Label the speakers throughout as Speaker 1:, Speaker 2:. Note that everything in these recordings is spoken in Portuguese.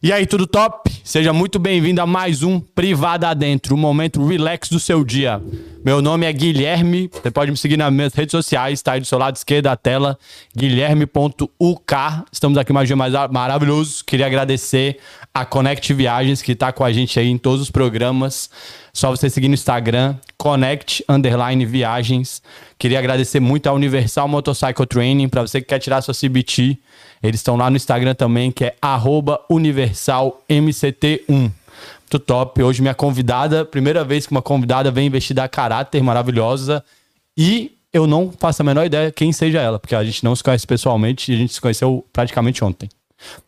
Speaker 1: E aí, tudo top? Seja muito bem-vindo a mais um Privada Adentro, o momento relax do seu dia. Meu nome é Guilherme, você pode me seguir nas minhas redes sociais, tá aí do seu lado esquerdo da tela, guilherme.uk. Estamos aqui mais um dia mais maravilhoso. Queria agradecer a Connect Viagens, que tá com a gente aí em todos os programas. Só você seguir no Instagram, Connect Underline Viagens. Queria agradecer muito a Universal Motorcycle Training, para você que quer tirar sua CBT. Eles estão lá no Instagram também, que é arroba universalmct1. Muito top. Hoje minha convidada, primeira vez que uma convidada vem investida a caráter, maravilhosa. E eu não faço a menor ideia quem seja ela, porque a gente não se conhece pessoalmente e a gente se conheceu praticamente ontem.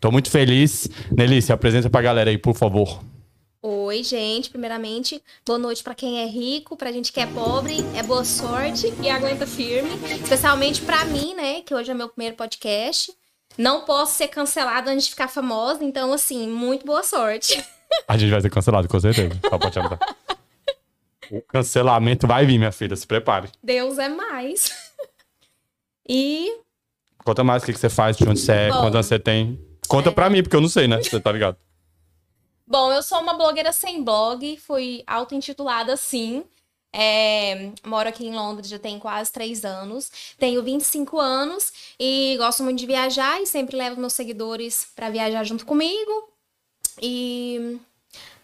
Speaker 1: Tô muito feliz. Nelly, se apresenta pra galera aí, por favor.
Speaker 2: Oi, gente. Primeiramente, boa noite pra quem é rico, pra gente que é pobre, é boa sorte e aguenta firme. Especialmente pra mim, né, que hoje é meu primeiro podcast. Não posso ser cancelada antes de ficar famosa, então assim, muito boa sorte.
Speaker 1: A gente vai ser cancelado, com certeza. Só pra te avisar. O cancelamento vai vir, minha filha. Se prepare.
Speaker 2: Deus é mais. E
Speaker 1: Conta mais o que, que você faz, de onde você é,
Speaker 2: Bom.
Speaker 1: quantos anos você tem. Conta pra mim, porque eu não sei, né? Você tá ligado?
Speaker 2: Bom, eu sou uma blogueira sem blog, fui auto-intitulada assim. É, moro aqui em Londres já tem quase três anos. Tenho 25 anos e gosto muito de viajar e sempre levo meus seguidores para viajar junto comigo. E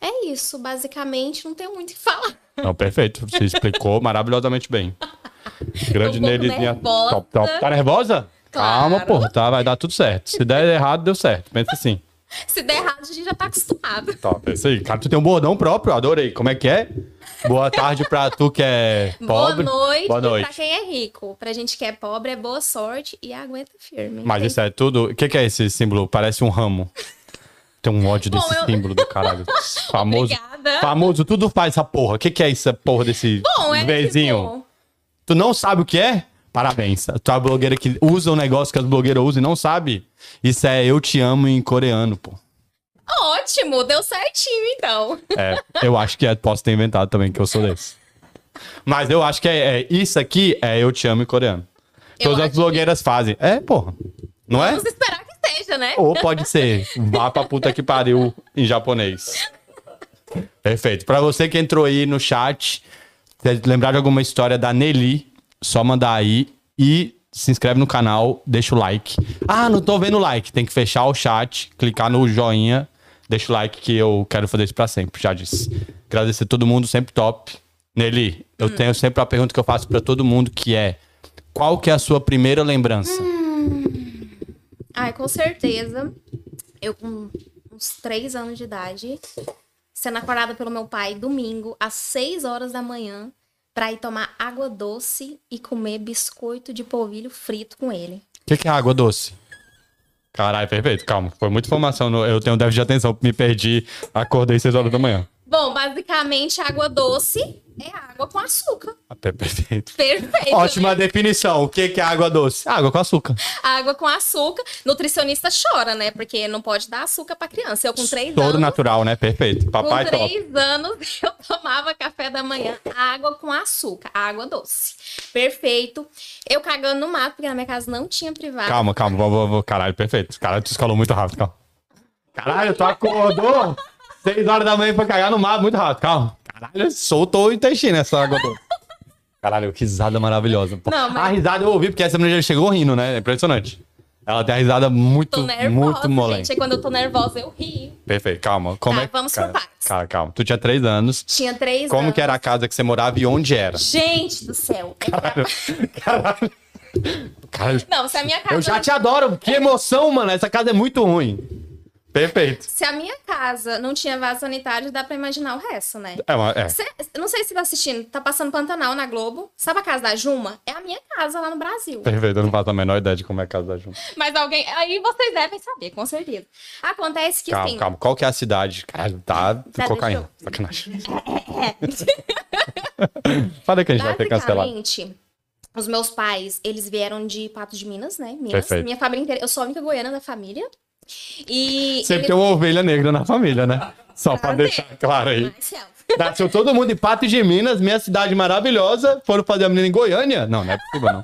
Speaker 2: é isso, basicamente, não tenho muito o que falar.
Speaker 1: Não, perfeito. Você explicou maravilhosamente bem. Grande
Speaker 2: Tô um pouco
Speaker 1: nele. minha-
Speaker 2: nervosa.
Speaker 1: Top, top. Tá nervosa?
Speaker 2: Claro.
Speaker 1: Calma, pô. Tá, vai dar tudo certo. Se der errado, deu certo. Pensa assim.
Speaker 2: Se der errado, a gente já tá acostumado.
Speaker 1: Top, é isso aí. Cara, tu tem um bordão próprio, adorei. Como é que é? Boa tarde pra tu que é pobre.
Speaker 2: Boa noite,
Speaker 1: Boa
Speaker 2: pra
Speaker 1: noite.
Speaker 2: quem é rico. Pra gente que é pobre, é boa sorte e aguenta firme.
Speaker 1: Mas
Speaker 2: Tem
Speaker 1: isso é tudo. O que, que é esse símbolo? Parece um ramo. Tem um ódio
Speaker 2: Bom,
Speaker 1: desse
Speaker 2: eu-
Speaker 1: símbolo do caralho. Famoso.
Speaker 2: Obrigada.
Speaker 1: Famoso, tudo faz essa porra. O que, que é essa porra desse
Speaker 2: Bom, é
Speaker 1: vizinho?
Speaker 2: tipo,
Speaker 1: Tu não sabe o que é? Parabéns. Tu é uma blogueira que usa um negócio que as blogueiras usam e não sabe? Isso é eu te amo em coreano, pô.
Speaker 2: tipo, Ótimo, deu certinho então.
Speaker 1: É, eu acho que é, posso ter inventado também, que eu sou desse. Mas eu acho que é, é, isso aqui é eu te amo em coreano.
Speaker 2: Eu
Speaker 1: Todas as
Speaker 2: acho que-
Speaker 1: blogueiras fazem. É, porra. Não é?
Speaker 2: Vamos esperar que esteja, né?
Speaker 1: Ou pode ser vá pra puta que pariu em japonês. Perfeito. Pra você que entrou aí no chat, se lembrar de alguma história da Nelly, só mandar aí e se inscreve no canal, deixa o like. Ah, não tô vendo o like. Tem que fechar o chat, clicar no joinha, deixa o like que eu quero fazer isso pra sempre, já disse. Agradecer a todo mundo, sempre top. Nelly, eu tenho sempre a pergunta que eu faço pra todo mundo, que é qual que é a sua primeira lembrança?
Speaker 2: Ai, com certeza. Eu com uns três anos de idade, sendo acordada pelo meu pai domingo às 6 horas da manhã pra ir tomar água doce e comer biscoito de polvilho frito com ele.
Speaker 1: O que, que é água doce? Caralho, perfeito. Calma, foi muita informação. no- Eu tenho um déficit de atenção, me perdi. Acordei 6 horas da manhã.
Speaker 2: Bom, basicamente água doce é água com açúcar.
Speaker 1: Ah, per- Perfeito.
Speaker 2: Perfeito.
Speaker 1: Ótima
Speaker 2: né?
Speaker 1: definição. O que, que é água doce? Água com açúcar.
Speaker 2: Água com açúcar. Nutricionista chora, né? Porque não pode dar açúcar pra criança. Eu com três
Speaker 1: Todo
Speaker 2: anos.
Speaker 1: natural, né? Perfeito. Papai
Speaker 2: com
Speaker 1: top.
Speaker 2: três anos, eu tomava café da manhã, água com açúcar, água doce. Perfeito. Eu cagando no mato, porque na minha casa não tinha privado.
Speaker 1: Calma, calma. Vou, vou, vou. Caralho, perfeito. Caralho, tu escalou muito rápido, calma. Caralho, tu acordou 6 horas da manhã pra cagar no mar muito rápido, calma. Caralho, soltou o intestino essa água doce. Caralho, que risada maravilhosa. pô.
Speaker 2: Não, mas-
Speaker 1: A risada eu ouvi, porque essa menina já chegou rindo, né? É impressionante. Ela tem a risada muito,
Speaker 2: Tô nervosa,
Speaker 1: muito
Speaker 2: gente.
Speaker 1: molente.
Speaker 2: Aí quando eu tô nervosa, eu rio.
Speaker 1: Perfeito, calma. Como
Speaker 2: Tá,
Speaker 1: é...
Speaker 2: vamos
Speaker 1: cara,
Speaker 2: por partes.
Speaker 1: Cara, calma. Tu tinha três anos.
Speaker 2: Tinha três
Speaker 1: Como
Speaker 2: anos.
Speaker 1: que é? era a casa que você morava e onde era?
Speaker 2: Gente do céu. É
Speaker 1: Caralho. Caralho.
Speaker 2: que- Não, se a minha casa.
Speaker 1: Eu já te adoro. Que emoção, mano. Essa casa é muito ruim. Perfeito.
Speaker 2: Se a minha casa não tinha vaso sanitário, dá pra imaginar o resto, né?
Speaker 1: É, uma- é.
Speaker 2: Cê, não sei se tá assistindo, tá passando Pantanal na Globo. Sabe a casa da Juma? É a minha casa lá no Brasil.
Speaker 1: Perfeito, eu não faço a menor ideia de como é a casa da Juma.
Speaker 2: Mas alguém. Aí vocês devem saber, com certeza. Acontece que
Speaker 1: Calma,
Speaker 2: sim.
Speaker 1: calma. Qual que é a cidade? Caralho, tá.
Speaker 2: deixa
Speaker 1: cocaína. Sacanagem. Falei que a gente vai ser cancelado.
Speaker 2: Basicamente, os meus pais, eles vieram de Patos de Minas, né? Minas.
Speaker 1: Perfeito.
Speaker 2: Minha família inteira. Eu sou a única goiana da família. E.
Speaker 1: Sempre
Speaker 2: ele-
Speaker 1: tem uma ovelha negra na família, né? Só pra
Speaker 2: Claro.
Speaker 1: deixar claro aí.
Speaker 2: Marcelo.
Speaker 1: Nasceu todo mundo em Patos de Minas, minha cidade maravilhosa. Foram fazer a menina em Goiânia? Não, não é possível, não.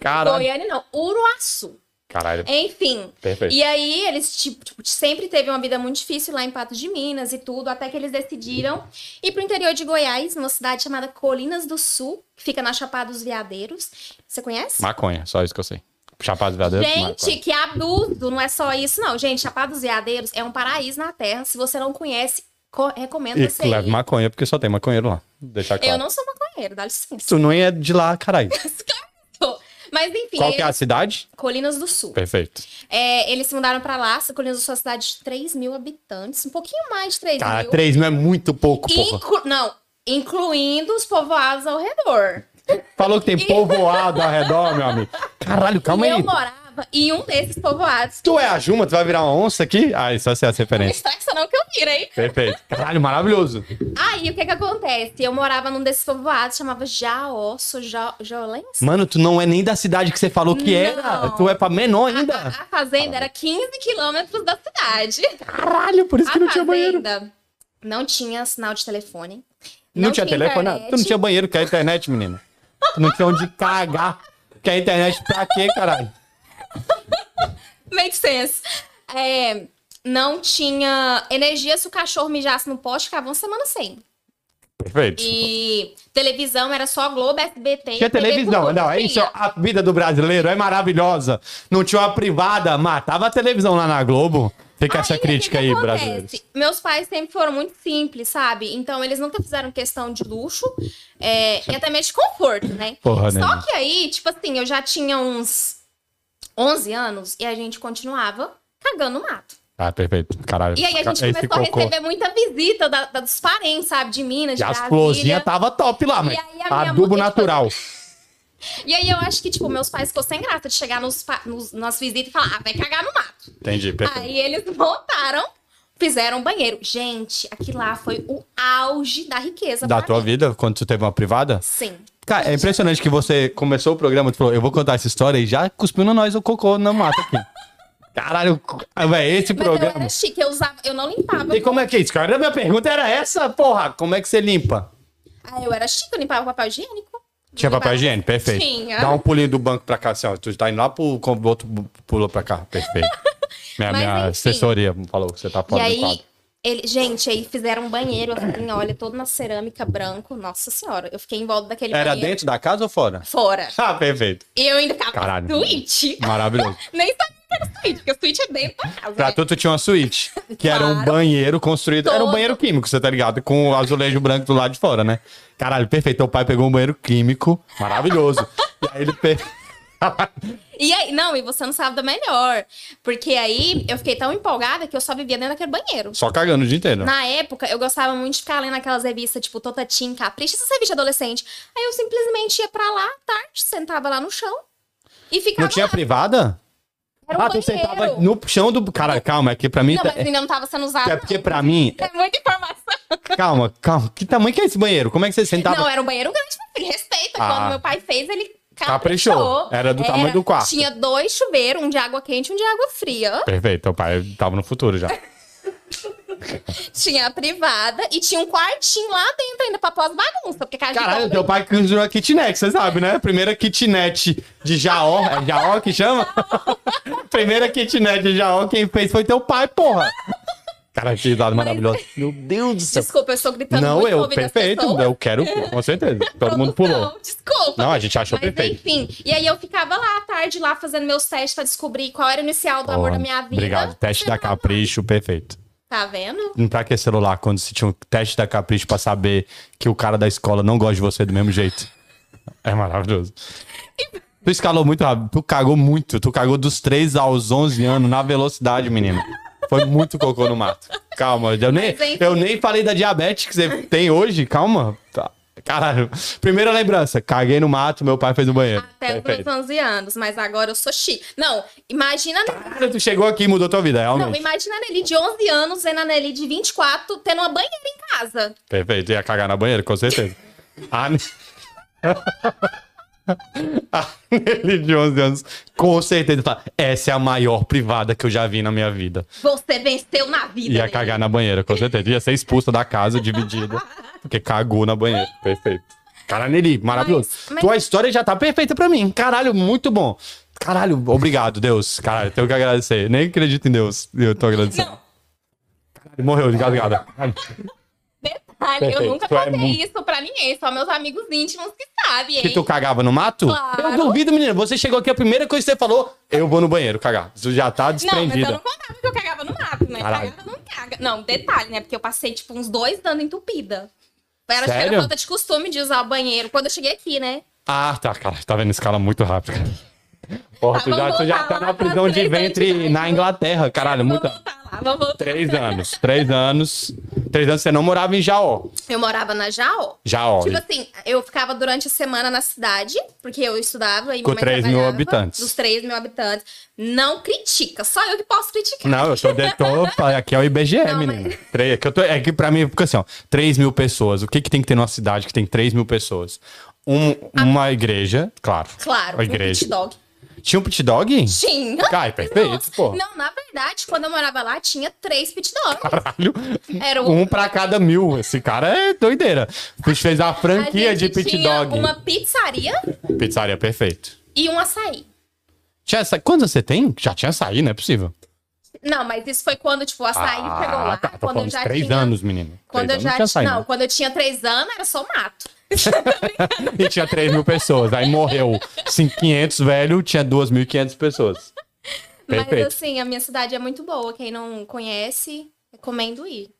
Speaker 1: Caralho.
Speaker 2: Goiânia não, Uruaçu.
Speaker 1: Caralho.
Speaker 2: Enfim.
Speaker 1: Perfeito.
Speaker 2: E aí, eles tipo, tipo, sempre teve uma vida muito difícil lá em Patos de Minas e tudo, até que eles decidiram ir pro interior de Goiás, numa cidade chamada Colinas do Sul, que fica na Chapada dos Veadeiros. Você conhece?
Speaker 1: Maconha, só isso que eu sei. Chapada verdadeira.
Speaker 2: Gente, que abuso! Não é só isso, não. Gente, Chapada dos Veadeiros é um paraíso na Terra. Se você não conhece, co- recomendo
Speaker 1: E
Speaker 2: você
Speaker 1: leva
Speaker 2: ir.
Speaker 1: maconha, porque só tem maconheiro lá. Deixar claro.
Speaker 2: Eu não sou maconheiro, dá licença.
Speaker 1: Tu não é de lá, caralho.
Speaker 2: Mas enfim,
Speaker 1: Qual que é a cidade?
Speaker 2: Colinas do Sul.
Speaker 1: Perfeito.
Speaker 2: É, eles se mudaram pra lá, Colinas do Sul é uma cidade de 3 mil habitantes, um pouquinho mais de 3
Speaker 1: Cara,
Speaker 2: mil.
Speaker 1: 3 mil é muito pouco, porra.
Speaker 2: Inclu- Não, incluindo os povoados ao redor.
Speaker 1: Falou que tem povoado ao redor, meu amigo. Caralho, calma
Speaker 2: e eu
Speaker 1: aí.
Speaker 2: morava em um desses povoados.
Speaker 1: Tu é a Juma, tu vai virar uma onça aqui? Ah, isso vai ser as
Speaker 2: Não
Speaker 1: referências.
Speaker 2: estressa não que eu virei.
Speaker 1: Perfeito. Caralho, maravilhoso.
Speaker 2: Aí, o que que acontece? Eu morava num desses povoados, chamava Jaó, sou ja, Jaolense.
Speaker 1: Mano, tu não é nem da cidade que você falou que era.
Speaker 2: Não.
Speaker 1: Tu é pra menor
Speaker 2: A, a-
Speaker 1: ainda.
Speaker 2: a fazenda era 15 quilômetros da cidade.
Speaker 1: Caralho, por isso que
Speaker 2: a
Speaker 1: não tinha banheiro.
Speaker 2: fazenda não tinha sinal de telefone.
Speaker 1: Não, tinha telefone, nada.
Speaker 2: internet.
Speaker 1: Tu não tinha banheiro, que é a internet, menina. Tu não tinha onde cagar. Que a internet pra quê, caralho?
Speaker 2: Make sense. É, não tinha energia se o cachorro mijasse no poste, ficava uma semana sem.
Speaker 1: Perfeito.
Speaker 2: E televisão era só Globo, SBT.
Speaker 1: Tinha televisão, não,
Speaker 2: assim,
Speaker 1: é isso. A vida do brasileiro é maravilhosa. Não tinha uma privada, matava a televisão lá na Globo. Fica essa crítica aí, brasileiro.
Speaker 2: Meus pais sempre foram muito simples, sabe? Então eles nunca fizeram questão de luxo é, e até mesmo de conforto, né?
Speaker 1: Porra, né?
Speaker 2: Só que aí, tipo assim, eu já tinha uns 11 anos e a gente continuava cagando no mato.
Speaker 1: Ah, perfeito. Caralho.
Speaker 2: E aí a gente
Speaker 1: Esse
Speaker 2: começou a
Speaker 1: cocô.
Speaker 2: receber muita visita da- da- dos parentes, sabe? De Minas,
Speaker 1: E
Speaker 2: de
Speaker 1: as
Speaker 2: Brasília.
Speaker 1: florzinhas tava top lá, mano.
Speaker 2: né? aí a minha
Speaker 1: Adubo
Speaker 2: mãe-
Speaker 1: natural. tá-
Speaker 2: E aí eu acho que, tipo, meus pais ficou sem graça de chegar nos, pa- nos- nas visitas e falar, ah, vai cagar no mato.
Speaker 1: Entendi, perfeito.
Speaker 2: Aí eles voltaram, fizeram um banheiro. Gente, aquilo lá foi o auge da riqueza.
Speaker 1: Da
Speaker 2: pra
Speaker 1: tua
Speaker 2: mim.
Speaker 1: vida, quando tu teve uma privada?
Speaker 2: Sim.
Speaker 1: Cara, é impressionante que você começou o programa, tu falou, eu vou contar essa história e já cuspiu no nós o cocô na mata aqui. Caralho, ah, véi, esse
Speaker 2: Mas eu
Speaker 1: programa.
Speaker 2: era chique, eu usava, eu não limpava.
Speaker 1: E como é que é isso? Cara, minha pergunta era essa, porra. Como é que você limpa?
Speaker 2: Ah, eu era chique, eu limpava papel higiênico.
Speaker 1: Tinha
Speaker 2: Limpava-
Speaker 1: papel higiênico? Perfeito.
Speaker 2: Tinha.
Speaker 1: Dá um pulinho do banco pra cá, assim, ó. Tu tá indo lá pro com- o outro bu- pula pra cá. Perfeito. Minha,
Speaker 2: Mas,
Speaker 1: minha
Speaker 2: enfim.
Speaker 1: assessoria falou que você tá
Speaker 2: E
Speaker 1: fora do
Speaker 2: aí,
Speaker 1: quadro.
Speaker 2: ele, gente, aí fizeram um banheiro, assim, olha, todo na cerâmica branco. Nossa senhora, eu fiquei em volta daquele
Speaker 1: Era
Speaker 2: banheiro.
Speaker 1: dentro da casa ou fora?
Speaker 2: Fora.
Speaker 1: Ah, perfeito.
Speaker 2: E eu ainda ficava
Speaker 1: Caralho.
Speaker 2: suíte.
Speaker 1: Maravilhoso.
Speaker 2: Nem sabia que era suíte, porque suíte é dentro da casa.
Speaker 1: Pra
Speaker 2: né?
Speaker 1: tu, tu tinha uma suíte, que era um
Speaker 2: Claro.
Speaker 1: banheiro construído. Era um
Speaker 2: Todo.
Speaker 1: banheiro químico, você tá ligado? Com o azulejo branco do lado de fora, né? Caralho, perfeito. Teu pai pegou um banheiro químico maravilhoso. e aí ele. Pe...
Speaker 2: E aí, não, e você não sabe da melhor. Porque aí eu fiquei tão empolgada que eu só vivia dentro daquele banheiro.
Speaker 1: Só cagando o dia inteiro.
Speaker 2: Na época, eu gostava muito de ficar lendo aquelas revistas, tipo Totatim, Capricha, essas revistas adolescente. Aí eu simplesmente ia pra lá à tarde, sentava lá no chão e ficava.
Speaker 1: Não tinha
Speaker 2: lá.
Speaker 1: privada?
Speaker 2: Era um
Speaker 1: ah, tu
Speaker 2: banheiro.
Speaker 1: sentava no chão do. Caralho, calma, é que pra mim.
Speaker 2: Não,
Speaker 1: tá-
Speaker 2: mas ainda não tava sendo usado.
Speaker 1: É porque
Speaker 2: não.
Speaker 1: pra mim.
Speaker 2: É muita informação.
Speaker 1: Calma, calma. Que tamanho que é esse banheiro? Como é que você sentava?
Speaker 2: Não, era um banheiro grande, meu filho. Respeita.
Speaker 1: Ah.
Speaker 2: Quando meu pai fez, ele
Speaker 1: Caprichou.
Speaker 2: caprichou.
Speaker 1: Era do tamanho do quarto.
Speaker 2: Tinha dois chuveiros, um de água quente e um de água fria.
Speaker 1: Perfeito, teu pai tava no futuro já.
Speaker 2: Tinha a privada e tinha um quartinho lá dentro ainda pra pós-bagunça. Porque casa de
Speaker 1: Caralho,
Speaker 2: pobre-
Speaker 1: teu pai construiu a kitnet, você sabe, né? Primeira kitnet de Jaó. É Jaó que chama? Primeira kitnet de Jaó, quem fez foi teu pai, porra. Cara, que dado maravilhoso. Meu Deus do céu.
Speaker 2: é- Desculpa, eu estou gritando
Speaker 1: Não,
Speaker 2: muito
Speaker 1: eu,
Speaker 2: ouvindo as
Speaker 1: perfeito.
Speaker 2: pessoas.
Speaker 1: Eu quero, com certeza. Todo mundo
Speaker 2: Produção,
Speaker 1: pulou.
Speaker 2: Desculpa.
Speaker 1: Não, a gente achou
Speaker 2: Mas
Speaker 1: perfeito.
Speaker 2: enfim, e aí eu ficava lá à tarde, lá fazendo meus testes pra descobrir qual era o inicial do amor da minha vida.
Speaker 1: Obrigado. Teste da capricho, perfeito.
Speaker 2: Tá vendo?
Speaker 1: Não pra que celular quando se tinha um teste da capricho pra saber que o cara da escola não gosta de você do mesmo jeito. É maravilhoso. Tu escalou muito rápido, tu cagou muito, tu cagou dos 3 aos 11 anos na velocidade, menino. Foi muito cocô no mato. Calma, eu nem,
Speaker 2: Mas, enfim.
Speaker 1: eu nem falei da diabetes que você tem hoje, calma. Tá. Caralho. Primeira lembrança, caguei no mato, meu pai fez no banheiro.
Speaker 2: Até os meus
Speaker 1: Perfeito.
Speaker 2: 11 anos, mas agora eu sou chique. Não, imagina.
Speaker 1: Tá,
Speaker 2: a Nelly-
Speaker 1: Cara, tu chegou aqui e mudou tua vida, realmente.
Speaker 2: Não, imagina a Nelly de 11 anos vendo a Nelly de 24 tendo uma banheira em casa.
Speaker 1: Perfeito, ia cagar na banheira, com certeza. A, Ne- a Nelly de 11 anos, com certeza, fala, essa é a maior privada que eu já vi na minha vida.
Speaker 2: Você venceu na vida.
Speaker 1: Ia
Speaker 2: Nelly.
Speaker 1: cagar na banheira, com certeza. Ia ser expulsa da casa, dividida, porque cagou na banheira. Perfeito. Cara, Nelly, maravilhoso.
Speaker 2: Mas- é- mas-
Speaker 1: Tua história já tá perfeita pra mim. Caralho, muito bom. Caralho, obrigado, Deus. Caralho, tenho que agradecer. Nem acredito em Deus. Eu tô agradecendo.
Speaker 2: Não,
Speaker 1: Caralho, morreu de engasgada. Caralho.
Speaker 2: detalhe, eu
Speaker 1: Perfeito.
Speaker 2: nunca
Speaker 1: Tu é
Speaker 2: contei
Speaker 1: muito-
Speaker 2: isso pra ninguém, só meus amigos íntimos que sabem, hein?
Speaker 1: Que tu cagava no mato?
Speaker 2: Claro.
Speaker 1: Eu duvido, menina. Você chegou aqui, a primeira coisa que você falou, eu vou no banheiro cagar. Tu já tá
Speaker 2: Não, mas eu
Speaker 1: desprendida.
Speaker 2: não contava que eu cagava no mato, né?
Speaker 1: Caralho.
Speaker 2: Cagava não caga. Não, detalhe, né? Porque eu passei, tipo, uns dois anos entupida. Era, acho que
Speaker 1: Sério?
Speaker 2: era falta de costume de usar o banheiro. Quando eu cheguei aqui, né?
Speaker 1: Ah, tá, cara. Tá vendo? Escala muito rápido. Porra, tu
Speaker 2: Tá,
Speaker 1: já,
Speaker 2: vamos
Speaker 1: tu já
Speaker 2: voltar
Speaker 1: tá
Speaker 2: lá
Speaker 1: na
Speaker 2: pra
Speaker 1: prisão de
Speaker 2: três anos de
Speaker 1: ventre
Speaker 2: idade.
Speaker 1: na Inglaterra. Caralho, muito.
Speaker 2: Vamos voltar lá, vamos voltar.
Speaker 1: Três anos. Três anos. Três anos você não morava em Jaó.
Speaker 2: Eu morava na Jaó.
Speaker 1: Jaó.
Speaker 2: Tipo assim, eu ficava durante a semana na cidade, porque eu estudava e
Speaker 1: Com
Speaker 2: minha mãe
Speaker 1: 3 mil
Speaker 2: trabalhava,
Speaker 1: habitantes.
Speaker 2: Dos 3 mil habitantes. Não critica, só eu que posso criticar.
Speaker 1: Não, eu sou de... tô- Aqui é o IBGE,
Speaker 2: Não, mas-
Speaker 1: menina. Três- É que, eu tô... é que pra mim, porque assim, ó, 3 mil pessoas. O que, que tem que ter numa cidade que tem 3 mil pessoas? Um- uma igreja, claro.
Speaker 2: Ah. Claro,
Speaker 1: Uma
Speaker 2: um pit
Speaker 1: igreja.
Speaker 2: dog.
Speaker 1: Tinha um pit dog?
Speaker 2: Tinha.
Speaker 1: Ai, perfeito,
Speaker 2: Nossa.
Speaker 1: pô.
Speaker 2: Não, na verdade, quando eu morava lá, tinha três pit dogs.
Speaker 1: Caralho.
Speaker 2: Era o-
Speaker 1: Um pra cada mil. Esse cara é doideira. A gente fez a franquia
Speaker 2: A
Speaker 1: de
Speaker 2: gente
Speaker 1: pit
Speaker 2: tinha
Speaker 1: dog.
Speaker 2: Uma pizzaria
Speaker 1: Pizzaria, perfeito.
Speaker 2: e um açaí.
Speaker 1: Tinha essa... Quantos você tem? Já tinha saído, não é possível.
Speaker 2: Não, mas isso foi quando, tipo, o açaí pegou lá.
Speaker 1: tá. Tô
Speaker 2: quando eu
Speaker 1: falando de
Speaker 2: já
Speaker 1: três
Speaker 2: tinha...
Speaker 1: anos, menino.
Speaker 2: Quando eu
Speaker 1: três anos não tinha né?
Speaker 2: já tinha.
Speaker 1: saído.
Speaker 2: Não, quando eu tinha três anos, era só mato.
Speaker 1: E tinha 3 mil pessoas. Aí morreu assim, 500 velho, tinha 2.500 pessoas.
Speaker 2: Mas
Speaker 1: Perfeito.
Speaker 2: assim, a minha cidade é muito boa. Quem não conhece, recomendo ir.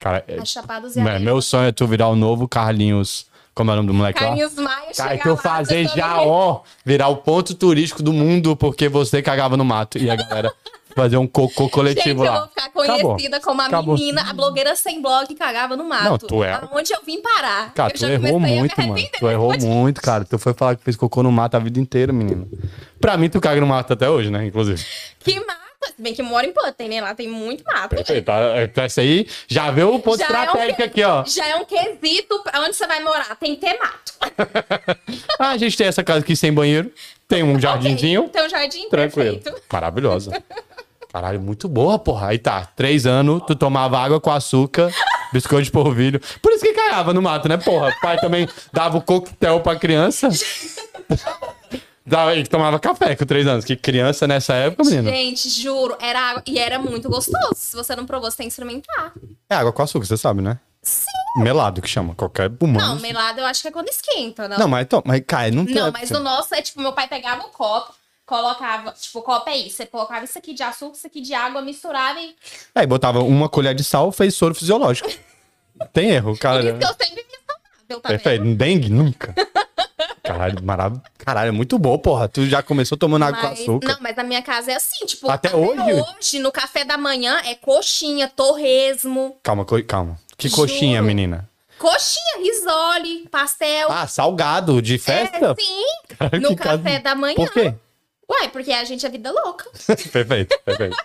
Speaker 1: Cara, é-
Speaker 2: A Chapada dos
Speaker 1: é, meu sonho é tu virar o novo Carlinhos. Como é o nome do moleque lá?
Speaker 2: Carlinhos Maia
Speaker 1: Cara,
Speaker 2: chegar
Speaker 1: que eu Tá, então
Speaker 2: lá,
Speaker 1: fazer
Speaker 2: todo
Speaker 1: já,
Speaker 2: mundo-
Speaker 1: ó, virar o ponto turístico do mundo porque você cagava no mato. E a galera fazer um cocô
Speaker 2: Gente, eu
Speaker 1: coletivo
Speaker 2: vou
Speaker 1: lá.
Speaker 2: ficar
Speaker 1: Acabou.
Speaker 2: conhecida como a
Speaker 1: Acabou.
Speaker 2: menina, a blogueira sem blog que cagava no mato.
Speaker 1: Não, tu é-
Speaker 2: Aonde eu vim parar?
Speaker 1: Cara,
Speaker 2: eu
Speaker 1: tu errou muito, mano. Tu errou muito, cara. Tu foi falar que fez cocô no mato a vida inteira, menino. Pra mim, tu caga no mato até hoje, né? Inclusive.
Speaker 2: Que mato. Se bem que eu moro em Putten, né? Lá tem muito mato.
Speaker 1: Perfeito. Ah, Então, essa aí já vê o ponto
Speaker 2: Já é um
Speaker 1: estratégico
Speaker 2: que-
Speaker 1: aqui, ó.
Speaker 2: Já é um quesito pra onde você vai morar. Tem que ter mato.
Speaker 1: Ah, a gente tem essa casa aqui sem banheiro. Tem um jardinzinho.
Speaker 2: Então, jardim
Speaker 1: Tranquilo.
Speaker 2: perfeito.
Speaker 1: Maravilhosa. Caralho, muito boa, porra. Aí tá, três anos, tu tomava água com açúcar, biscoito de polvilho. Por isso que caiava no mato, né, porra? O pai também dava o coquetel pra criança. Dava- E tomava café com três anos. Que criança nessa época, menina.
Speaker 2: Gente, juro, era água. E era muito gostoso. Se você não provou, você tem que experimentar.
Speaker 1: É água com açúcar, você sabe, né?
Speaker 2: Sim.
Speaker 1: Melado que chama. Qualquer
Speaker 2: Não,
Speaker 1: humano.
Speaker 2: melado eu acho que é quando esquenta, não?
Speaker 1: Não, mas, então, mas cara, não tem.
Speaker 2: Não, mas o nosso é tipo, meu pai pegava o copo, colocava, tipo, o copo é isso, você colocava isso aqui de açúcar, isso aqui de água, misturava e.
Speaker 1: Aí É, botava uma colher de sal, fez soro fisiológico. Tem erro,
Speaker 2: Por
Speaker 1: cara.
Speaker 2: isso que eu sempre me saudável também.
Speaker 1: Perfeito. Dengue nunca. Caralho, maravilhoso. Caralho, é muito bom, porra. Tu já começou tomando água com
Speaker 2: Mas,
Speaker 1: açúcar.
Speaker 2: não, mas na minha casa é assim, tipo,
Speaker 1: Até hoje?
Speaker 2: hoje, no café da manhã, é coxinha, torresmo,
Speaker 1: Calma, co- calma. Que coxinha,
Speaker 2: Juro.
Speaker 1: menina.
Speaker 2: coxinha, risole, pastel.
Speaker 1: Ah, salgado de festa?
Speaker 2: É, sim,
Speaker 1: Caralho,
Speaker 2: no
Speaker 1: que
Speaker 2: café
Speaker 1: casa-
Speaker 2: da manhã.
Speaker 1: Por quê?
Speaker 2: Uai, porque a gente é vida louca.
Speaker 1: perfeito, perfeito.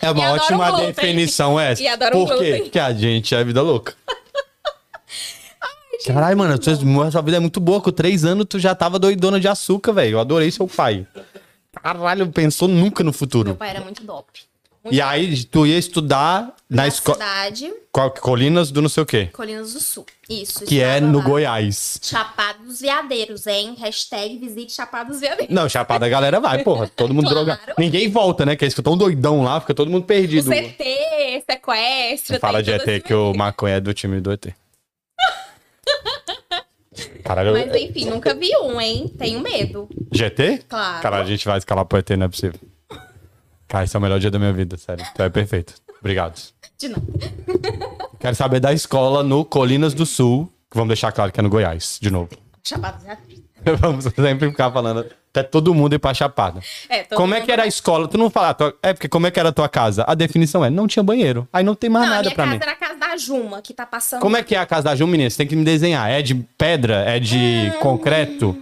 Speaker 1: É
Speaker 2: E
Speaker 1: uma
Speaker 2: adoro
Speaker 1: ótima
Speaker 2: um glúten.
Speaker 1: definição essa.
Speaker 2: E adoro um
Speaker 1: Por quê?
Speaker 2: glúten.
Speaker 1: Que a gente é vida louca. Caralho, mano, tua- sua vida é muito boa. Com três anos, tu já tava doidona de açúcar, velho. Eu adorei seu pai. Caralho, pensou nunca no
Speaker 2: Meu
Speaker 1: futuro.
Speaker 2: pai era muito dope. Muito
Speaker 1: E aí, tu ia estudar na escola.
Speaker 2: cidade,
Speaker 1: Colinas do não sei o quê.
Speaker 2: Colinas do Sul. Isso.
Speaker 1: Que é
Speaker 2: estava
Speaker 1: no
Speaker 2: lá.
Speaker 1: Goiás.
Speaker 2: Chapada dos Veadeiros, hein? Hashtag visite Chapada dos Veadeiros.
Speaker 1: Não, Chapada a galera vai, porra. Todo mundo
Speaker 2: Claro.
Speaker 1: droga. Ninguém volta, né? Que eles ficam tão doidão lá, fica todo mundo
Speaker 2: O
Speaker 1: perdido.
Speaker 2: CT, sequestra.
Speaker 1: Não fala
Speaker 2: tem
Speaker 1: de
Speaker 2: tudo
Speaker 1: ET,
Speaker 2: esse-
Speaker 1: que o maconha é do time do ET. Caralho,
Speaker 2: Mas enfim, nunca vi um, hein? Tenho medo.
Speaker 1: GT?
Speaker 2: Claro.
Speaker 1: Caralho, a gente vai escalar pro ET, não é possível. Cara, esse é o melhor dia da minha vida, sério. Tu é perfeito. Obrigado.
Speaker 2: De novo.
Speaker 1: Quero saber da escola no Colinas do Sul, que vamos deixar claro que é no Goiás, de novo.
Speaker 2: Chapada dos Veadeiros.
Speaker 1: Vamos sempre ficar falando até todo mundo ir pra Chapada.
Speaker 2: É, todo
Speaker 1: como é
Speaker 2: mundo-
Speaker 1: que era a escola? Tu não fala, tua- é porque como é que era a tua casa? A definição é, não tinha banheiro. Aí não tem mais
Speaker 2: Não, a
Speaker 1: nada
Speaker 2: minha
Speaker 1: pra
Speaker 2: casa é
Speaker 1: mim.
Speaker 2: era a casa da Juma, que tá passando.
Speaker 1: Como é que é a casa da Ju, menina? Você tem que me desenhar. É de pedra? É de
Speaker 2: Hum.
Speaker 1: concreto?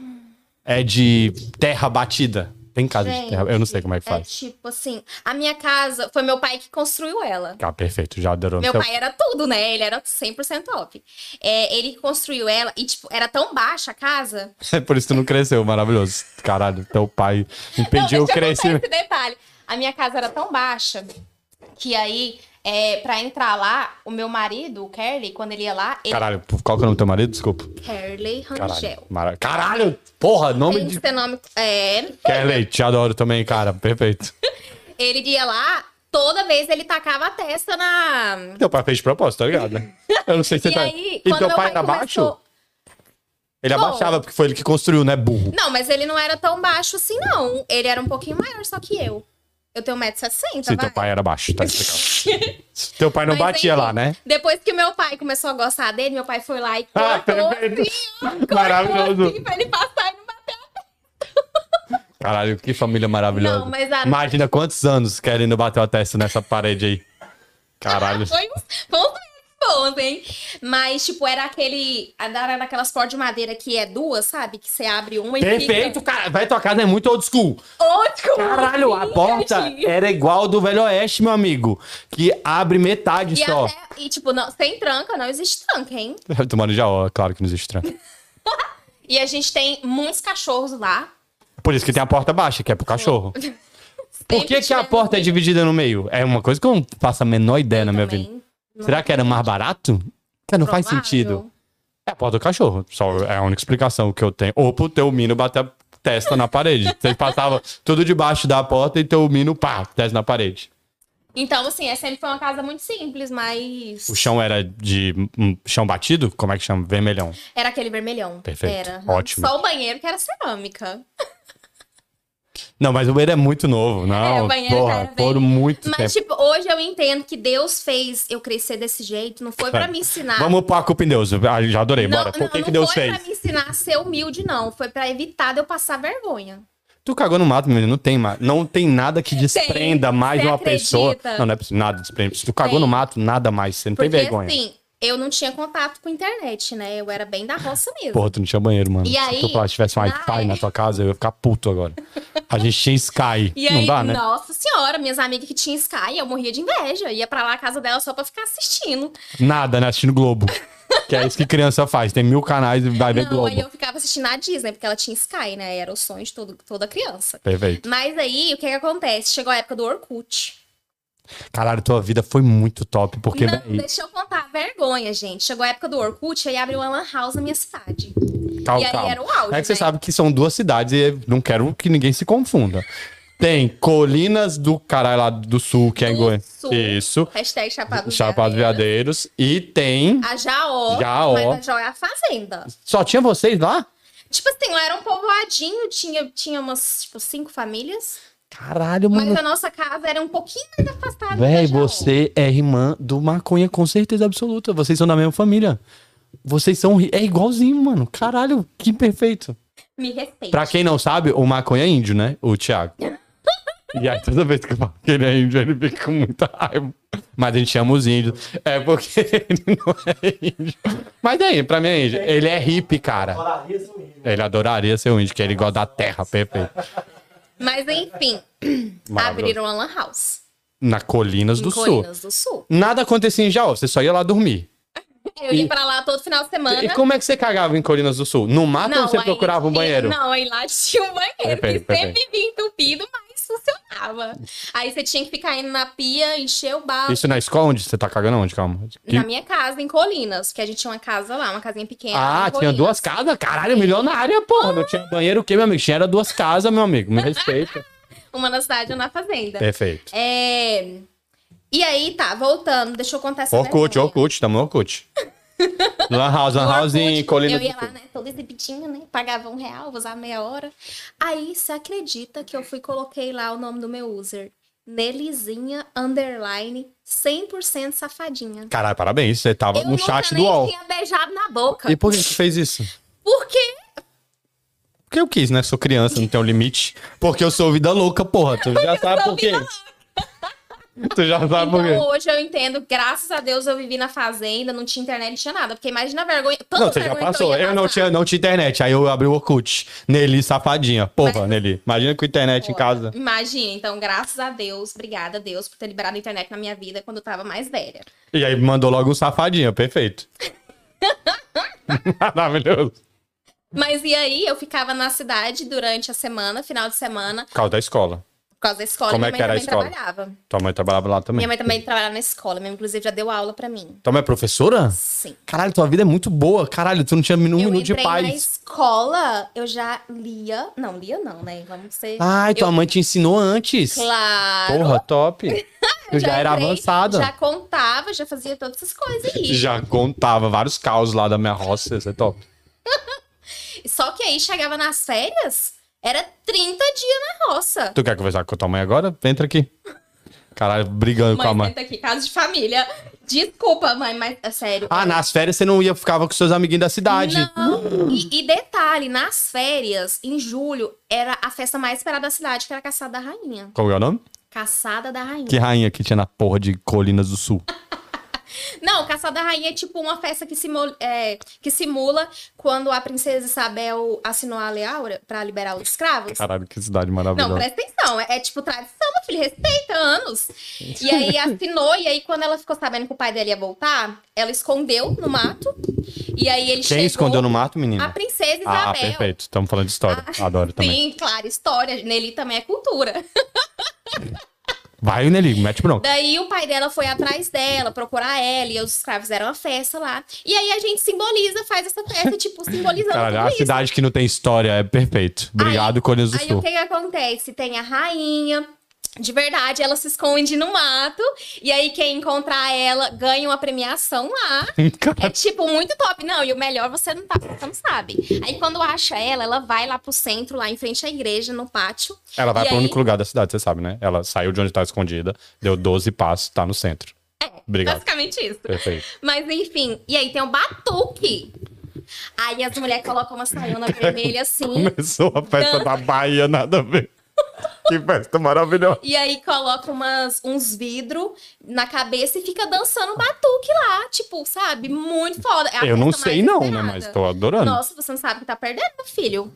Speaker 1: É de terra batida? Tem casa de
Speaker 2: Gente,
Speaker 1: terra? Eu não sei como é que
Speaker 2: É
Speaker 1: faz.
Speaker 2: tipo assim, a minha casa foi meu pai que construiu ela.
Speaker 1: Ah, perfeito, já adorou.
Speaker 2: Meu
Speaker 1: Então,
Speaker 2: pai era tudo, né? Ele era 100% top. É, ele construiu ela e, tipo, era tão baixa a casa
Speaker 1: É por isso que tu não cresceu, maravilhoso. Caralho, teu pai
Speaker 2: Não, deixa
Speaker 1: impediu
Speaker 2: eu
Speaker 1: o
Speaker 2: contar
Speaker 1: crescimento.
Speaker 2: Esse detalhe. A minha casa era tão baixa que aí É, pra entrar lá, o meu marido, o Kerley, quando ele ia lá, ele.
Speaker 1: Caralho, qual que é o nome do teu marido? Desculpa.
Speaker 2: Kerley Rangel.
Speaker 1: Caralho. mara- Caralho, porra, nome
Speaker 2: Tem que
Speaker 1: de.
Speaker 2: ter nome. É,
Speaker 1: Kelly, te adoro também, cara. Perfeito.
Speaker 2: ele ia lá, toda vez ele tacava a testa na.
Speaker 1: Teu pai fez de propósito, tá ligado? né? Eu não sei se
Speaker 2: e
Speaker 1: você tá.
Speaker 2: aí,
Speaker 1: e
Speaker 2: quando
Speaker 1: teu
Speaker 2: meu
Speaker 1: pai
Speaker 2: pai
Speaker 1: era baixo?
Speaker 2: começou-
Speaker 1: Ele
Speaker 2: Bom.
Speaker 1: abaixava, porque foi ele que construiu, né, burro?
Speaker 2: Não, mas ele não era tão baixo assim, não. Ele era um pouquinho maior só que eu. Eu tenho 1,60m,
Speaker 1: Se
Speaker 2: vai.
Speaker 1: teu pai era baixo, tá explicado. teu pai não
Speaker 2: Mas,
Speaker 1: batia
Speaker 2: enfim,
Speaker 1: lá, né?
Speaker 2: Depois que meu pai começou a gostar dele, meu pai foi lá e cortou
Speaker 1: Ah, perfeito.
Speaker 2: assim, ó, cortou
Speaker 1: Maravilhoso.
Speaker 2: assim pra ele passar e não bater.
Speaker 1: Caralho, que família maravilhosa.
Speaker 2: Não, mas a-
Speaker 1: Imagina quantos anos querendo bater a testa nessa parede aí. Caralho.
Speaker 2: Foi uns, foi uns bons, hein? Mas, tipo, era aquele... Era daquelas pó de madeira que é duas, sabe? Que você abre uma e
Speaker 1: Perfeito, cara. Vai, tua casa é muito old school.
Speaker 2: Ótimo!
Speaker 1: Caralho, a é porta era igual do Velho Oeste, meu amigo. Que abre metade
Speaker 2: E,
Speaker 1: só.
Speaker 2: até, e, tipo, não, sem tranca, não existe tranca, hein?
Speaker 1: Tomando já, ó, claro que não existe tranca.
Speaker 2: E a gente tem muitos cachorros lá.
Speaker 1: Por isso que tem a porta baixa, que é pro cachorro. Por
Speaker 2: Sempre
Speaker 1: que, que a
Speaker 2: tivemos
Speaker 1: porta é dividida no meio? É uma coisa que eu não faço a menor ideia na minha vida.
Speaker 2: também.
Speaker 1: Será que era mais barato? Cara, não faz
Speaker 2: Provável.
Speaker 1: sentido. É a porta do cachorro. Só é a única explicação que eu tenho. Ou pro teu mino bater a testa na parede. Você passava tudo debaixo da porta e teu mino, pá, testa na parede.
Speaker 2: Então, assim, é sempre foi uma casa muito simples, mas.
Speaker 1: O chão era de hum, chão batido? Como é que chama? Vermelhão.
Speaker 2: Era aquele vermelhão.
Speaker 1: Perfeito,
Speaker 2: Era.
Speaker 1: ótimo.
Speaker 2: Só o banheiro que era cerâmica.
Speaker 1: Não, mas o banheiro é muito novo.
Speaker 2: É,
Speaker 1: Não,
Speaker 2: o banheiro já
Speaker 1: porra,
Speaker 2: era
Speaker 1: foram
Speaker 2: velho.
Speaker 1: muito
Speaker 2: Mas,
Speaker 1: tempo.
Speaker 2: tipo, hoje eu entendo que Deus fez eu crescer desse jeito. Não foi pra me ensinar.
Speaker 1: Tá. Vamos pôr a culpa em Deus. Ah, já adorei,
Speaker 2: não,
Speaker 1: bora. Por
Speaker 2: não,
Speaker 1: que,
Speaker 2: não
Speaker 1: que Deus
Speaker 2: foi
Speaker 1: fez?
Speaker 2: pra me ensinar a ser humilde, não. Foi pra evitar de eu passar vergonha.
Speaker 1: Tu cagou no mato, menino. Não tem, ma- não tem nada que desprenda mais
Speaker 2: Você
Speaker 1: uma
Speaker 2: acredita?
Speaker 1: pessoa. Não, não é possível. Nada desprende. Se tu cagou
Speaker 2: Tem.
Speaker 1: no mato, nada mais. Você não
Speaker 2: Porque,
Speaker 1: tem vergonha.
Speaker 2: assim, eu não tinha contato com internet, né? Eu era bem da roça mesmo.
Speaker 1: Porra, tu não tinha banheiro, mano.
Speaker 2: E aí,
Speaker 1: Se tu falasse, tivesse um
Speaker 2: na
Speaker 1: Wi-Fi na
Speaker 2: época-
Speaker 1: tua casa, eu ia ficar puto agora. A gente tinha Sky.
Speaker 2: E
Speaker 1: não
Speaker 2: aí,
Speaker 1: dá, né?
Speaker 2: nossa senhora, minhas amigas que tinham Sky, eu morria de inveja. Ia pra lá a casa dela só pra ficar assistindo.
Speaker 1: Nada, né? Assistindo Globo. que é isso que criança faz. Tem mil canais e vai ver
Speaker 2: não,
Speaker 1: Globo.
Speaker 2: aí eu ficava assistindo a Disney, porque ela tinha Sky, né? Era o sonho de todo, toda criança.
Speaker 1: Perfeito.
Speaker 2: Mas aí, o que que acontece? Chegou a época do Orkut.
Speaker 1: Caralho, tua vida foi muito top, porque.
Speaker 2: não,
Speaker 1: véi,
Speaker 2: deixa eu contar. Vergonha, gente. Chegou a época do Orkut, aí abriu uma lan house na minha cidade.
Speaker 1: Calma,
Speaker 2: E aí
Speaker 1: calma.
Speaker 2: era o auge,
Speaker 1: é que você
Speaker 2: né?
Speaker 1: sabe que são duas cidades e não quero que ninguém se confunda. Tem Colinas do Caralho lá do Sul, que é em
Speaker 2: Do
Speaker 1: Goiânia.
Speaker 2: Sul.
Speaker 1: Isso.
Speaker 2: Hashtag Chapado
Speaker 1: Chapados Veadeiros. E tem.
Speaker 2: A Jaó.
Speaker 1: Jaó.
Speaker 2: Mas a Jaó é a fazenda.
Speaker 1: Só tinha vocês lá?
Speaker 2: Tipo assim, lá era um povoadinho, tinha, tinha umas, tipo, cinco famílias.
Speaker 1: Caralho,
Speaker 2: Mas
Speaker 1: mano.
Speaker 2: a nossa casa era um pouquinho mais afastada. da
Speaker 1: Véi,
Speaker 2: Jaó.
Speaker 1: você é irmã do maconha, com certeza absoluta. Vocês são da mesma família. Vocês são. ri- É igualzinho, mano. Caralho, que perfeito.
Speaker 2: Me respeita.
Speaker 1: Pra quem não sabe, o maconha é índio, né? O Thiago. E aí, toda vez que eu falo que ele é índio, ele fica com muita raiva. Mas a gente chama os índios. É porque ele não é índio. Mas é, índio, pra mim é índio. Ele é hippie, cara. Ele adoraria ser um índio, que ele gosta da terra, perfeito.
Speaker 2: Mas enfim,
Speaker 1: Maravilhoso.
Speaker 2: abriram a lan house.
Speaker 1: Na Colinas do
Speaker 2: em
Speaker 1: Sul.
Speaker 2: Colinas do Sul.
Speaker 1: Nada acontecia em Jaú, você só ia lá dormir.
Speaker 2: Eu
Speaker 1: E-
Speaker 2: ia pra lá todo final de semana.
Speaker 1: E como é que você cagava em Colinas do Sul? No mato ou você
Speaker 2: aí
Speaker 1: procurava um
Speaker 2: tinha-
Speaker 1: banheiro? É,
Speaker 2: Não, aí lá tinha um banheiro
Speaker 1: Perfeito,
Speaker 2: que
Speaker 1: perfeito.
Speaker 2: sempre vinha entupido, mas funcionava. Aí você tinha que ficar indo na pia, encher o balde.
Speaker 1: Isso na escola onde você tá cagando onde? Calma. Que-
Speaker 2: Na minha casa, em Colinas, porque a gente tinha uma casa lá, uma casinha pequena.
Speaker 1: Ah,
Speaker 2: em
Speaker 1: tinha
Speaker 2: Colinas.
Speaker 1: duas casas? Caralho, milionária, porra. Não tinha banheiro o quê, meu amigo? Tinha era duas casas, meu amigo. Me respeita.
Speaker 2: Uma na cidade e uma na fazenda.
Speaker 1: Perfeito.
Speaker 2: É, E aí, tá, voltando, deixa eu contar essa
Speaker 1: Orkut,
Speaker 2: vergonha.
Speaker 1: Orkut, tamo no Orkut. Lan House, Lan
Speaker 2: No
Speaker 1: House em
Speaker 2: Orkut,
Speaker 1: Colina
Speaker 2: Um Eu
Speaker 1: do
Speaker 2: ia
Speaker 1: Sul.
Speaker 2: lá, né? Toda exibidinha, né? Pagava um real, usava meia hora. Aí, você acredita que eu fui e coloquei lá o nome do meu user? Nelizinha, underline, 100% safadinha.
Speaker 1: Caralho, parabéns. Você tava
Speaker 2: eu
Speaker 1: no
Speaker 2: nunca
Speaker 1: chat
Speaker 2: nem
Speaker 1: do UOL.
Speaker 2: tinha beijado na boca.
Speaker 1: E por que você fez isso?
Speaker 2: Por quê?
Speaker 1: Porque eu quis, né? Sou criança, não tenho limite. Porque eu sou vida louca, porra. Tu já sabe por quê. Tu já sabe Ah, por quê.
Speaker 2: Então, hoje eu entendo, graças a Deus eu vivi na fazenda, não tinha internet, não tinha nada. Porque imagina a vergonha. Tanta
Speaker 1: Não, você já
Speaker 2: vergonha que
Speaker 1: passou.
Speaker 2: ia
Speaker 1: Eu não
Speaker 2: passar.
Speaker 1: tinha, não tinha internet. Aí eu abri o Orkut. Nelly, safadinha. Porra, Nelly. Imagina com internet em casa.
Speaker 2: Imagina, então, graças a Deus, obrigada a Deus por ter liberado a internet na minha vida quando eu tava mais velha.
Speaker 1: E aí mandou logo um safadinho, perfeito. Maravilhoso.
Speaker 2: Mas e aí, eu ficava na cidade durante a semana, final de semana.
Speaker 1: Por causa da escola.
Speaker 2: Por causa da escola,
Speaker 1: Como
Speaker 2: minha
Speaker 1: é
Speaker 2: mãe
Speaker 1: que era a
Speaker 2: também
Speaker 1: escola?
Speaker 2: trabalhava.
Speaker 1: Tua mãe trabalhava lá também.
Speaker 2: Minha mãe também trabalhava na escola. Minha mãe, inclusive, já deu aula pra mim.
Speaker 1: Tua mãe é professora?
Speaker 2: Sim.
Speaker 1: Caralho, tua vida é muito boa. Caralho, tu não tinha um
Speaker 2: eu
Speaker 1: minuto de
Speaker 2: entrei
Speaker 1: paz.
Speaker 2: na escola, eu já lia. Não, lia não, né? Vamos ser.
Speaker 1: Ai, tua mãe te ensinou antes.
Speaker 2: Claro.
Speaker 1: Ah, Porra, top. Tu já, era
Speaker 2: entrei,
Speaker 1: avançada.
Speaker 2: Já contava, já fazia todas essas coisas aí.
Speaker 1: Já contava vários caos lá da minha roça, isso é top.
Speaker 2: Só que aí chegava nas férias, era 30 dias na roça.
Speaker 1: Tu quer conversar com tua mãe agora? Entra aqui. Caralho, brigando com a
Speaker 2: Mãe,
Speaker 1: mãe.
Speaker 2: senta aqui, casa de família. Desculpa, mãe, mas é sério.
Speaker 1: Ah, nas férias você não ia, ficava com seus amiguinhos da cidade.
Speaker 2: Não. E, e detalhe, nas férias, em julho, era a festa mais esperada da cidade, que era a Caçada da Rainha.
Speaker 1: Qual é o nome?
Speaker 2: Caçada da Rainha.
Speaker 1: Que rainha que tinha na porra de Colinas do Sul?
Speaker 2: Não, Caçada da Rainha é tipo uma festa que, simu- é, que simula quando a princesa Isabel assinou a Lei Áurea pra liberar os escravos.
Speaker 1: Caralho, que cidade
Speaker 2: Não,
Speaker 1: maravilhosa.
Speaker 2: presta atenção. É, é tipo tradição, meu filho, respeita anos. E aí assinou, e aí quando ela ficou sabendo que o pai dela ia voltar, ela escondeu no mato. E aí ele
Speaker 1: Quem
Speaker 2: chegou.
Speaker 1: escondeu no mato,
Speaker 2: A
Speaker 1: menina?
Speaker 2: princesa Isabel. Ah,
Speaker 1: Ah, perfeito. Estamos falando de história. Adoro também.
Speaker 2: Sim, claro, história. Nelly também é cultura.
Speaker 1: Vai, Nelly, mete bronca.
Speaker 2: Daí o pai dela foi atrás dela, procurar ela, e os escravos deram uma festa lá. E aí a gente simboliza, faz essa festa, tipo, simbolizando
Speaker 1: Caralho,
Speaker 2: tudo
Speaker 1: a
Speaker 2: isso.
Speaker 1: cidade que não tem história é perfeito. Obrigado, Colinas do
Speaker 2: Aí o
Speaker 1: Sul.
Speaker 2: que, que acontece? Tem a rainha. De verdade, ela se esconde no mato. E aí, quem encontrar ela ganha uma premiação lá. É tipo muito top. Não, e o melhor você não tá, você não sabe. Aí quando acha ela, ela vai lá pro centro, lá em frente à igreja, no pátio.
Speaker 1: Ela vai
Speaker 2: E
Speaker 1: pro
Speaker 2: aí-
Speaker 1: único lugar da cidade, você sabe, né? Ela saiu de onde tá escondida, deu 12 passos, tá no centro.
Speaker 2: É,
Speaker 1: Obrigado.
Speaker 2: Basicamente isso.
Speaker 1: Perfeito.
Speaker 2: Mas enfim, e aí tem o batuque. Aí as mulheres colocam uma saiona vermelha assim.
Speaker 1: Começou a festa da Bahia, nada a ver. Que festa maravilhosa.
Speaker 2: E aí coloca umas, uns vidros na cabeça e fica dançando o batuque lá. Tipo, sabe? Muito foda. É a
Speaker 1: Eu não
Speaker 2: festa
Speaker 1: sei
Speaker 2: mais
Speaker 1: não, né?
Speaker 2: esperada.
Speaker 1: Mas tô adorando.
Speaker 2: Nossa, você não sabe o que tá perdendo, meu filho.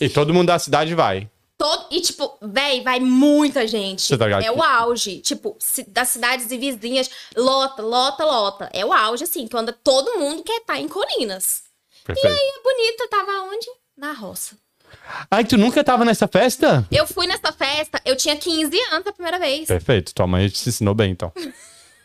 Speaker 1: E todo mundo da cidade vai.
Speaker 2: Todo... E tipo, véi, vai muita gente.
Speaker 1: Você tá ligado
Speaker 2: é
Speaker 1: que-
Speaker 2: o auge. Tipo, ci- das cidades e vizinhas, lota, lota, lota. É o auge, assim, que anda todo mundo quer estar em Colinas.
Speaker 1: Perfeito.
Speaker 2: E a bonita tava onde? Na roça.
Speaker 1: Ai, tu nunca tava nessa festa?
Speaker 2: Eu fui nessa festa, eu tinha 15 anos a primeira vez.
Speaker 1: Perfeito. Tua mãe te ensinou bem, então.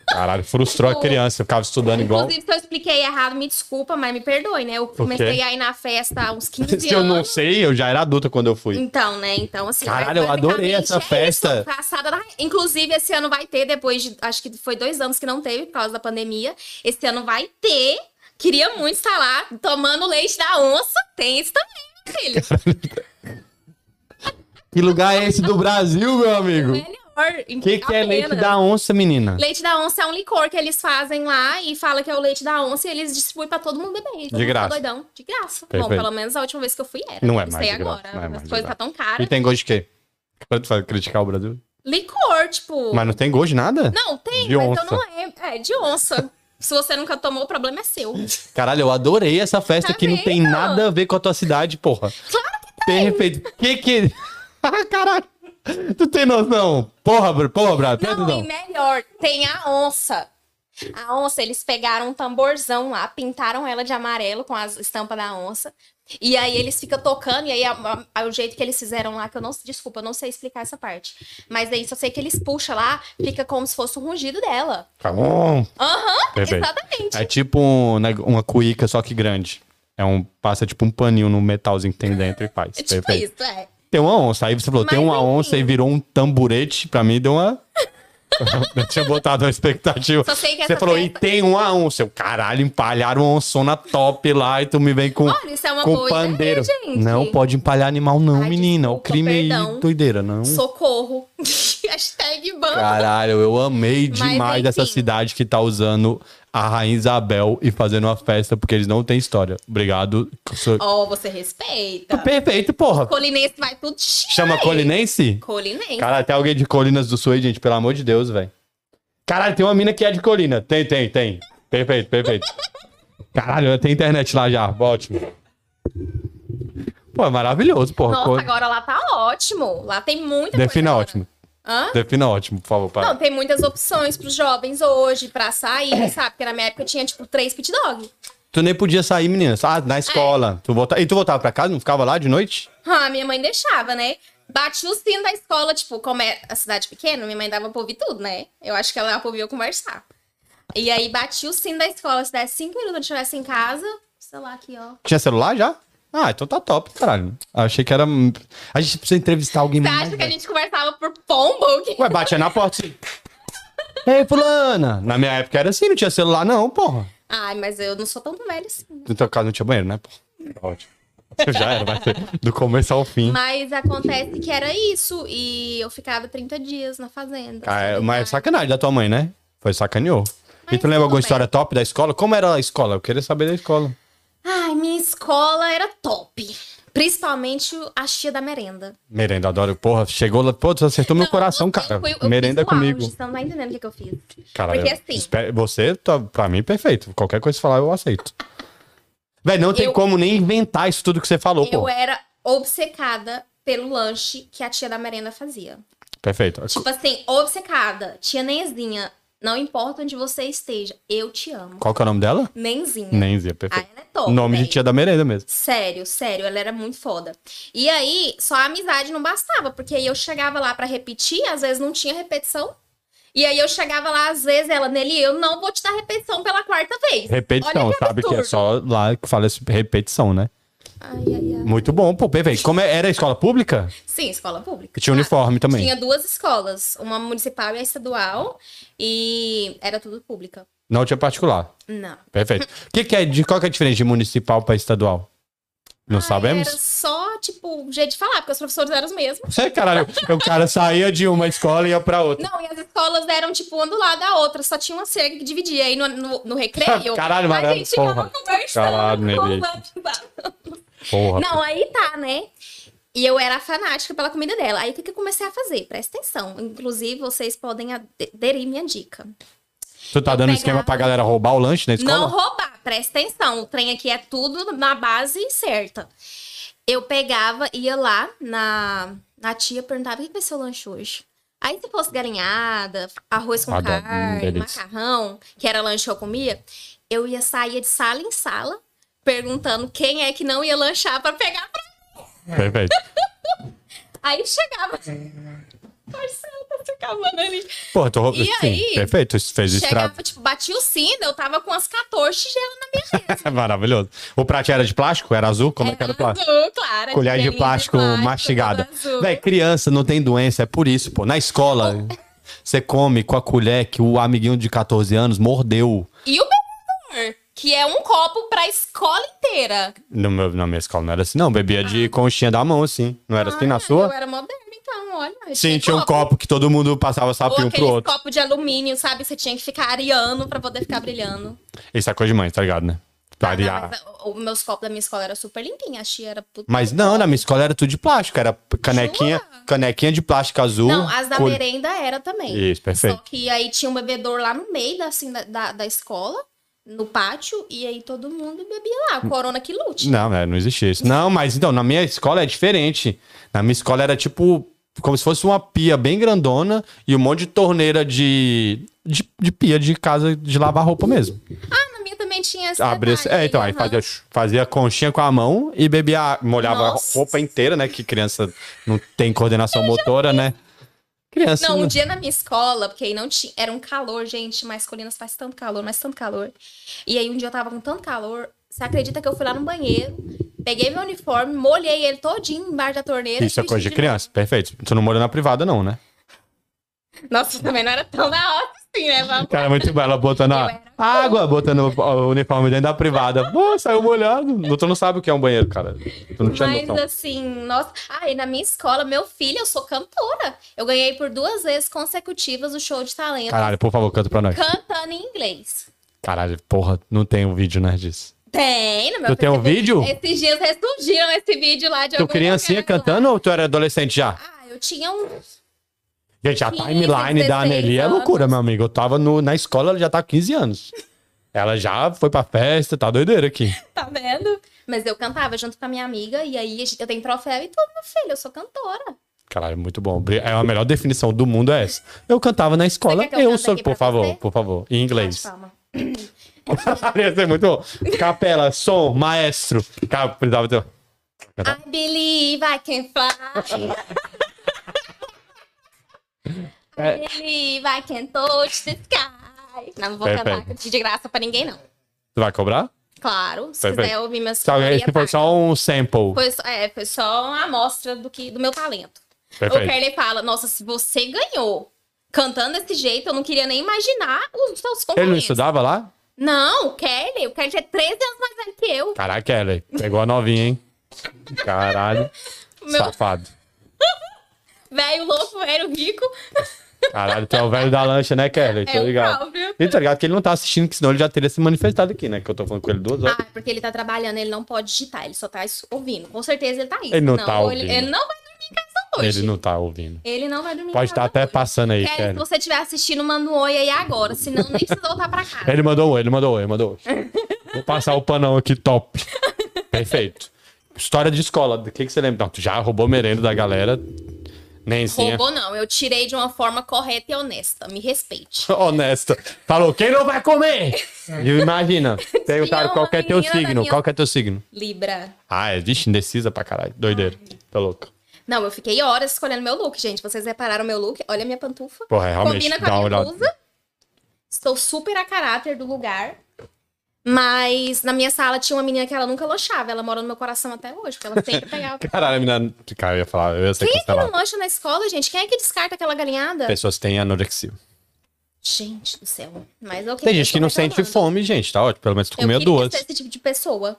Speaker 1: Caralho, frustrou a criança. Eu ficava estudando igual.
Speaker 2: Inclusive, se eu expliquei errado, me desculpa, mas me perdoe, né? Eu comecei a ir na festa há uns 15
Speaker 1: Se eu
Speaker 2: anos.
Speaker 1: não sei, eu já era adulta quando eu fui.
Speaker 2: Então, né? Então, assim.
Speaker 1: Caralho, eu
Speaker 2: basicamente
Speaker 1: adorei essa festa.
Speaker 2: isso, caçada da- Inclusive, esse ano vai ter, depois de. Acho que foi dois anos que não teve por causa da pandemia. Esse ano vai ter. Queria muito estar lá tomando leite da onça. Tem isso também, meu filho.
Speaker 1: Que lugar é esse do Brasil, meu amigo? O
Speaker 2: Melhor. O
Speaker 1: que, que é leite da onça, menina?
Speaker 2: Leite da onça é um licor que eles fazem lá e fala que é o leite da onça e eles distribuem pra todo mundo beber. Todo mundo fica
Speaker 1: graça.
Speaker 2: Doidão. De graça.
Speaker 1: Perfeito.
Speaker 2: Bom, pelo menos a última vez que eu fui era.
Speaker 1: Não é mais
Speaker 2: sei
Speaker 1: de graça,
Speaker 2: agora.
Speaker 1: não é mais
Speaker 2: As
Speaker 1: de
Speaker 2: coisas
Speaker 1: graça.
Speaker 2: tá tão
Speaker 1: E
Speaker 2: caras.
Speaker 1: tem gosto de quê? Pra tu fazer- criticar o Brasil?
Speaker 2: Licor, tipo.
Speaker 1: Mas não tem gosto de nada?
Speaker 2: Não, tem,
Speaker 1: De
Speaker 2: mas
Speaker 1: onça.
Speaker 2: então não é. É, de onça. Se você nunca tomou, o problema é seu.
Speaker 1: Caralho, eu adorei essa festa
Speaker 2: Tá
Speaker 1: que não tem
Speaker 2: vendo?
Speaker 1: nada a ver com a tua cidade, porra.
Speaker 2: Claro que
Speaker 1: Perfeito. Que que. Ah, Caralho. Tu tem noção? Porra, bro, porra, Brad. Presta
Speaker 2: Não, e
Speaker 1: atenção.
Speaker 2: melhor, tem a onça. A onça, eles pegaram um tamborzão lá, pintaram ela de amarelo com as estampas da onça. E aí eles ficam tocando, e aí a- a- o jeito que eles fizeram lá, que eu não. Desculpa, eu não sei explicar essa parte. Mas aí só sei que eles puxam lá, fica como se fosse um rugido dela.
Speaker 1: Tá bom.
Speaker 2: Aham,
Speaker 1: Perfeito.
Speaker 2: exatamente.
Speaker 1: É tipo um neg- uma cuíca, só que grande. É um. Passa tipo um paninho no metalzinho que tem dentro e faz.
Speaker 2: É tipo
Speaker 1: Perfeito.
Speaker 2: isso, é.
Speaker 1: Tem uma onça. Aí você falou, tem
Speaker 2: Mas,
Speaker 1: uma
Speaker 2: enfim.
Speaker 1: onça e virou um tamburete. Pra mim deu uma. Eu tinha botado uma expectativa.
Speaker 2: Só sei que
Speaker 1: você
Speaker 2: essa
Speaker 1: falou, e
Speaker 2: festa-
Speaker 1: tem uma onça. Eu, caralho, empalharam uma onçona top lá e tu me vem com.
Speaker 2: Olha, isso é uma
Speaker 1: com
Speaker 2: boa ideia,
Speaker 1: pandeiro.
Speaker 2: gente.
Speaker 1: Não pode empalhar animal, não,
Speaker 2: Ai,
Speaker 1: menina. É o
Speaker 2: desculpa,
Speaker 1: crime aí,
Speaker 2: perdão.
Speaker 1: doideira, não.
Speaker 2: Socorro. Hashtag ban.
Speaker 1: Caralho, eu amei
Speaker 2: Mas,
Speaker 1: demais essa
Speaker 2: enfim.
Speaker 1: cidade que tá usando a Rainha Isabel e fazendo uma festa, porque eles não têm história. Obrigado. Sou-
Speaker 2: Ó, você respeita.
Speaker 1: Perfeito, porra.
Speaker 2: Colinense vai tudo.
Speaker 1: Chama Colinense?
Speaker 2: Colinense.
Speaker 1: Cara, tem alguém de Colinas do Sul aí, gente, pelo amor de Deus, velho. Caralho, tem uma mina que é de Colina. Tem, tem, tem. Perfeito, perfeito. Caralho, tem internet lá já. Ótimo. Pô, é maravilhoso, porra.
Speaker 2: Nossa,
Speaker 1: Co-
Speaker 2: agora lá tá ótimo. Lá tem muita
Speaker 1: Defina
Speaker 2: coisa.
Speaker 1: ótimo.
Speaker 2: Hã?
Speaker 1: Defina ótimo, por favor, para.
Speaker 2: Não, tem muitas opções pros jovens hoje, pra sair, sabe? Porque na minha época tinha, tipo, três pit dog.
Speaker 1: Tu nem podia sair,
Speaker 2: É.
Speaker 1: menina. Ah, na escola. Tu volta... E tu voltava pra casa, não ficava lá de noite?
Speaker 2: Ah, minha mãe deixava, né? Bati o sino da escola, tipo, como é a cidade pequena, minha mãe dava pra ouvir tudo, né? Eu acho que ela dava pra ouvir eu conversar. E aí bati o sino da escola, se der cinco minutos eu estivesse em casa, sei lá, aqui, ó.
Speaker 1: Tinha celular já? Ah, então tá top, caralho. Achei que era. hum, A gente precisa entrevistar alguém
Speaker 2: Você
Speaker 1: mais.
Speaker 2: acha que a
Speaker 1: velho.
Speaker 2: gente conversava por pombo? Que-
Speaker 1: Hum, Ué, batia na porta assim. Ei, fulana! Na minha época era assim, não tinha celular, não, porra.
Speaker 2: Ai, mas eu não sou tão velha assim.
Speaker 1: No teu caso não tinha banheiro, né, porra? Ótimo. Já era, vai ser. Do começo ao fim.
Speaker 2: Mas acontece que era isso. E eu ficava 30 dias na fazenda.
Speaker 1: Ah, é,
Speaker 2: sabe?
Speaker 1: mas sacanagem da tua mãe, né? Foi sacaneou. e
Speaker 2: Mas
Speaker 1: tu lembra
Speaker 2: tudo
Speaker 1: alguma
Speaker 2: bem.
Speaker 1: história top da escola? Como era a escola? Eu queria saber da escola.
Speaker 2: Ai, minha escola era top. Principalmente a tia da merenda.
Speaker 1: Merenda, adoro. Porra, chegou lá. Pô, tu acertou meu
Speaker 2: Não,
Speaker 1: coração,
Speaker 2: eu-
Speaker 1: cara.
Speaker 2: eu fui- eu fiz
Speaker 1: Merenda
Speaker 2: o auge,
Speaker 1: comigo.
Speaker 2: Você não tá entendendo o que, que eu fiz.
Speaker 1: Cara,
Speaker 2: Porque
Speaker 1: eu
Speaker 2: assim,
Speaker 1: espero- você, tá, pra mim, perfeito. Qualquer coisa que você falar, eu aceito. Véi, não tem
Speaker 2: Eu-
Speaker 1: como nem inventar isso tudo que você falou,
Speaker 2: eu é-
Speaker 1: pô.
Speaker 2: era obcecada pelo lanche que a tia da merenda fazia.
Speaker 1: Perfeito.
Speaker 2: Tipo assim, obcecada. Tia Nenzinha, não importa onde você esteja, eu te amo.
Speaker 1: Qual que é o nome dela?
Speaker 2: Nenzinha.
Speaker 1: Nenzia,
Speaker 2: Ah,
Speaker 1: perfeito.
Speaker 2: ela é top.
Speaker 1: nome de
Speaker 2: velho.
Speaker 1: tia da merenda mesmo.
Speaker 2: Sério, sério, ela era muito foda. E aí, só a amizade não bastava, porque aí eu chegava lá pra repetir, às vezes não tinha repetição. E aí eu chegava lá, às vezes ela, nele, eu não vou te dar repetição pela quarta vez.
Speaker 1: Repetição,
Speaker 2: Olha que
Speaker 1: sabe que é
Speaker 2: absurdo.
Speaker 1: só lá que fala esse- repetição, né?
Speaker 2: Ai, ai, ai.
Speaker 1: Muito bom, pô, perfeito. Como é- era a escola pública?
Speaker 2: Sim, escola pública. Tá.
Speaker 1: Que tinha uniforme também.
Speaker 2: Tinha duas escolas, uma municipal e a estadual, e era tudo pública.
Speaker 1: Não tinha particular.
Speaker 2: Não.
Speaker 1: Perfeito. O que, que é de qual que é a diferença de municipal para estadual? Não
Speaker 2: Ai,
Speaker 1: sabemos?
Speaker 2: Ah, Era só, tipo, um jeito de falar, porque os professores eram os mesmos.
Speaker 1: Você, caralho, o cara saía de uma escola e ia pra outra.
Speaker 2: Não, e as escolas eram, tipo, uma do lado da outra, só tinha uma cerca que dividia. Aí no, no, no recreio,
Speaker 1: Caralho,
Speaker 2: a
Speaker 1: Mariana,
Speaker 2: gente ficava
Speaker 1: porra.
Speaker 2: conversando.
Speaker 1: Caralho,
Speaker 2: com
Speaker 1: Nenê.
Speaker 2: o-
Speaker 1: Porra.
Speaker 2: Não, aí tá, né? E eu era fanática pela comida dela. Aí o que, que eu comecei a fazer? Presta atenção. Inclusive, vocês podem aderir minha dica.
Speaker 1: Tu tá dando
Speaker 2: pegava-
Speaker 1: esquema pra galera roubar o lanche na
Speaker 2: Não
Speaker 1: escola?
Speaker 2: roubar, presta atenção. O trem aqui é tudo na base certa. Eu pegava, ia lá na, na tia, perguntava: o que que vai ser o lanche hoje? Aí, se fosse galinhada, arroz com
Speaker 1: Adoro, hum,
Speaker 2: carne,
Speaker 1: delícia.
Speaker 2: macarrão, que era lanche que eu comia, eu ia sair de sala em sala perguntando quem é que não ia lanchar pra pegar pra...
Speaker 1: Perfeito.
Speaker 2: Aí chegava. Marcelo tá se acabando ali.
Speaker 1: Porra, tu roubou.
Speaker 2: E aí?
Speaker 1: perfeito. Tu fez o
Speaker 2: Chegava,
Speaker 1: estrago.
Speaker 2: tipo, batia o sino, eu tava com as 14 gelas na minha mesa.
Speaker 1: Maravilhoso. O prato era de plástico? Era azul? Como é que era o
Speaker 2: Era
Speaker 1: plástico?
Speaker 2: azul, claro, é
Speaker 1: Colher de
Speaker 2: colherinha
Speaker 1: plástico, mastigada.
Speaker 2: tudo azul.
Speaker 1: Véi, criança não tem doença, é por isso, pô. Na escola, você come com a colher que o amiguinho de 14 anos mordeu.
Speaker 2: E o bebedor, que é um copo pra escola inteira.
Speaker 1: No meu- na minha escola não era assim, não. Bebia de conchinha da mão, assim. Não era assim na
Speaker 2: Ah, Eu
Speaker 1: sua?
Speaker 2: era moderna, então, olha.
Speaker 1: Sim, tinha um copo que todo mundo passava
Speaker 2: Ou
Speaker 1: sapinho pro
Speaker 2: aqueles
Speaker 1: outro.
Speaker 2: copo de alumínio, sabe? Você tinha que ficar areando pra poder ficar brilhando.
Speaker 1: Isso é coisa de mãe, tá ligado, né? Pra
Speaker 2: Ah,
Speaker 1: Variar.
Speaker 2: não, mas o- o- meus copos da minha escola era super limpinho. A tia era puta.
Speaker 1: Mas não, na minha escola era tudo de plástico. Era canequinha,
Speaker 2: Jura?
Speaker 1: canequinha de plástico azul.
Speaker 2: Não, as da
Speaker 1: col-
Speaker 2: merenda era também.
Speaker 1: Isso, perfeito.
Speaker 2: Só que aí tinha um bebedor lá no meio da, assim, da, da, da escola, no pátio, e aí todo mundo bebia
Speaker 1: Hum.
Speaker 2: lá. Corona que lute.
Speaker 1: Não, né, não existia isso. Não, mas então, na minha escola é diferente. Na minha escola era tipo. Como se fosse uma pia bem grandona e um monte de torneira de. de, de pia de casa de lavar roupa mesmo.
Speaker 2: Ah, na minha também tinha essa.
Speaker 1: Abria, é,
Speaker 2: detalhe,
Speaker 1: então, aí
Speaker 2: aham.
Speaker 1: fazia, fazia conchinha com a mão e bebia. a- molhava
Speaker 2: Nossa.
Speaker 1: a roupa inteira, né? Que criança não tem coordenação motora, né? Criança.
Speaker 2: Não,
Speaker 1: né?
Speaker 2: um dia na minha escola, porque aí não tinha. Era um calor, gente. Mas Colinas faz tanto calor, mas tanto calor. E aí um dia eu tava com tanto calor. Você acredita que eu fui lá no banheiro, peguei meu uniforme, molhei ele todinho embaixo da torneira. e
Speaker 1: Isso é
Speaker 2: vesti
Speaker 1: coisa de
Speaker 2: novo.
Speaker 1: criança, perfeito. Tu não mora na privada, não, né?
Speaker 2: Nossa, também não era tão da hora assim, né? Vamos.
Speaker 1: Cara, é muito bom. Ela botando
Speaker 2: Eu
Speaker 1: a
Speaker 2: era.
Speaker 1: água, botando o- o uniforme dentro da privada. Pô, saiu molhado. Não, Tu não sabe o que é um banheiro, cara. Tu não tinha
Speaker 2: Mas
Speaker 1: noção.
Speaker 2: assim, nossa. Ah, e na minha escola, meu filho, eu sou cantora. Eu ganhei por duas vezes consecutivas o show de talento
Speaker 1: Caralho, por favor, canta pra nós.
Speaker 2: cantando em inglês.
Speaker 1: Caralho, porra, não tem um vídeo, né, disso.
Speaker 2: Tem, no
Speaker 1: Tu
Speaker 2: meu
Speaker 1: tem um
Speaker 2: Facebook.
Speaker 1: vídeo?
Speaker 2: Esses dias ressurgiram esse vídeo lá de
Speaker 1: Tu
Speaker 2: algum
Speaker 1: criancinha
Speaker 2: lugar lá.
Speaker 1: cantando ou tu era adolescente já?
Speaker 2: Ah, eu tinha um.
Speaker 1: Gente, a
Speaker 2: 15,
Speaker 1: timeline da
Speaker 2: 16
Speaker 1: Anneli é
Speaker 2: anos.
Speaker 1: loucura, meu amigo. Eu tava no- na escola, ela já tá há 15 anos. Ela já foi pra festa, tá doideira aqui.
Speaker 2: Tá vendo? Mas eu cantava junto com a minha amiga, e aí a gente- eu tenho troféu e tudo, meu filho, eu sou cantora.
Speaker 1: Caralho, muito bom. Bri- É a melhor definição do mundo é essa. Eu cantava na escola.
Speaker 2: Você quer que eu
Speaker 1: Eu
Speaker 2: cante
Speaker 1: sou,
Speaker 2: aqui
Speaker 1: por
Speaker 2: pra
Speaker 1: favor,
Speaker 2: você?
Speaker 1: por favor, em inglês.
Speaker 2: Bate palma.
Speaker 1: Ia ser muito bom. Capela, som, maestro. Cara, precisava ter.
Speaker 2: I believe I can fly.
Speaker 1: É.
Speaker 2: Ele vai can touch the sky. Não, não vou
Speaker 1: Pera,
Speaker 2: cantar
Speaker 1: pera.
Speaker 2: de graça pra ninguém, não.
Speaker 1: Tu vai cobrar?
Speaker 2: Claro, se
Speaker 1: Perfeito.
Speaker 2: quiser ouvir minhas
Speaker 1: Sabe,
Speaker 2: teorias,
Speaker 1: esse foi
Speaker 2: paga.
Speaker 1: só um sample.
Speaker 2: Foi só- é, foi só uma amostra do, que, do meu talento. O
Speaker 1: Perfeito.
Speaker 2: Kelly fala, nossa, se você ganhou cantando desse jeito, eu não queria nem imaginar os seus
Speaker 1: Ele não
Speaker 2: concorrentes.
Speaker 1: estudava lá?
Speaker 2: Não, o Kelly, o Kelly é 13 anos mais velho que eu.
Speaker 1: Caraca, Kelly. Pegou a novinha, hein? Caralho.
Speaker 2: Meu-
Speaker 1: Safado.
Speaker 2: Velho louco, velho rico,
Speaker 1: Caralho, tu é o velho da lancha, né, Kelly?
Speaker 2: é
Speaker 1: Tô
Speaker 2: o
Speaker 1: ligado.
Speaker 2: próprio.
Speaker 1: E tá ligado que ele não tá assistindo, que senão ele já teria se manifestado aqui, né? Que eu tô falando com ele duas horas.
Speaker 2: Ah, porque ele tá trabalhando, ele não pode digitar, ele só tá es- ouvindo. Com certeza ele tá aí.
Speaker 1: Ele não tá
Speaker 2: ou Ele,
Speaker 1: ouvindo.
Speaker 2: ele não vai dormir em casa Ah, hoje.
Speaker 1: ele não tá ouvindo.
Speaker 2: Ele não vai dormir em
Speaker 1: Pode
Speaker 2: casa
Speaker 1: estar até
Speaker 2: hoje.
Speaker 1: passando aí,
Speaker 2: Kelly, se
Speaker 1: Kelly.
Speaker 2: você estiver assistindo, manda um oi aí agora, senão nem precisa voltar pra casa.
Speaker 1: Ele mandou um, ele mandou um, ele mandou um. Vou passar o panão aqui, top. Perfeito. História de escola, do que, que você lembra? Não, tu já roubou merenda da galera. Nem assim, sim. é.
Speaker 2: Roubou não, eu tirei de uma forma correta e honesta, me respeite.
Speaker 1: Honesta. Falou, quem não vai comer? E imagina, perguntaram
Speaker 2: Tinha
Speaker 1: qual que é
Speaker 2: uma
Speaker 1: teu
Speaker 2: menina na
Speaker 1: signo,
Speaker 2: minha-
Speaker 1: qual que é teu signo?
Speaker 2: Libra.
Speaker 1: Ah, é, vixe, indecisa pra caralho. Doideira. Tá louco.
Speaker 2: Não, eu fiquei horas escolhendo meu look, gente. Vocês repararam meu look? Olha a minha pantufa.
Speaker 1: Porra, é, realmente,
Speaker 2: Combina com
Speaker 1: dá
Speaker 2: a
Speaker 1: uma
Speaker 2: minha
Speaker 1: olhada.
Speaker 2: blusa. Estou super a caráter do lugar. Mas na minha sala tinha uma menina que ela nunca lanchava. Ela mora no meu coração até hoje, porque ela sempre pegava.
Speaker 1: Caralho, a menina. Cara, eu ia falar, eu ia ser
Speaker 2: Quem é que não
Speaker 1: cancelado.
Speaker 2: lancha na escola, gente? Quem é que descarta aquela galinhada?
Speaker 1: Pessoas têm anorexia.
Speaker 2: Gente do céu. Mas ok.
Speaker 1: Tem gente que não sente
Speaker 2: reclamando.
Speaker 1: fome, gente, tá ótimo. Pelo menos tu
Speaker 2: Eu
Speaker 1: comeu
Speaker 2: queria
Speaker 1: duas.
Speaker 2: ser esse tipo de pessoa.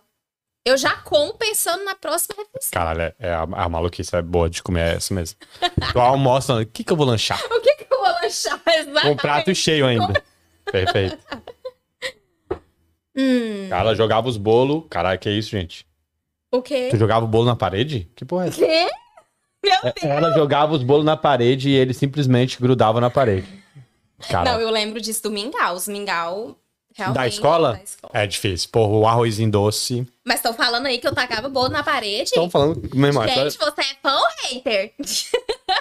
Speaker 2: Eu já como pensando na próxima refeição.
Speaker 1: Caralho, é, é a, a maluquice é boa de comer, é isso mesmo. Tu almoça, o que que eu vou lanchar?
Speaker 2: O que, que eu vou lanchar? Exatamente.
Speaker 1: Com Um prato cheio ainda. Perfeito.
Speaker 2: Hum,
Speaker 1: Cara, ela jogava os bolos. Caralho, que isso, gente?
Speaker 2: o quê?
Speaker 1: Tu jogava o bolo na parede? Que porra é essa?
Speaker 2: Quê? Meu Deus.
Speaker 1: É, Ela jogava os bolos na parede e ele simplesmente grudava na parede.
Speaker 2: Não,
Speaker 1: Cara,
Speaker 2: eu lembro disso do mingau. Os mingau. Realmente,
Speaker 1: Ah, da escola?
Speaker 2: da
Speaker 1: É difícil. Porra, o arrozinho doce.
Speaker 2: Mas estão falando aí que eu tacava bolo na parede?
Speaker 1: Estão falando, meu irmão, essa-
Speaker 2: Gente, você é fã ou hater?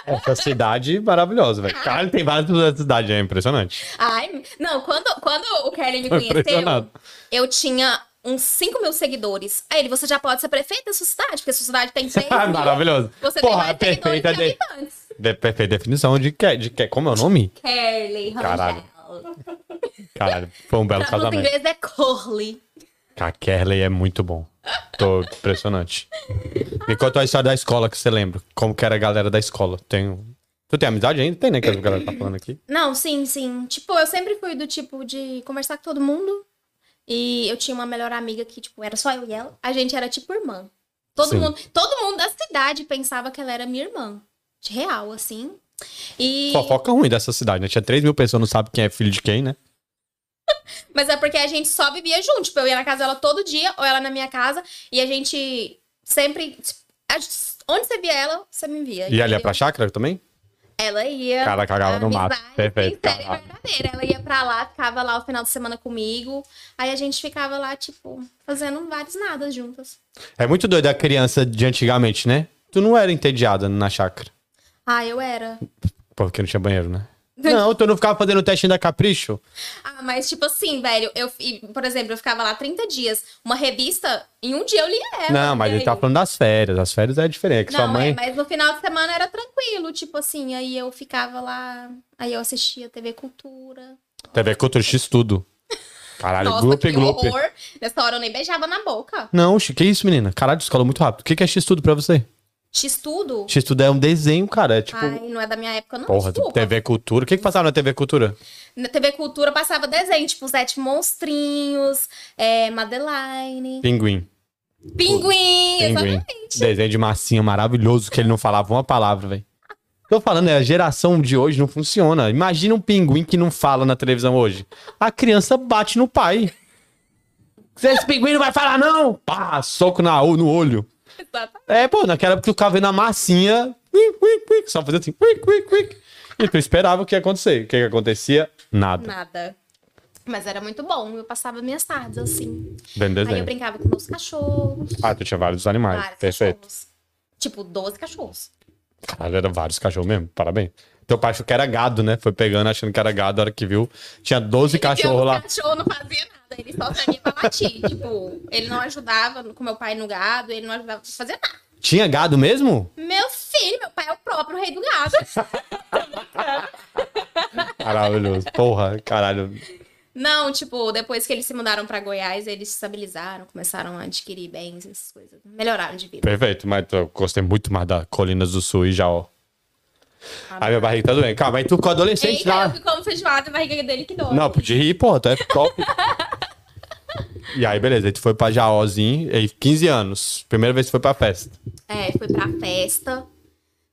Speaker 1: Essa cidade maravilhosa, velho. Caralho, tem várias pessoas da cidade, é impressionante.
Speaker 2: Ai, não, quando, quando o Kelly me
Speaker 1: Tô
Speaker 2: conheceu,
Speaker 1: impressionado.
Speaker 2: eu tinha uns 5 mil seguidores. Aí ele, você já pode ser prefeito da sua cidade, porque a sua cidade tem 3
Speaker 1: Ah,
Speaker 2: mil.
Speaker 1: maravilhoso.
Speaker 2: Você tem
Speaker 1: Porra,
Speaker 2: mais
Speaker 1: é perfeita,
Speaker 2: seguidores
Speaker 1: de,
Speaker 2: que habitantes.
Speaker 1: de- perfeita definição de que, de que. Como é o nome?
Speaker 2: Kelly
Speaker 1: Caralho.
Speaker 2: Rangel.
Speaker 1: Caralho, foi um belo
Speaker 2: Pra
Speaker 1: casamento.
Speaker 2: inglês é Corley.
Speaker 1: A Kerley é muito bom. Tô impressionante. Me conta a história da escola que você lembra. Como que era a galera da escola. Tenho... Tu tem amizade ainda? Tem, né? Que a galera tá falando aqui.
Speaker 2: Não, sim, sim. Tipo, eu sempre fui do tipo de conversar com todo mundo. E eu tinha uma melhor amiga que, tipo, era só eu e ela. A gente era tipo irmã. Todo
Speaker 1: Sim.
Speaker 2: mundo, todo mundo da cidade pensava que ela era minha irmã. De real, assim. E...
Speaker 1: Fofoca ruim dessa cidade, né? Tinha 3 mil pessoas, não sabe quem é filho de quem, né?
Speaker 2: Mas é porque a gente só vivia junto. Tipo, eu ia na casa dela todo dia, ou ela na minha casa. E a gente sempre. tipo, a gente- Onde você via ela, você me via.
Speaker 1: E ali é
Speaker 2: entendeu?
Speaker 1: pra chácara também?
Speaker 2: Ela ia.
Speaker 1: Cara, cagava no mato.
Speaker 2: Amizade
Speaker 1: Perfeito.
Speaker 2: sincera e
Speaker 1: caralho.
Speaker 2: verdadeira. Ela ia pra lá, ficava lá o final de semana comigo. Aí a gente ficava lá, tipo, fazendo vários nada juntas.
Speaker 1: É muito doido a criança de antigamente, né? Tu não era entediada na chácara.
Speaker 2: Ah, eu era.
Speaker 1: Porque não tinha banheiro, né? Não, tu não ficava fazendo o teste ainda capricho?
Speaker 2: Ah, mas tipo assim, velho, eu, fi- por exemplo, eu ficava lá 30 dias. Uma revista, em um dia eu lia ela.
Speaker 1: não, mas ele
Speaker 2: velho.
Speaker 1: tá falando das férias. As férias é diferente. que
Speaker 2: é. Não,
Speaker 1: sua
Speaker 2: é,
Speaker 1: mãe.
Speaker 2: mas no final de semana era tranquilo, tipo assim, aí eu ficava lá, aí eu assistia TV Cultura.
Speaker 1: TV Cultura X tudo. Caralho,
Speaker 2: Nossa,
Speaker 1: grupo e
Speaker 2: que
Speaker 1: grupo.
Speaker 2: horror. Nessa hora eu nem beijava na boca.
Speaker 1: Não, Chi- que isso, menina? Caralho, escola muito rápido. O que que é X tudo pra você?
Speaker 2: X tudo.
Speaker 1: X tudo é um desenho, cara. É tipo.
Speaker 2: Ai, não é da minha época, não.
Speaker 1: Porra,
Speaker 2: desculpa.
Speaker 1: TV Cultura. O que que passava na TV Cultura?
Speaker 2: Na TV Cultura passava desenho, tipo Sete Monstrinhos, é, Madeline,
Speaker 1: Pinguim.
Speaker 2: Pinguim,
Speaker 1: Pinguim.
Speaker 2: exatamente.
Speaker 1: Desenho de massinha maravilhoso que ele não falava uma palavra, velho. Tô falando, é, a geração de hoje não funciona. Imagina um pinguim que não fala na televisão hoje. A criança bate no pai. Esse pinguim não vai falar, não! Pá, soco na, no olho.
Speaker 2: Exatamente.
Speaker 1: É, pô, naquela época tu ficava vendo a massinha, uic, uic, uic, só fazia assim, uic, uic, uic. E tu esperava o que ia acontecer. O que, que acontecia? Nada.
Speaker 2: Nada. Mas era muito bom, eu passava minhas tardes assim.
Speaker 1: Vendo
Speaker 2: Aí eu
Speaker 1: desenho.
Speaker 2: brincava com meus cachorros,
Speaker 1: Ah, tu tinha vários animais.
Speaker 2: vários
Speaker 1: Perfeito.
Speaker 2: cachorros. Tipo, 12 cachorros.
Speaker 1: Caralho, era vários cachorros mesmo, parabéns. Teu pai achou que era gado, né? Foi pegando, achando que era gado, a hora que viu, tinha 12 cachorros lá.
Speaker 2: O um cachorro não fazia nada, ele só saía pra latir. tipo, ele não ajudava com meu pai no gado, ele não ajudava a fazer nada.
Speaker 1: Tinha gado mesmo?
Speaker 2: Meu filho, meu pai é o próprio rei do gado.
Speaker 1: Maravilhoso. Porra, caralho.
Speaker 2: Não, tipo, depois que eles se mudaram pra Goiás, eles se estabilizaram, começaram a adquirir bens, essas coisas. Melhoraram de vida.
Speaker 1: Perfeito, mas eu gostei muito mais da Colinas do Sul e já, ó. Ai, minha barriga tá doendo. Calma, aí tu com adolescente
Speaker 2: Eita, eu
Speaker 1: lá.
Speaker 2: que como feijoada, a barriga dele que dói.
Speaker 1: Não, podia ir, porra, tu é top. e aí, beleza, aí tu foi pra Jaózinho, aí 15 anos. Primeira vez que tu foi pra festa.
Speaker 2: É, fui pra festa.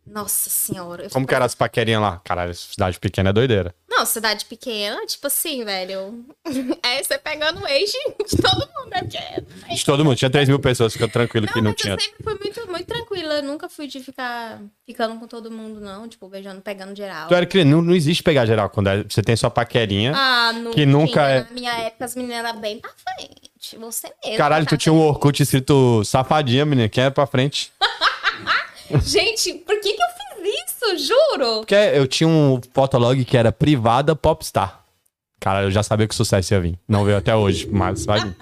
Speaker 2: Nossa senhora. eu fui
Speaker 1: Como que
Speaker 2: pra-
Speaker 1: eram as paquerinhas lá? Caralho, essa cidade pequena é doideira.
Speaker 2: Não, cidade pequena, tipo assim, velho. É, você pegando o ex de de todo mundo, né? Porque...
Speaker 1: De todo mundo, tinha 3 mil pessoas, fica tranquilo que
Speaker 2: Não,
Speaker 1: não
Speaker 2: mas
Speaker 1: tinha.
Speaker 2: eu sempre fui muito, muito tranquila. Eu nunca fui de ficar ficando com todo mundo, não. Tipo, beijando, pegando geral.
Speaker 1: Tu é era criança, não, não existe pegar geral quando é- você tem sua paquerinha.
Speaker 2: Ah, não
Speaker 1: Que nunca
Speaker 2: tinha.
Speaker 1: é-
Speaker 2: Na minha época, as meninas eram bem pra frente. Você mesmo.
Speaker 1: Caralho, tu
Speaker 2: tá
Speaker 1: tinha um Orkut escrito safadinha, menina, quem é pra frente?
Speaker 2: vendo? Gente, por que que eu fiz isso? Juro.
Speaker 1: Porque eu tinha um fotolog que era privada popstar. Cara, eu já sabia que o sucesso ia vir. Não veio até hoje, mas vai vir.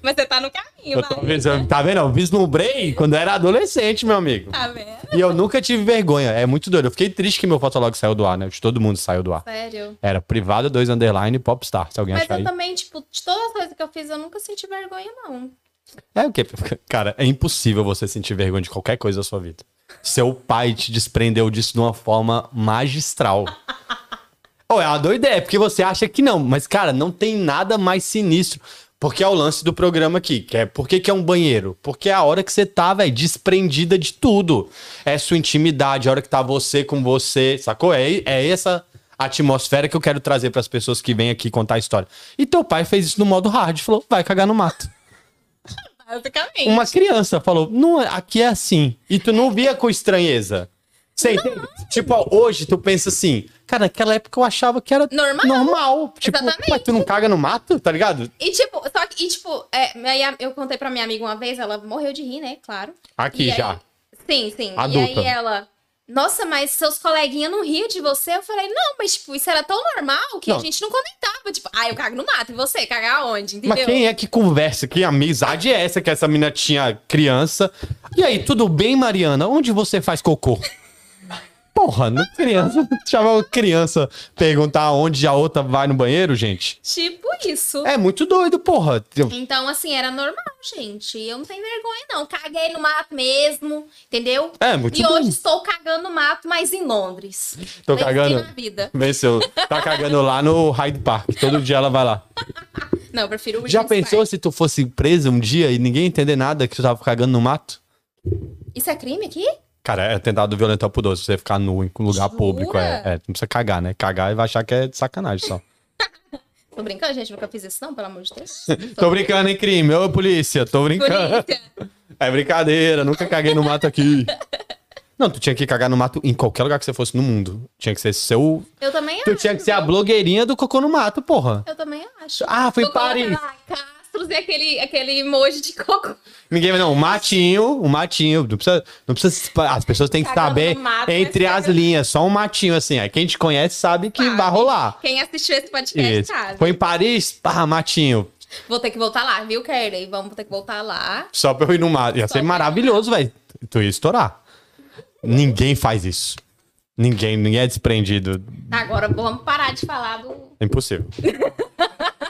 Speaker 2: Mas você tá no caminho,
Speaker 1: Eu tô
Speaker 2: Maria.
Speaker 1: avisando, tá vendo? Eu vislumbrei quando eu era adolescente, meu amigo.
Speaker 2: Tá vendo?
Speaker 1: E eu nunca tive vergonha. É muito doido. Eu fiquei triste que meu fotolog saiu do ar, né? De todo mundo saiu do ar.
Speaker 2: Sério.
Speaker 1: Era privada 2 underline popstar, se alguém
Speaker 2: Mas
Speaker 1: achar aí.
Speaker 2: eu também, tipo, de todas as coisas que eu fiz, eu nunca senti vergonha, não.
Speaker 1: É o quê? Cara, é impossível você sentir vergonha de qualquer coisa da sua vida. Seu pai te desprendeu disso de uma forma magistral. Ou é uma doida ideia, porque você acha que não. Mas, cara, não tem nada mais sinistro. Porque é o lance do programa aqui, que é por que, que é um banheiro? Porque é a hora que você tá, velho, desprendida de tudo. É sua intimidade, a hora que tá você com você, sacou? É, é essa atmosfera que eu quero trazer pras pessoas que vêm aqui contar a história. E teu pai fez isso no modo hard, falou, vai cagar no mato
Speaker 2: Basicamente.
Speaker 1: uma criança falou, não, aqui é assim. E tu não via com estranheza. Você entende? Tipo, ó, hoje tu pensa assim, cara, naquela época eu achava que era normal.
Speaker 2: Normal.
Speaker 1: Tipo,
Speaker 2: Exatamente.
Speaker 1: mas tu não caga no mato, tá ligado?
Speaker 2: E tipo, só que, e, tipo, é, aí a- eu contei pra minha amiga uma vez, ela morreu de rir, né? Claro.
Speaker 1: Aqui
Speaker 2: E aí-
Speaker 1: já.
Speaker 2: sim, sim. E
Speaker 1: Adulta.
Speaker 2: aí ela. Nossa, mas seus coleguinhas não riam de você? Eu falei, não, mas tipo, isso era tão normal que
Speaker 1: Não.
Speaker 2: a gente não comentava. Tipo, ah, eu cago no mato, e você? Cagar onde? Entendeu?
Speaker 1: Mas quem é que conversa? Que amizade é essa que essa mina tinha criança? E aí, tudo bem, Mariana? Onde você faz cocô? Porra, não criança. Chamar uma criança perguntar onde a outra vai no banheiro, gente.
Speaker 2: Tipo isso.
Speaker 1: É muito doido, porra. Eu-
Speaker 2: Então, assim, era normal, gente. Eu não tenho vergonha, não. Caguei no mato mesmo, entendeu?
Speaker 1: É, muito
Speaker 2: E
Speaker 1: bem.
Speaker 2: hoje estou cagando no mato, mas em Londres.
Speaker 1: Tô
Speaker 2: Venci
Speaker 1: cagando.
Speaker 2: na vida.
Speaker 1: Venceu. Tá cagando lá no Hyde Park. Todo dia ela vai lá.
Speaker 2: Não, eu prefiro o
Speaker 1: Já
Speaker 2: Williams
Speaker 1: pensou se tu fosse presa um dia e ninguém entender nada que tu tava cagando no mato?
Speaker 2: Park. Isso é crime aqui?
Speaker 1: Cara, é tentado violentar o pudor. Se você ficar nu em lugar
Speaker 2: Jura?
Speaker 1: público, é, é. Não precisa cagar, né? Cagar e vai achar que é de sacanagem só.
Speaker 2: Tô brincando, gente. Nunca fiz isso, não, pelo amor de Deus.
Speaker 1: Tô brincando, hein, crime? Ô, polícia, tô brincando.
Speaker 2: Polícia.
Speaker 1: É brincadeira, nunca caguei no mato aqui. Não, tu tinha que cagar no mato em qualquer lugar que você fosse no mundo. Tinha que ser seu.
Speaker 2: Eu também
Speaker 1: Tu
Speaker 2: acho.
Speaker 1: tinha que ser a
Speaker 2: viu?
Speaker 1: blogueirinha do cocô no mato, porra.
Speaker 2: Eu também acho.
Speaker 1: Ah, fui em
Speaker 2: Tô colocando
Speaker 1: Paris.
Speaker 2: lá Castros e aquele, aquele emoji de coco.
Speaker 1: Ninguém vai, não. Um matinho, um matinho. Não precisa, não precisa. se espa- As pessoas têm que
Speaker 2: Cagando
Speaker 1: saber
Speaker 2: no mato,
Speaker 1: entre
Speaker 2: né?
Speaker 1: as linhas. Só um matinho, assim. Aí quem te conhece sabe É que vai rolar.
Speaker 2: Quem assistiu esse podcast
Speaker 1: Isso.
Speaker 2: sabe.
Speaker 1: Foi em Paris, pá, matinho.
Speaker 2: Vou ter que voltar lá, viu, Kelly? Vamos ter que voltar lá.
Speaker 1: Só pra eu ir no mato. Ia
Speaker 2: pra
Speaker 1: ser
Speaker 2: eu ir
Speaker 1: maravilhoso, velho. Tu ia estourar. Ninguém faz isso. Ninguém, ninguém é desprendido.
Speaker 2: Agora vamos parar de falar do.
Speaker 1: É impossível.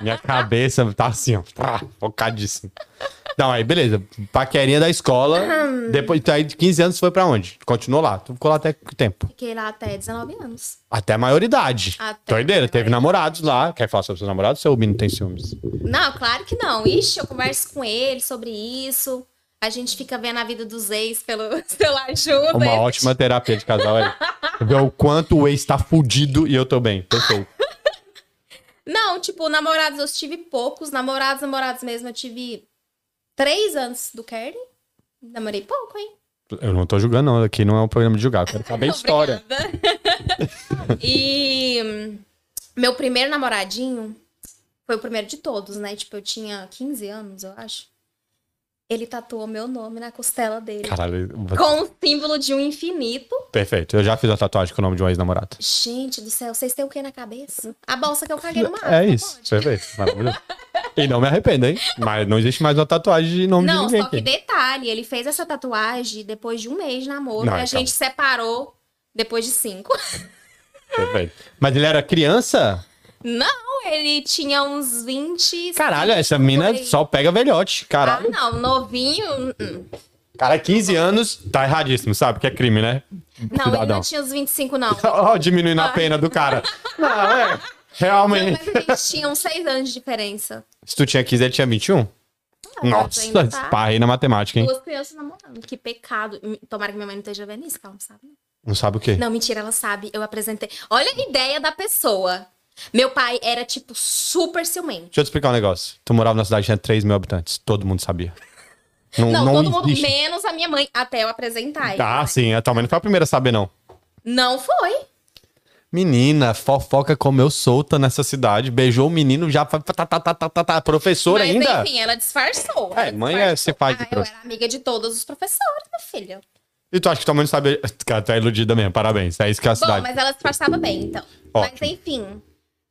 Speaker 1: Minha cabeça tá assim, ó. Tá, focadíssimo. Não, aí beleza. Paquerinha da escola. Depois, tu aí de 15 anos tu foi pra onde? Continuou lá. Tu ficou lá até que tempo?
Speaker 2: Fiquei lá até 19 anos.
Speaker 1: Até a maioridade.
Speaker 2: Até
Speaker 1: Doideira,
Speaker 2: a
Speaker 1: teve
Speaker 2: maioridade.
Speaker 1: namorados lá. Quer falar sobre seus namorados? Seu Bino tem ciúmes.
Speaker 2: Não, claro que não. Ixi, eu converso com ele sobre isso. A gente fica vendo a vida dos ex pelo celular junto.
Speaker 1: Uma
Speaker 2: Ele-
Speaker 1: ótima terapia de casal aí. Ver o quanto o ex tá fudido e eu tô bem. Perfeito.
Speaker 2: Não, tipo, namorados eu tive poucos. Namorados, namorados mesmo, eu tive três anos do Kelly. Namorei pouco, hein?
Speaker 1: Eu não tô julgando, não. Aqui não é um programa de julgar. Eu quero saber a história.
Speaker 2: Obrigada. e hum, meu primeiro namoradinho foi o primeiro de todos, né? Tipo, eu tinha 15 anos, eu acho. Ele tatuou meu nome na costela dele.
Speaker 1: Caralho.
Speaker 2: Com o símbolo de um infinito.
Speaker 1: Perfeito. Eu já fiz a tatuagem com o nome de um
Speaker 2: Tá
Speaker 1: ex-namorado.
Speaker 2: Gente do céu, vocês têm o que na cabeça? A bolsa que eu caguei no mar.
Speaker 1: É isso. Perfeito. Maravilhoso. E não me arrependo, hein? Mas não existe mais uma tatuagem de nome de
Speaker 2: Não,
Speaker 1: ninguém
Speaker 2: só que
Speaker 1: aqui.
Speaker 2: detalhe, ele fez essa tatuagem depois de um mês de namoro.
Speaker 1: Não,
Speaker 2: e a
Speaker 1: é,
Speaker 2: gente separou depois de cinco.
Speaker 1: Perfeito. Mas ele era criança?
Speaker 2: Não, ele tinha uns 20.
Speaker 1: Caralho, é essa mina
Speaker 2: Foi.
Speaker 1: só pega velhote.
Speaker 2: Ah,
Speaker 1: Caralho.
Speaker 2: não, novinho. hum, hum.
Speaker 1: Cara, 15 anos, tá erradíssimo, sabe? Que é crime, né?
Speaker 2: Não, ele
Speaker 1: Cidadão.
Speaker 2: não tinha uns 25, não.
Speaker 1: Ó, diminuindo a pena do cara. Não, é.
Speaker 2: Não,
Speaker 1: Realmente.
Speaker 2: mas a gente tinha uns 6 anos de diferença.
Speaker 1: Se tu tinha 15, ele tinha 21?
Speaker 2: mas
Speaker 1: Nossa,
Speaker 2: ainda tá.
Speaker 1: esparrei na matemática, hein?
Speaker 2: Duas crianças namorando. Que pecado. Hum, Tomara que minha mãe não esteja vendo isso, que ela não sabe. né?
Speaker 1: Não sabe o quê?
Speaker 2: Não, mentira, ela sabe. Eu apresentei. Olha a ideia da pessoa. Meu pai era, tipo, super ciumento.
Speaker 1: Deixa eu te explicar um negócio. Tu morava na cidade que tinha 3 mil habitantes. Todo mundo sabia. Não,
Speaker 2: Não,
Speaker 1: não,
Speaker 2: todo mundo,
Speaker 1: existe.
Speaker 2: menos a minha mãe, até eu apresentar. ele.
Speaker 1: Ah, sim. A tua mãe não foi a primeira a saber, não.
Speaker 2: Não foi.
Speaker 1: Menina, fofoca comeu solta nessa cidade. Beijou o menino já. fa- Tá, tá, tá, tá, tá, tá. Professor
Speaker 2: Mas
Speaker 1: ainda?
Speaker 2: enfim, ela disfarçou.
Speaker 1: É,
Speaker 2: ela
Speaker 1: mãe é-
Speaker 2: disfarçou.
Speaker 1: você faz de
Speaker 2: Ah, eu
Speaker 1: trouxa.
Speaker 2: era amiga de todos os professores, minha filha.
Speaker 1: E tu acha que tua mãe não sabe. Cara, tu é iludida mesmo. Parabéns. É isso que é a
Speaker 2: Bom,
Speaker 1: cidade.
Speaker 2: mas ela disfarçava bem, então. Mas
Speaker 1: Ótimo.
Speaker 2: enfim,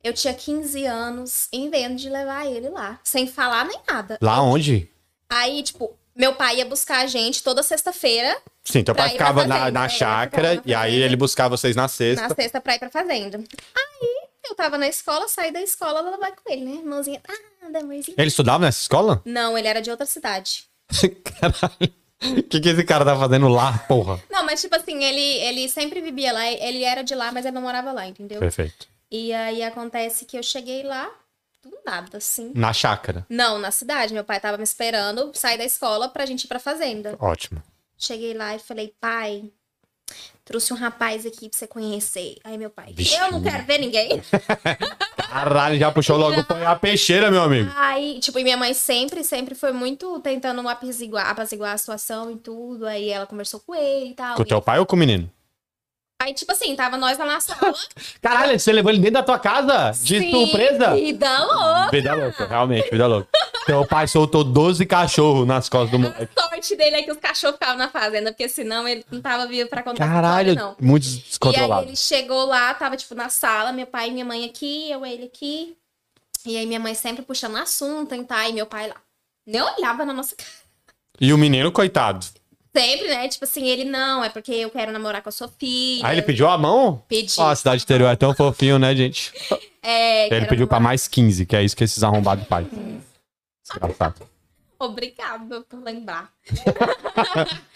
Speaker 2: eu tinha 15 anos invento de levar ele lá, sem falar nem nada.
Speaker 1: Lá onde?
Speaker 2: Aí, tipo, meu pai ia buscar a gente toda sexta-feira
Speaker 1: Sim, teu
Speaker 2: Pra
Speaker 1: pai
Speaker 2: ir pra
Speaker 1: ficava na,
Speaker 2: fazenda,
Speaker 1: na
Speaker 2: é,
Speaker 1: chácara
Speaker 2: ficava na
Speaker 1: e aí
Speaker 2: fazenda.
Speaker 1: ele buscava vocês né? na sexta.
Speaker 2: na sexta pra ir pra fazenda. Aí eu tava na escola, saí da escola, ela vai com ele, né? Irmãozinha, ah, amorzinho.
Speaker 1: Ele estudava nessa escola?
Speaker 2: Não, ele era de outra cidade.
Speaker 1: Caralho. O que, que esse cara tá fazendo lá, porra?
Speaker 2: Não, mas tipo assim, ele, ele sempre vivia lá, ele era de lá, mas ele não morava lá, entendeu?
Speaker 1: Perfeito.
Speaker 2: E aí acontece que eu cheguei lá, do nada, assim.
Speaker 1: Na chácara.
Speaker 2: Não, na cidade. Meu pai tava me esperando sair da escola pra gente ir pra fazenda.
Speaker 1: Ótimo.
Speaker 2: Cheguei lá e falei, pai, trouxe um rapaz aqui pra você conhecer. Aí meu pai,
Speaker 1: Vixe.
Speaker 2: eu não quero ver ninguém.
Speaker 1: Caralho, já puxou logo foi a peixeira, meu amigo.
Speaker 2: Aí, tipo, e minha mãe sempre, sempre foi muito tentando apaziguar, apaziguar a situação e tudo. Aí ela conversou com ele e tal.
Speaker 1: Com teu pai ou com o menino?
Speaker 2: Aí, tipo assim, tava nós lá na sala.
Speaker 1: Caralho, você levou ele dentro da tua casa? De
Speaker 2: Sim,
Speaker 1: surpresa?
Speaker 2: E da louca.
Speaker 1: Vida louca, realmente, vida louca. Teu pai soltou 12 cachorros nas costas do moleque.
Speaker 2: A sorte dele é que os cachorros ficavam na fazenda, porque senão ele não tava vivo pra contar
Speaker 1: Caralho,
Speaker 2: história, não.
Speaker 1: muito
Speaker 2: E aí
Speaker 1: descontrolado.
Speaker 2: ele chegou lá, tava tipo na sala, meu pai e minha mãe aqui, eu ele aqui. E aí minha mãe sempre puxando assunto, hein, tá? E meu pai lá. Nem olhava na nossa cara.
Speaker 1: E o menino, coitado.
Speaker 2: Sempre, né? Tipo assim, ele não, é porque eu quero namorar com a sua filha.
Speaker 1: Aí ele pediu a mão?
Speaker 2: Pedi.
Speaker 1: Ó, a cidade interior é tão fofinho, né, gente?
Speaker 2: É,
Speaker 1: Ele
Speaker 2: quero
Speaker 1: pediu pra
Speaker 2: namorar-
Speaker 1: mais 15, que é isso que esses arrombados fazem. Desgraçado.
Speaker 2: Obrigada por lembrar.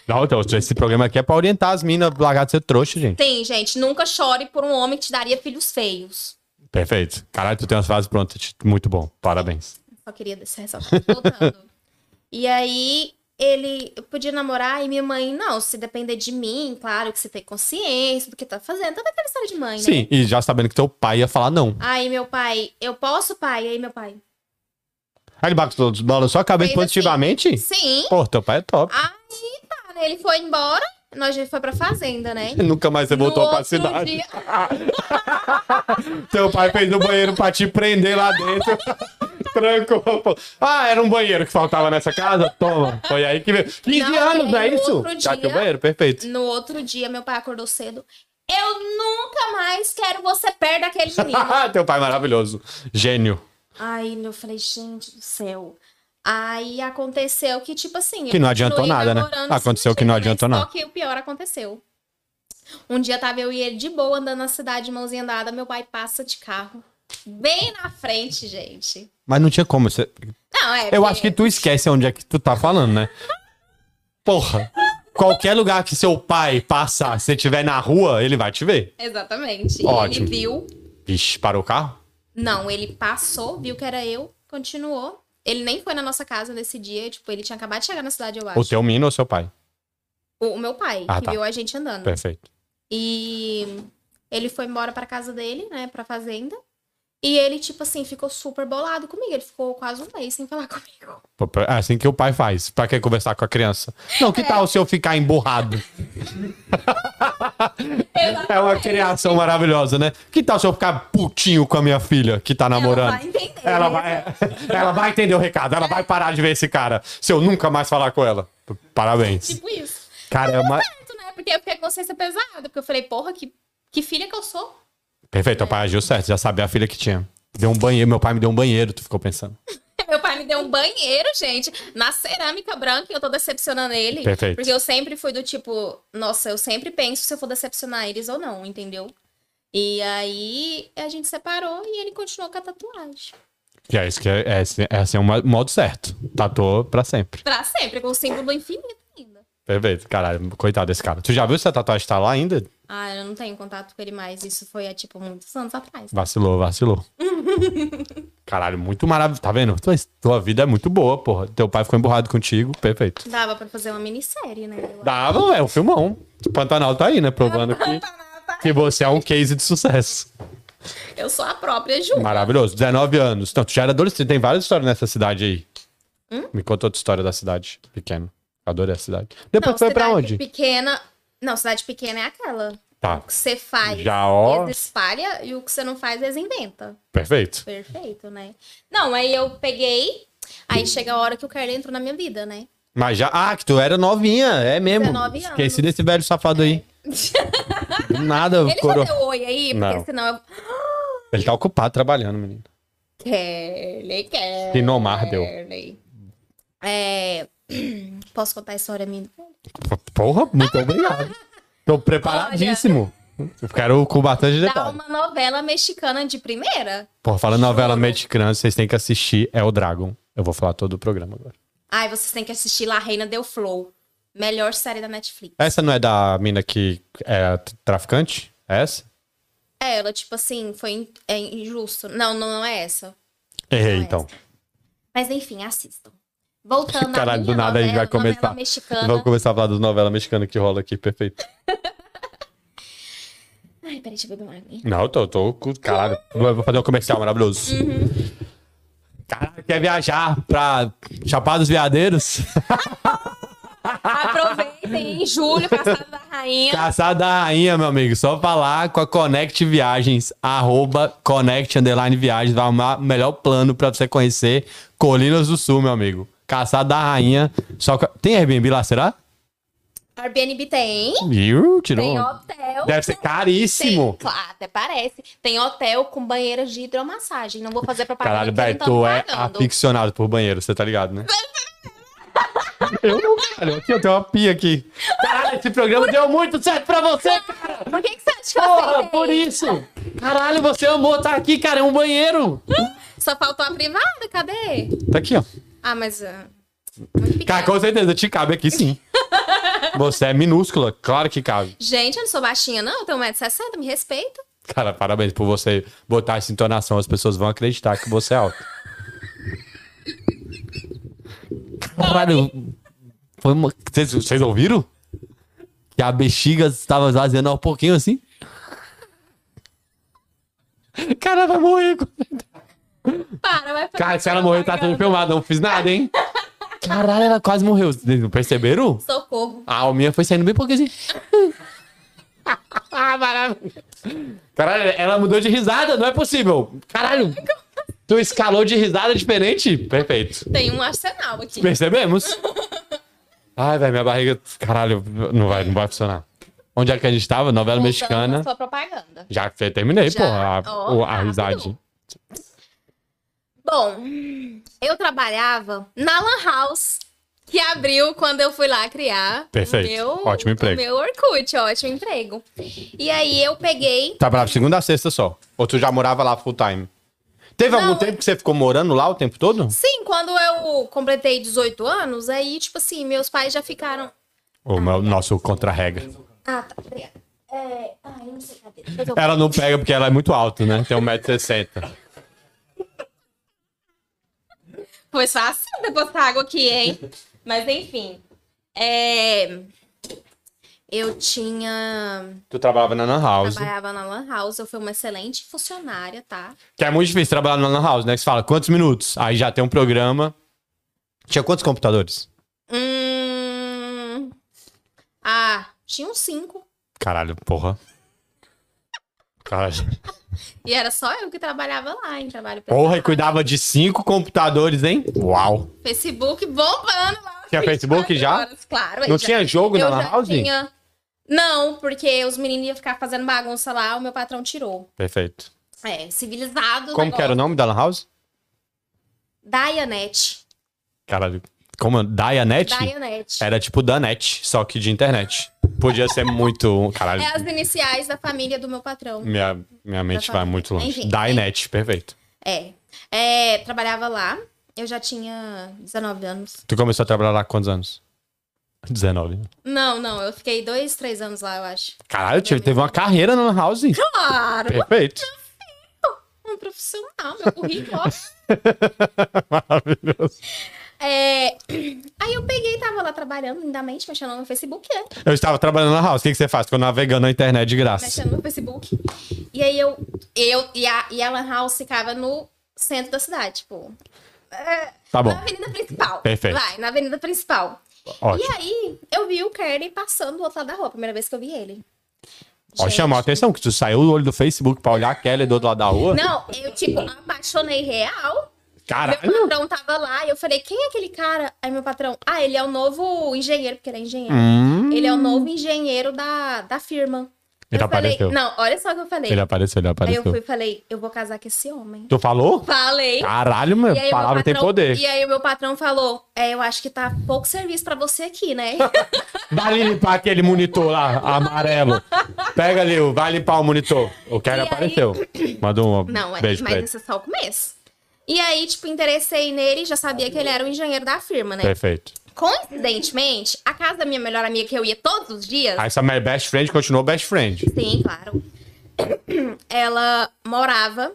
Speaker 1: Não, então, esse programa aqui é pra orientar as minas, largar de ser trouxa, gente.
Speaker 2: Tem, gente, nunca chore por um homem que te daria filhos feios.
Speaker 1: Perfeito. Caralho, tu tem umas frases prontas. Muito bom. Parabéns.
Speaker 2: Só queria deixar ressaltado. Voltando. e aí, ele eu podia namorar e minha mãe, não, se depender de mim, claro que você tem consciência do que tá fazendo. Toda aquela história de mãe, né?
Speaker 1: Sim, e já sabendo que teu pai ia falar não.
Speaker 2: Aí meu pai, eu posso, pai? Aí meu pai,
Speaker 1: Aí ele balançou balançou a cabeça
Speaker 2: Fez assim.
Speaker 1: positivamente?
Speaker 2: sim.
Speaker 1: Pô, teu pai é top.
Speaker 2: Aí tá, né? Ele foi embora, nós já foi pra fazenda, né?
Speaker 1: Nunca mais você voltou
Speaker 2: No
Speaker 1: pra
Speaker 2: outro
Speaker 1: cidade.
Speaker 2: dia-
Speaker 1: Teu pai fez no banheiro pra te prender lá dentro. Trancou. pô. Ah, era um banheiro que faltava nessa casa? Toma. Foi aí que veio. 15
Speaker 2: Não,
Speaker 1: anos,
Speaker 2: aí
Speaker 1: não é
Speaker 2: no
Speaker 1: isso?
Speaker 2: outro
Speaker 1: Já que o
Speaker 2: dia-
Speaker 1: banheiro, perfeito.
Speaker 2: No outro dia, meu pai acordou cedo. Eu nunca mais quero você perto daquele menino.
Speaker 1: teu pai é maravilhoso. Gênio.
Speaker 2: Aí eu falei, gente do céu. Aí aconteceu que, tipo assim.
Speaker 1: Que
Speaker 2: eu
Speaker 1: não adiantou
Speaker 2: continuei
Speaker 1: nada, né?
Speaker 2: namorando,
Speaker 1: Aconteceu que não
Speaker 2: simplesmente,
Speaker 1: adiantou nada.
Speaker 2: Só que o pior aconteceu. Um dia tava eu e ele de boa andando na cidade, mãozinha dada. Meu pai passa de carro. Bem na frente, gente.
Speaker 1: Mas não tinha como. Você...
Speaker 2: Não, é.
Speaker 1: Eu
Speaker 2: porque-
Speaker 1: acho que tu esquece onde é que tu tá falando, né? Porra. Qualquer lugar que seu pai passar, se você estiver na rua, ele vai te ver.
Speaker 2: Exatamente.
Speaker 1: Ótimo.
Speaker 2: E ele viu.
Speaker 1: Vixe, parou o carro?
Speaker 2: Não, ele passou, viu que era eu, continuou. Ele nem foi na nossa casa nesse dia, tipo, ele tinha acabado de chegar na cidade, eu
Speaker 1: Ou
Speaker 2: acho.
Speaker 1: teu menino ou seu pai?
Speaker 2: O, o meu pai,
Speaker 1: Ah,
Speaker 2: que
Speaker 1: tá.
Speaker 2: viu a gente andando.
Speaker 1: Perfeito.
Speaker 2: E ele foi embora pra casa dele, né, pra fazenda. E ele, tipo assim, ficou super bolado comigo. Ele ficou quase um mês sem falar comigo.
Speaker 1: Pô, pô, É assim que o pai faz. Pra quer conversar com a criança? Não, que tal se eu ficar emburrado? É uma criação maravilhosa, né? Que tal se eu ficar putinho com a minha filha que tá namorando?
Speaker 2: Ela vai entender. É.
Speaker 1: Ela
Speaker 2: né?
Speaker 1: vai, é. ela vai entender o recado, ela vai parar de ver esse cara se eu nunca mais falar com ela. Parabéns.
Speaker 2: Tipo isso.
Speaker 1: Cara, é uma...
Speaker 2: Tanto, né? Porque eu fiquei com a consciência pesada. Porque eu falei, porra, que, que filha que eu sou.
Speaker 1: Perfeito, o pai agiu certo, já sabia a filha que tinha. Deu um banheiro, meu pai me deu um banheiro, tu ficou pensando.
Speaker 2: Meu pai um banheiro, gente, na cerâmica branca e eu tô decepcionando ele.
Speaker 1: Perfeito.
Speaker 2: Porque eu sempre fui do tipo, nossa, eu sempre penso se eu vou decepcionar eles ou não, entendeu? E aí a gente separou e ele continuou com a tatuagem.
Speaker 1: Que é isso que é, é, é assim, é um mo- modo certo. Tatuou pra sempre.
Speaker 2: Pra sempre, com o símbolo do infinito ainda.
Speaker 1: Perfeito. Caralho, coitado desse cara. Tu já viu se a tatuagem tá lá ainda?
Speaker 2: Ah, eu não tenho contato com ele mais. Isso foi há, tipo, muitos anos atrás.
Speaker 1: Vacilou, vacilou. Caralho, muito maravilhoso. Tá vendo? Tua, tua vida é muito boa, porra. Teu pai ficou emburrado contigo. Perfeito.
Speaker 2: Dava pra fazer uma minissérie, né? Eu
Speaker 1: Dava, é um filmão. O Pantanal tá aí, né? Provando que, que você é um case de sucesso.
Speaker 2: Eu sou a própria Ju.
Speaker 1: Maravilhoso. 19 anos. Não, tu já era adolescente. Tem várias histórias nessa cidade aí.
Speaker 2: Hum?
Speaker 1: Me conta outra história da cidade. Pequeno. Adorei a cidade. Depois
Speaker 2: Não,
Speaker 1: foi pra
Speaker 2: cidade
Speaker 1: onde?
Speaker 2: Pequena. Não, cidade pequena é aquela.
Speaker 1: Tá.
Speaker 2: O que você faz,
Speaker 1: Já, ó.
Speaker 2: eles espalha e o que você não faz, eles inventa.
Speaker 1: Perfeito.
Speaker 2: Perfeito, né? Não, aí eu peguei, aí chega a hora que o Carly entrou na minha vida, né?
Speaker 1: Mas já. Ah, que tu era novinha. É mesmo.
Speaker 2: 19 anos. É.
Speaker 1: Esqueci desse velho safado aí. Do nada,
Speaker 2: Ele já
Speaker 1: coro.
Speaker 2: deu oi aí, porque
Speaker 1: Não.
Speaker 2: senão eu.
Speaker 1: Ele tá ocupado trabalhando, menino.
Speaker 2: Kelly, Kelly.
Speaker 1: Sinomar deu.
Speaker 2: É... Posso contar a história minha?
Speaker 1: Porra, muito obrigado. Tô preparadíssimo. Eu quero com bastante
Speaker 2: Dá
Speaker 1: detalhe.
Speaker 2: uma novela mexicana de primeira?
Speaker 1: Porra, falando novela mexicana, vocês têm que assistir É o Dragon. Eu vou falar todo o programa agora.
Speaker 2: Ai, vocês têm que assistir La Reina Del Flow. Melhor série da Netflix.
Speaker 1: Essa não é da mina que é traficante? É essa?
Speaker 2: É, ela, tipo assim, foi in- é injusto. Não, não, não é essa.
Speaker 1: Errei,
Speaker 2: Não é
Speaker 1: então.
Speaker 2: Mas enfim, assistam. Voltando à
Speaker 1: Caralho,
Speaker 2: minha
Speaker 1: do nada a gente vai
Speaker 2: novela, novela
Speaker 1: começar.
Speaker 2: mexicana.
Speaker 1: Vamos começar a falar das novelas mexicanas que rola aqui, perfeito.
Speaker 2: Ai, peraí, deixa eu beber uma água. hein?
Speaker 1: Não, eu tô, tô. com- Caralho, eu vou fazer um comercial maravilhoso.
Speaker 2: Uhum.
Speaker 1: Caralho, quer viajar pra Chapada dos Veadeiros?
Speaker 2: Aproveitem em julho, Caçada da Rainha.
Speaker 1: Caçada da Rainha, meu amigo. Só falar com a Connect Viagens, arroba Connect Underline Viagens. Vai arrumar o melhor plano pra você conhecer Colinas do Sul, meu amigo. Caçada da Rainha. Só que- Tem Airbnb lá, será?
Speaker 2: Airbnb tem.
Speaker 1: Ih, tirou.
Speaker 2: Tem hotel.
Speaker 1: um- Deve ser
Speaker 2: Tem,
Speaker 1: caríssimo.
Speaker 2: claro, até parece. Tem hotel com banheira de hidromassagem. Não vou fazer propaganda.
Speaker 1: Caralho,
Speaker 2: porque eu não tô
Speaker 1: Beto é
Speaker 2: pagando.
Speaker 1: aficionado por banheiro, você tá ligado, né? Eu não, caralho. Aqui, eu tenho uma pia aqui. Caralho, esse programa deu muito certo pra você, cara.
Speaker 2: Por que, que você acha que
Speaker 1: Porra,
Speaker 2: eu
Speaker 1: por
Speaker 2: aceitei?
Speaker 1: isso. Caralho, você amou tá aqui, cara. É um banheiro.
Speaker 2: Só faltou a privada, cadê?
Speaker 1: Tá aqui, ó.
Speaker 2: Ah, mas. ah, muito pequeno.
Speaker 1: Cara, com certeza, te cabe aqui sim. Você é minúscula, claro que cabe.
Speaker 2: Gente, eu não sou baixinha, não. Eu tenho 1,60m, me respeita.
Speaker 1: Cara, parabéns por você botar essa entonação. As pessoas vão acreditar que você é alto. Caralho. Foi uma... vocês, vocês ouviram? Que a bexiga estava esvaziando um pouquinho assim? Cara, vai morrer.
Speaker 2: Para, vai fazer
Speaker 1: Cara, se ela morrer, tá sendo
Speaker 2: propaganda.
Speaker 1: filmado. Não fiz nada, hein? Caralho, ela quase morreu. Vocês não perceberam?
Speaker 2: Socorro.
Speaker 1: A alminha foi saindo bem pouquinho assim. ah, maravilha. Caralho, ela mudou de risada, não é possível. Caralho. Tu escalou de risada diferente? Perfeito.
Speaker 2: Tem um arsenal aqui.
Speaker 1: Percebemos. Ai, velho, minha barriga. Caralho, não vai, não vai funcionar. Onde é que a gente tava? Novela
Speaker 2: Voltando
Speaker 1: mexicana.
Speaker 2: à Sua propaganda.
Speaker 1: Já que eu terminei,
Speaker 2: Já.
Speaker 1: porra. A,
Speaker 2: Ó,
Speaker 1: o- a
Speaker 2: rápido.
Speaker 1: risadinha.
Speaker 2: Bom, eu trabalhava na Lan House, que abriu quando eu fui lá criar.
Speaker 1: Perfeito.
Speaker 2: O meu,
Speaker 1: Ótimo emprego.
Speaker 2: O meu Orkut, ótimo emprego. E aí eu peguei.
Speaker 1: Trabalhava Tá segunda a sexta só. Ou tu já morava lá full time? Teve algum
Speaker 2: Não,
Speaker 1: tempo que você ficou morando lá o tempo todo?
Speaker 2: Sim, quando eu completei 18 anos, aí, tipo assim, meus pais já ficaram.
Speaker 1: O meu- nosso contra-regra.
Speaker 2: Ah, tá, obrigada. É... Ai, não sei cadê. Eu tô-
Speaker 1: Ela não pega porque ela é muito alta, né? Tem 1,60m.
Speaker 2: Foi fácil depois da água aqui, hein? Mas enfim. É... Eu tinha.
Speaker 1: Tu trabalhava na Lan House.
Speaker 2: Trabalhava na Lan House, eu fui uma excelente funcionária, tá?
Speaker 1: Que é muito difícil trabalhar na Lan House, né? Que você fala, quantos minutos? Aí já tem um programa. Tinha quantos computadores?
Speaker 2: Hum... Ah, tinha uns cinco.
Speaker 1: Caralho, porra. Caralho.
Speaker 2: E era só eu que trabalhava lá em trabalho pessoal.
Speaker 1: Porra, e cuidava de cinco computadores, hein? Uau.
Speaker 2: Facebook bombando lá.
Speaker 1: Tinha
Speaker 2: 24
Speaker 1: Facebook já?
Speaker 2: horas, claro.
Speaker 1: Não
Speaker 2: aí já-
Speaker 1: tinha jogo na
Speaker 2: eu
Speaker 1: Lan
Speaker 2: já
Speaker 1: House?
Speaker 2: tinha- Não, porque os meninos iam ficar fazendo bagunça lá, o meu patrão tirou.
Speaker 1: Perfeito.
Speaker 2: É, civilizado.
Speaker 1: Como que era o nome da Lan House?
Speaker 2: Dianet.
Speaker 1: Caralho. Como? é? Dianet?
Speaker 2: Dianete.
Speaker 1: Era tipo Danet, só que de internet. Podia ser muito. um- Caralho.
Speaker 2: É as iniciais da família do meu patrão.
Speaker 1: Minha, minha mente vai
Speaker 2: família.
Speaker 1: muito longe.
Speaker 2: Enfim,
Speaker 1: Dainet, perfeito.
Speaker 2: É. É, Trabalhava lá. Eu já tinha 19 anos.
Speaker 1: Tu começou a trabalhar lá com quantos anos? 19. né?
Speaker 2: Não, não, eu fiquei dois, três anos lá, eu acho.
Speaker 1: Caralho, teve, teve uma carreira no House.
Speaker 2: Claro!
Speaker 1: Perfeito. É.
Speaker 2: Um profissional, meu currículo. ó.
Speaker 1: Maravilhoso.
Speaker 2: É, Aí eu peguei, tava lá trabalhando, lindamente, mexendo no Facebook, né?
Speaker 1: Eu estava trabalhando na House. O que, que você faz? Ficou navegando na internet de graça.
Speaker 2: mexendo no Facebook. E aí eu, eu e, a, e a Lan House ficava no centro da cidade, tipo. é,
Speaker 1: Tá bom.
Speaker 2: Na avenida principal.
Speaker 1: Perfeito.
Speaker 2: Vai, na avenida principal. E
Speaker 1: Ótimo.
Speaker 2: aí eu vi o Kerry passando do outro lado da rua, a primeira vez que eu vi ele.
Speaker 1: Ó,
Speaker 2: Gente.
Speaker 1: chamou a atenção que tu saiu do olho do Facebook pra olhar a Kelly do outro lado da rua.
Speaker 2: Não, eu tipo, apaixonei real.
Speaker 1: Caralho.
Speaker 2: Meu patrão tava lá e eu falei, quem é aquele cara? Aí meu patrão, ah, ele é o novo engenheiro, porque ele é engenheiro.
Speaker 1: Hum.
Speaker 2: Ele é o novo engenheiro da, da firma.
Speaker 1: Ele
Speaker 2: eu falei,
Speaker 1: apareceu.
Speaker 2: não, olha só o que eu falei.
Speaker 1: Ele apareceu, ele
Speaker 2: Aí eu
Speaker 1: apareceu.
Speaker 2: fui e falei, eu vou casar com esse homem.
Speaker 1: Tu falou?
Speaker 2: Falei.
Speaker 1: Caralho, meu.
Speaker 2: E aí o meu
Speaker 1: Palavra tem
Speaker 2: patrão-
Speaker 1: poder.
Speaker 2: E aí o meu patrão falou, é, eu acho que tá pouco serviço pra você aqui, né?
Speaker 1: Vai limpar aquele monitor lá, amarelo. Pega ali, o- vai limpar o monitor. O Kelly
Speaker 2: E aí-
Speaker 1: apareceu. Manda um
Speaker 2: Não, é,
Speaker 1: beijo pra
Speaker 2: mas
Speaker 1: ele.
Speaker 2: esse é só o começo. E aí, tipo, interessei nele, já sabia que ele era o engenheiro da firma, né?
Speaker 1: Perfeito.
Speaker 2: Coincidentemente, a casa da minha melhor amiga, que eu ia todos os dias,
Speaker 1: Aí essa minha best friend continuou best friend.
Speaker 2: sim, claro, ela morava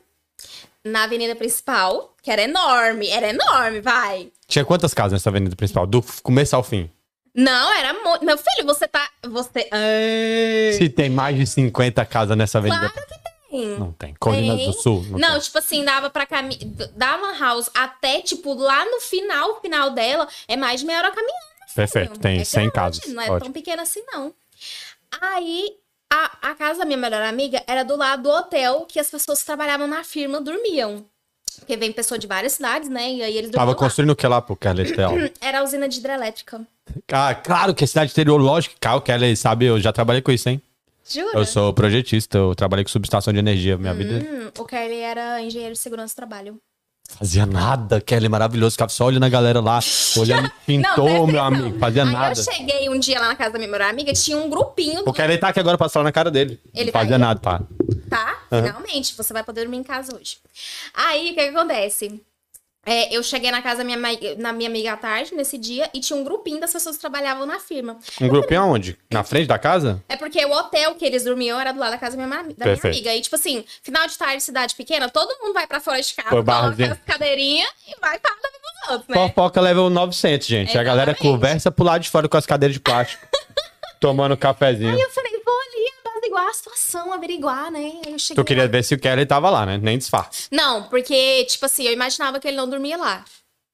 Speaker 2: na avenida principal, que era enorme, era enorme, vai.
Speaker 1: Tinha quantas casas nessa avenida principal? Do começo ao fim.
Speaker 2: Não, era muito. Meu filho, você tá. Você. Ah,
Speaker 1: Se tem mais de 50 casas nessa avenida.
Speaker 2: Claro que tem.
Speaker 1: Não tem. Colinas
Speaker 2: Tem.
Speaker 1: do Sul?
Speaker 2: Não,
Speaker 1: tem.
Speaker 2: tipo assim, dava pra caminhar. Da Lan House até, tipo, lá no final, final dela, é mais de meia hora caminhando.
Speaker 1: Perfeito, tem
Speaker 2: É
Speaker 1: 100
Speaker 2: grande,
Speaker 1: casas.
Speaker 2: Não é tão
Speaker 1: Ótimo.
Speaker 2: pequena assim, não. Aí, a, a casa da minha melhor amiga era do lado do hotel que as pessoas que trabalhavam na firma dormiam. Porque vem pessoa de várias cidades, né? E aí eles dormiam
Speaker 1: Tava
Speaker 2: lá.
Speaker 1: construindo o que lá pro Carletel?
Speaker 2: Era a usina de hidrelétrica.
Speaker 1: ah, claro que é cidade interior, lógico. Cara, o Kelly sabe, eu já trabalhei com isso, hein?
Speaker 2: Jura?
Speaker 1: Eu sou projetista, eu trabalhei com subestação de energia. Minha vida
Speaker 2: Hum, o Kelly era engenheiro de segurança do trabalho.
Speaker 1: fazia nada, Kelly, maravilhoso. Ficava só olhando a galera lá, olhando, pintou,
Speaker 2: presta
Speaker 1: meu
Speaker 2: atenção.
Speaker 1: amigo, fazia
Speaker 2: aí
Speaker 1: nada.
Speaker 2: eu cheguei um dia lá na casa da minha melhor amiga, tinha um grupinho,
Speaker 1: O Kelly tá aqui agora pra falar na cara dele.
Speaker 2: Ele
Speaker 1: Não
Speaker 2: tá
Speaker 1: fazia
Speaker 2: aí?
Speaker 1: nada, tá?
Speaker 2: tá? Finalmente, você vai poder dormir em casa hoje. Aí, o que, que acontece? É, eu cheguei na casa da minha, mai- na minha amiga à tarde, nesse dia, e tinha um grupinho das pessoas que trabalhavam na firma.
Speaker 1: Um grupinho aonde? Na frente da casa?
Speaker 2: É porque o hotel que eles dormiam era do lado da casa da minha, ma- da minha
Speaker 1: Perfeito.
Speaker 2: amiga. E, tipo assim, final de tarde, cidade pequena, todo mundo vai pra fora de casa,
Speaker 1: Foi
Speaker 2: coloca
Speaker 1: barzinho.
Speaker 2: as cadeirinhas e vai pra dormir com os outros, né?
Speaker 1: Fofoca level 900, gente. A galera
Speaker 2: Exatamente.
Speaker 1: conversa pro lado de fora com as cadeiras de plástico, tomando um cafezinho.
Speaker 2: E eu falei, vou ali averiguar a situação, averiguar, né? Aí eu cheguei
Speaker 1: Tu queria
Speaker 2: lá.
Speaker 1: ver se o Kelly tava lá, né? Nem disfarce.
Speaker 2: Não, porque, tipo assim, eu imaginava que ele não dormia lá.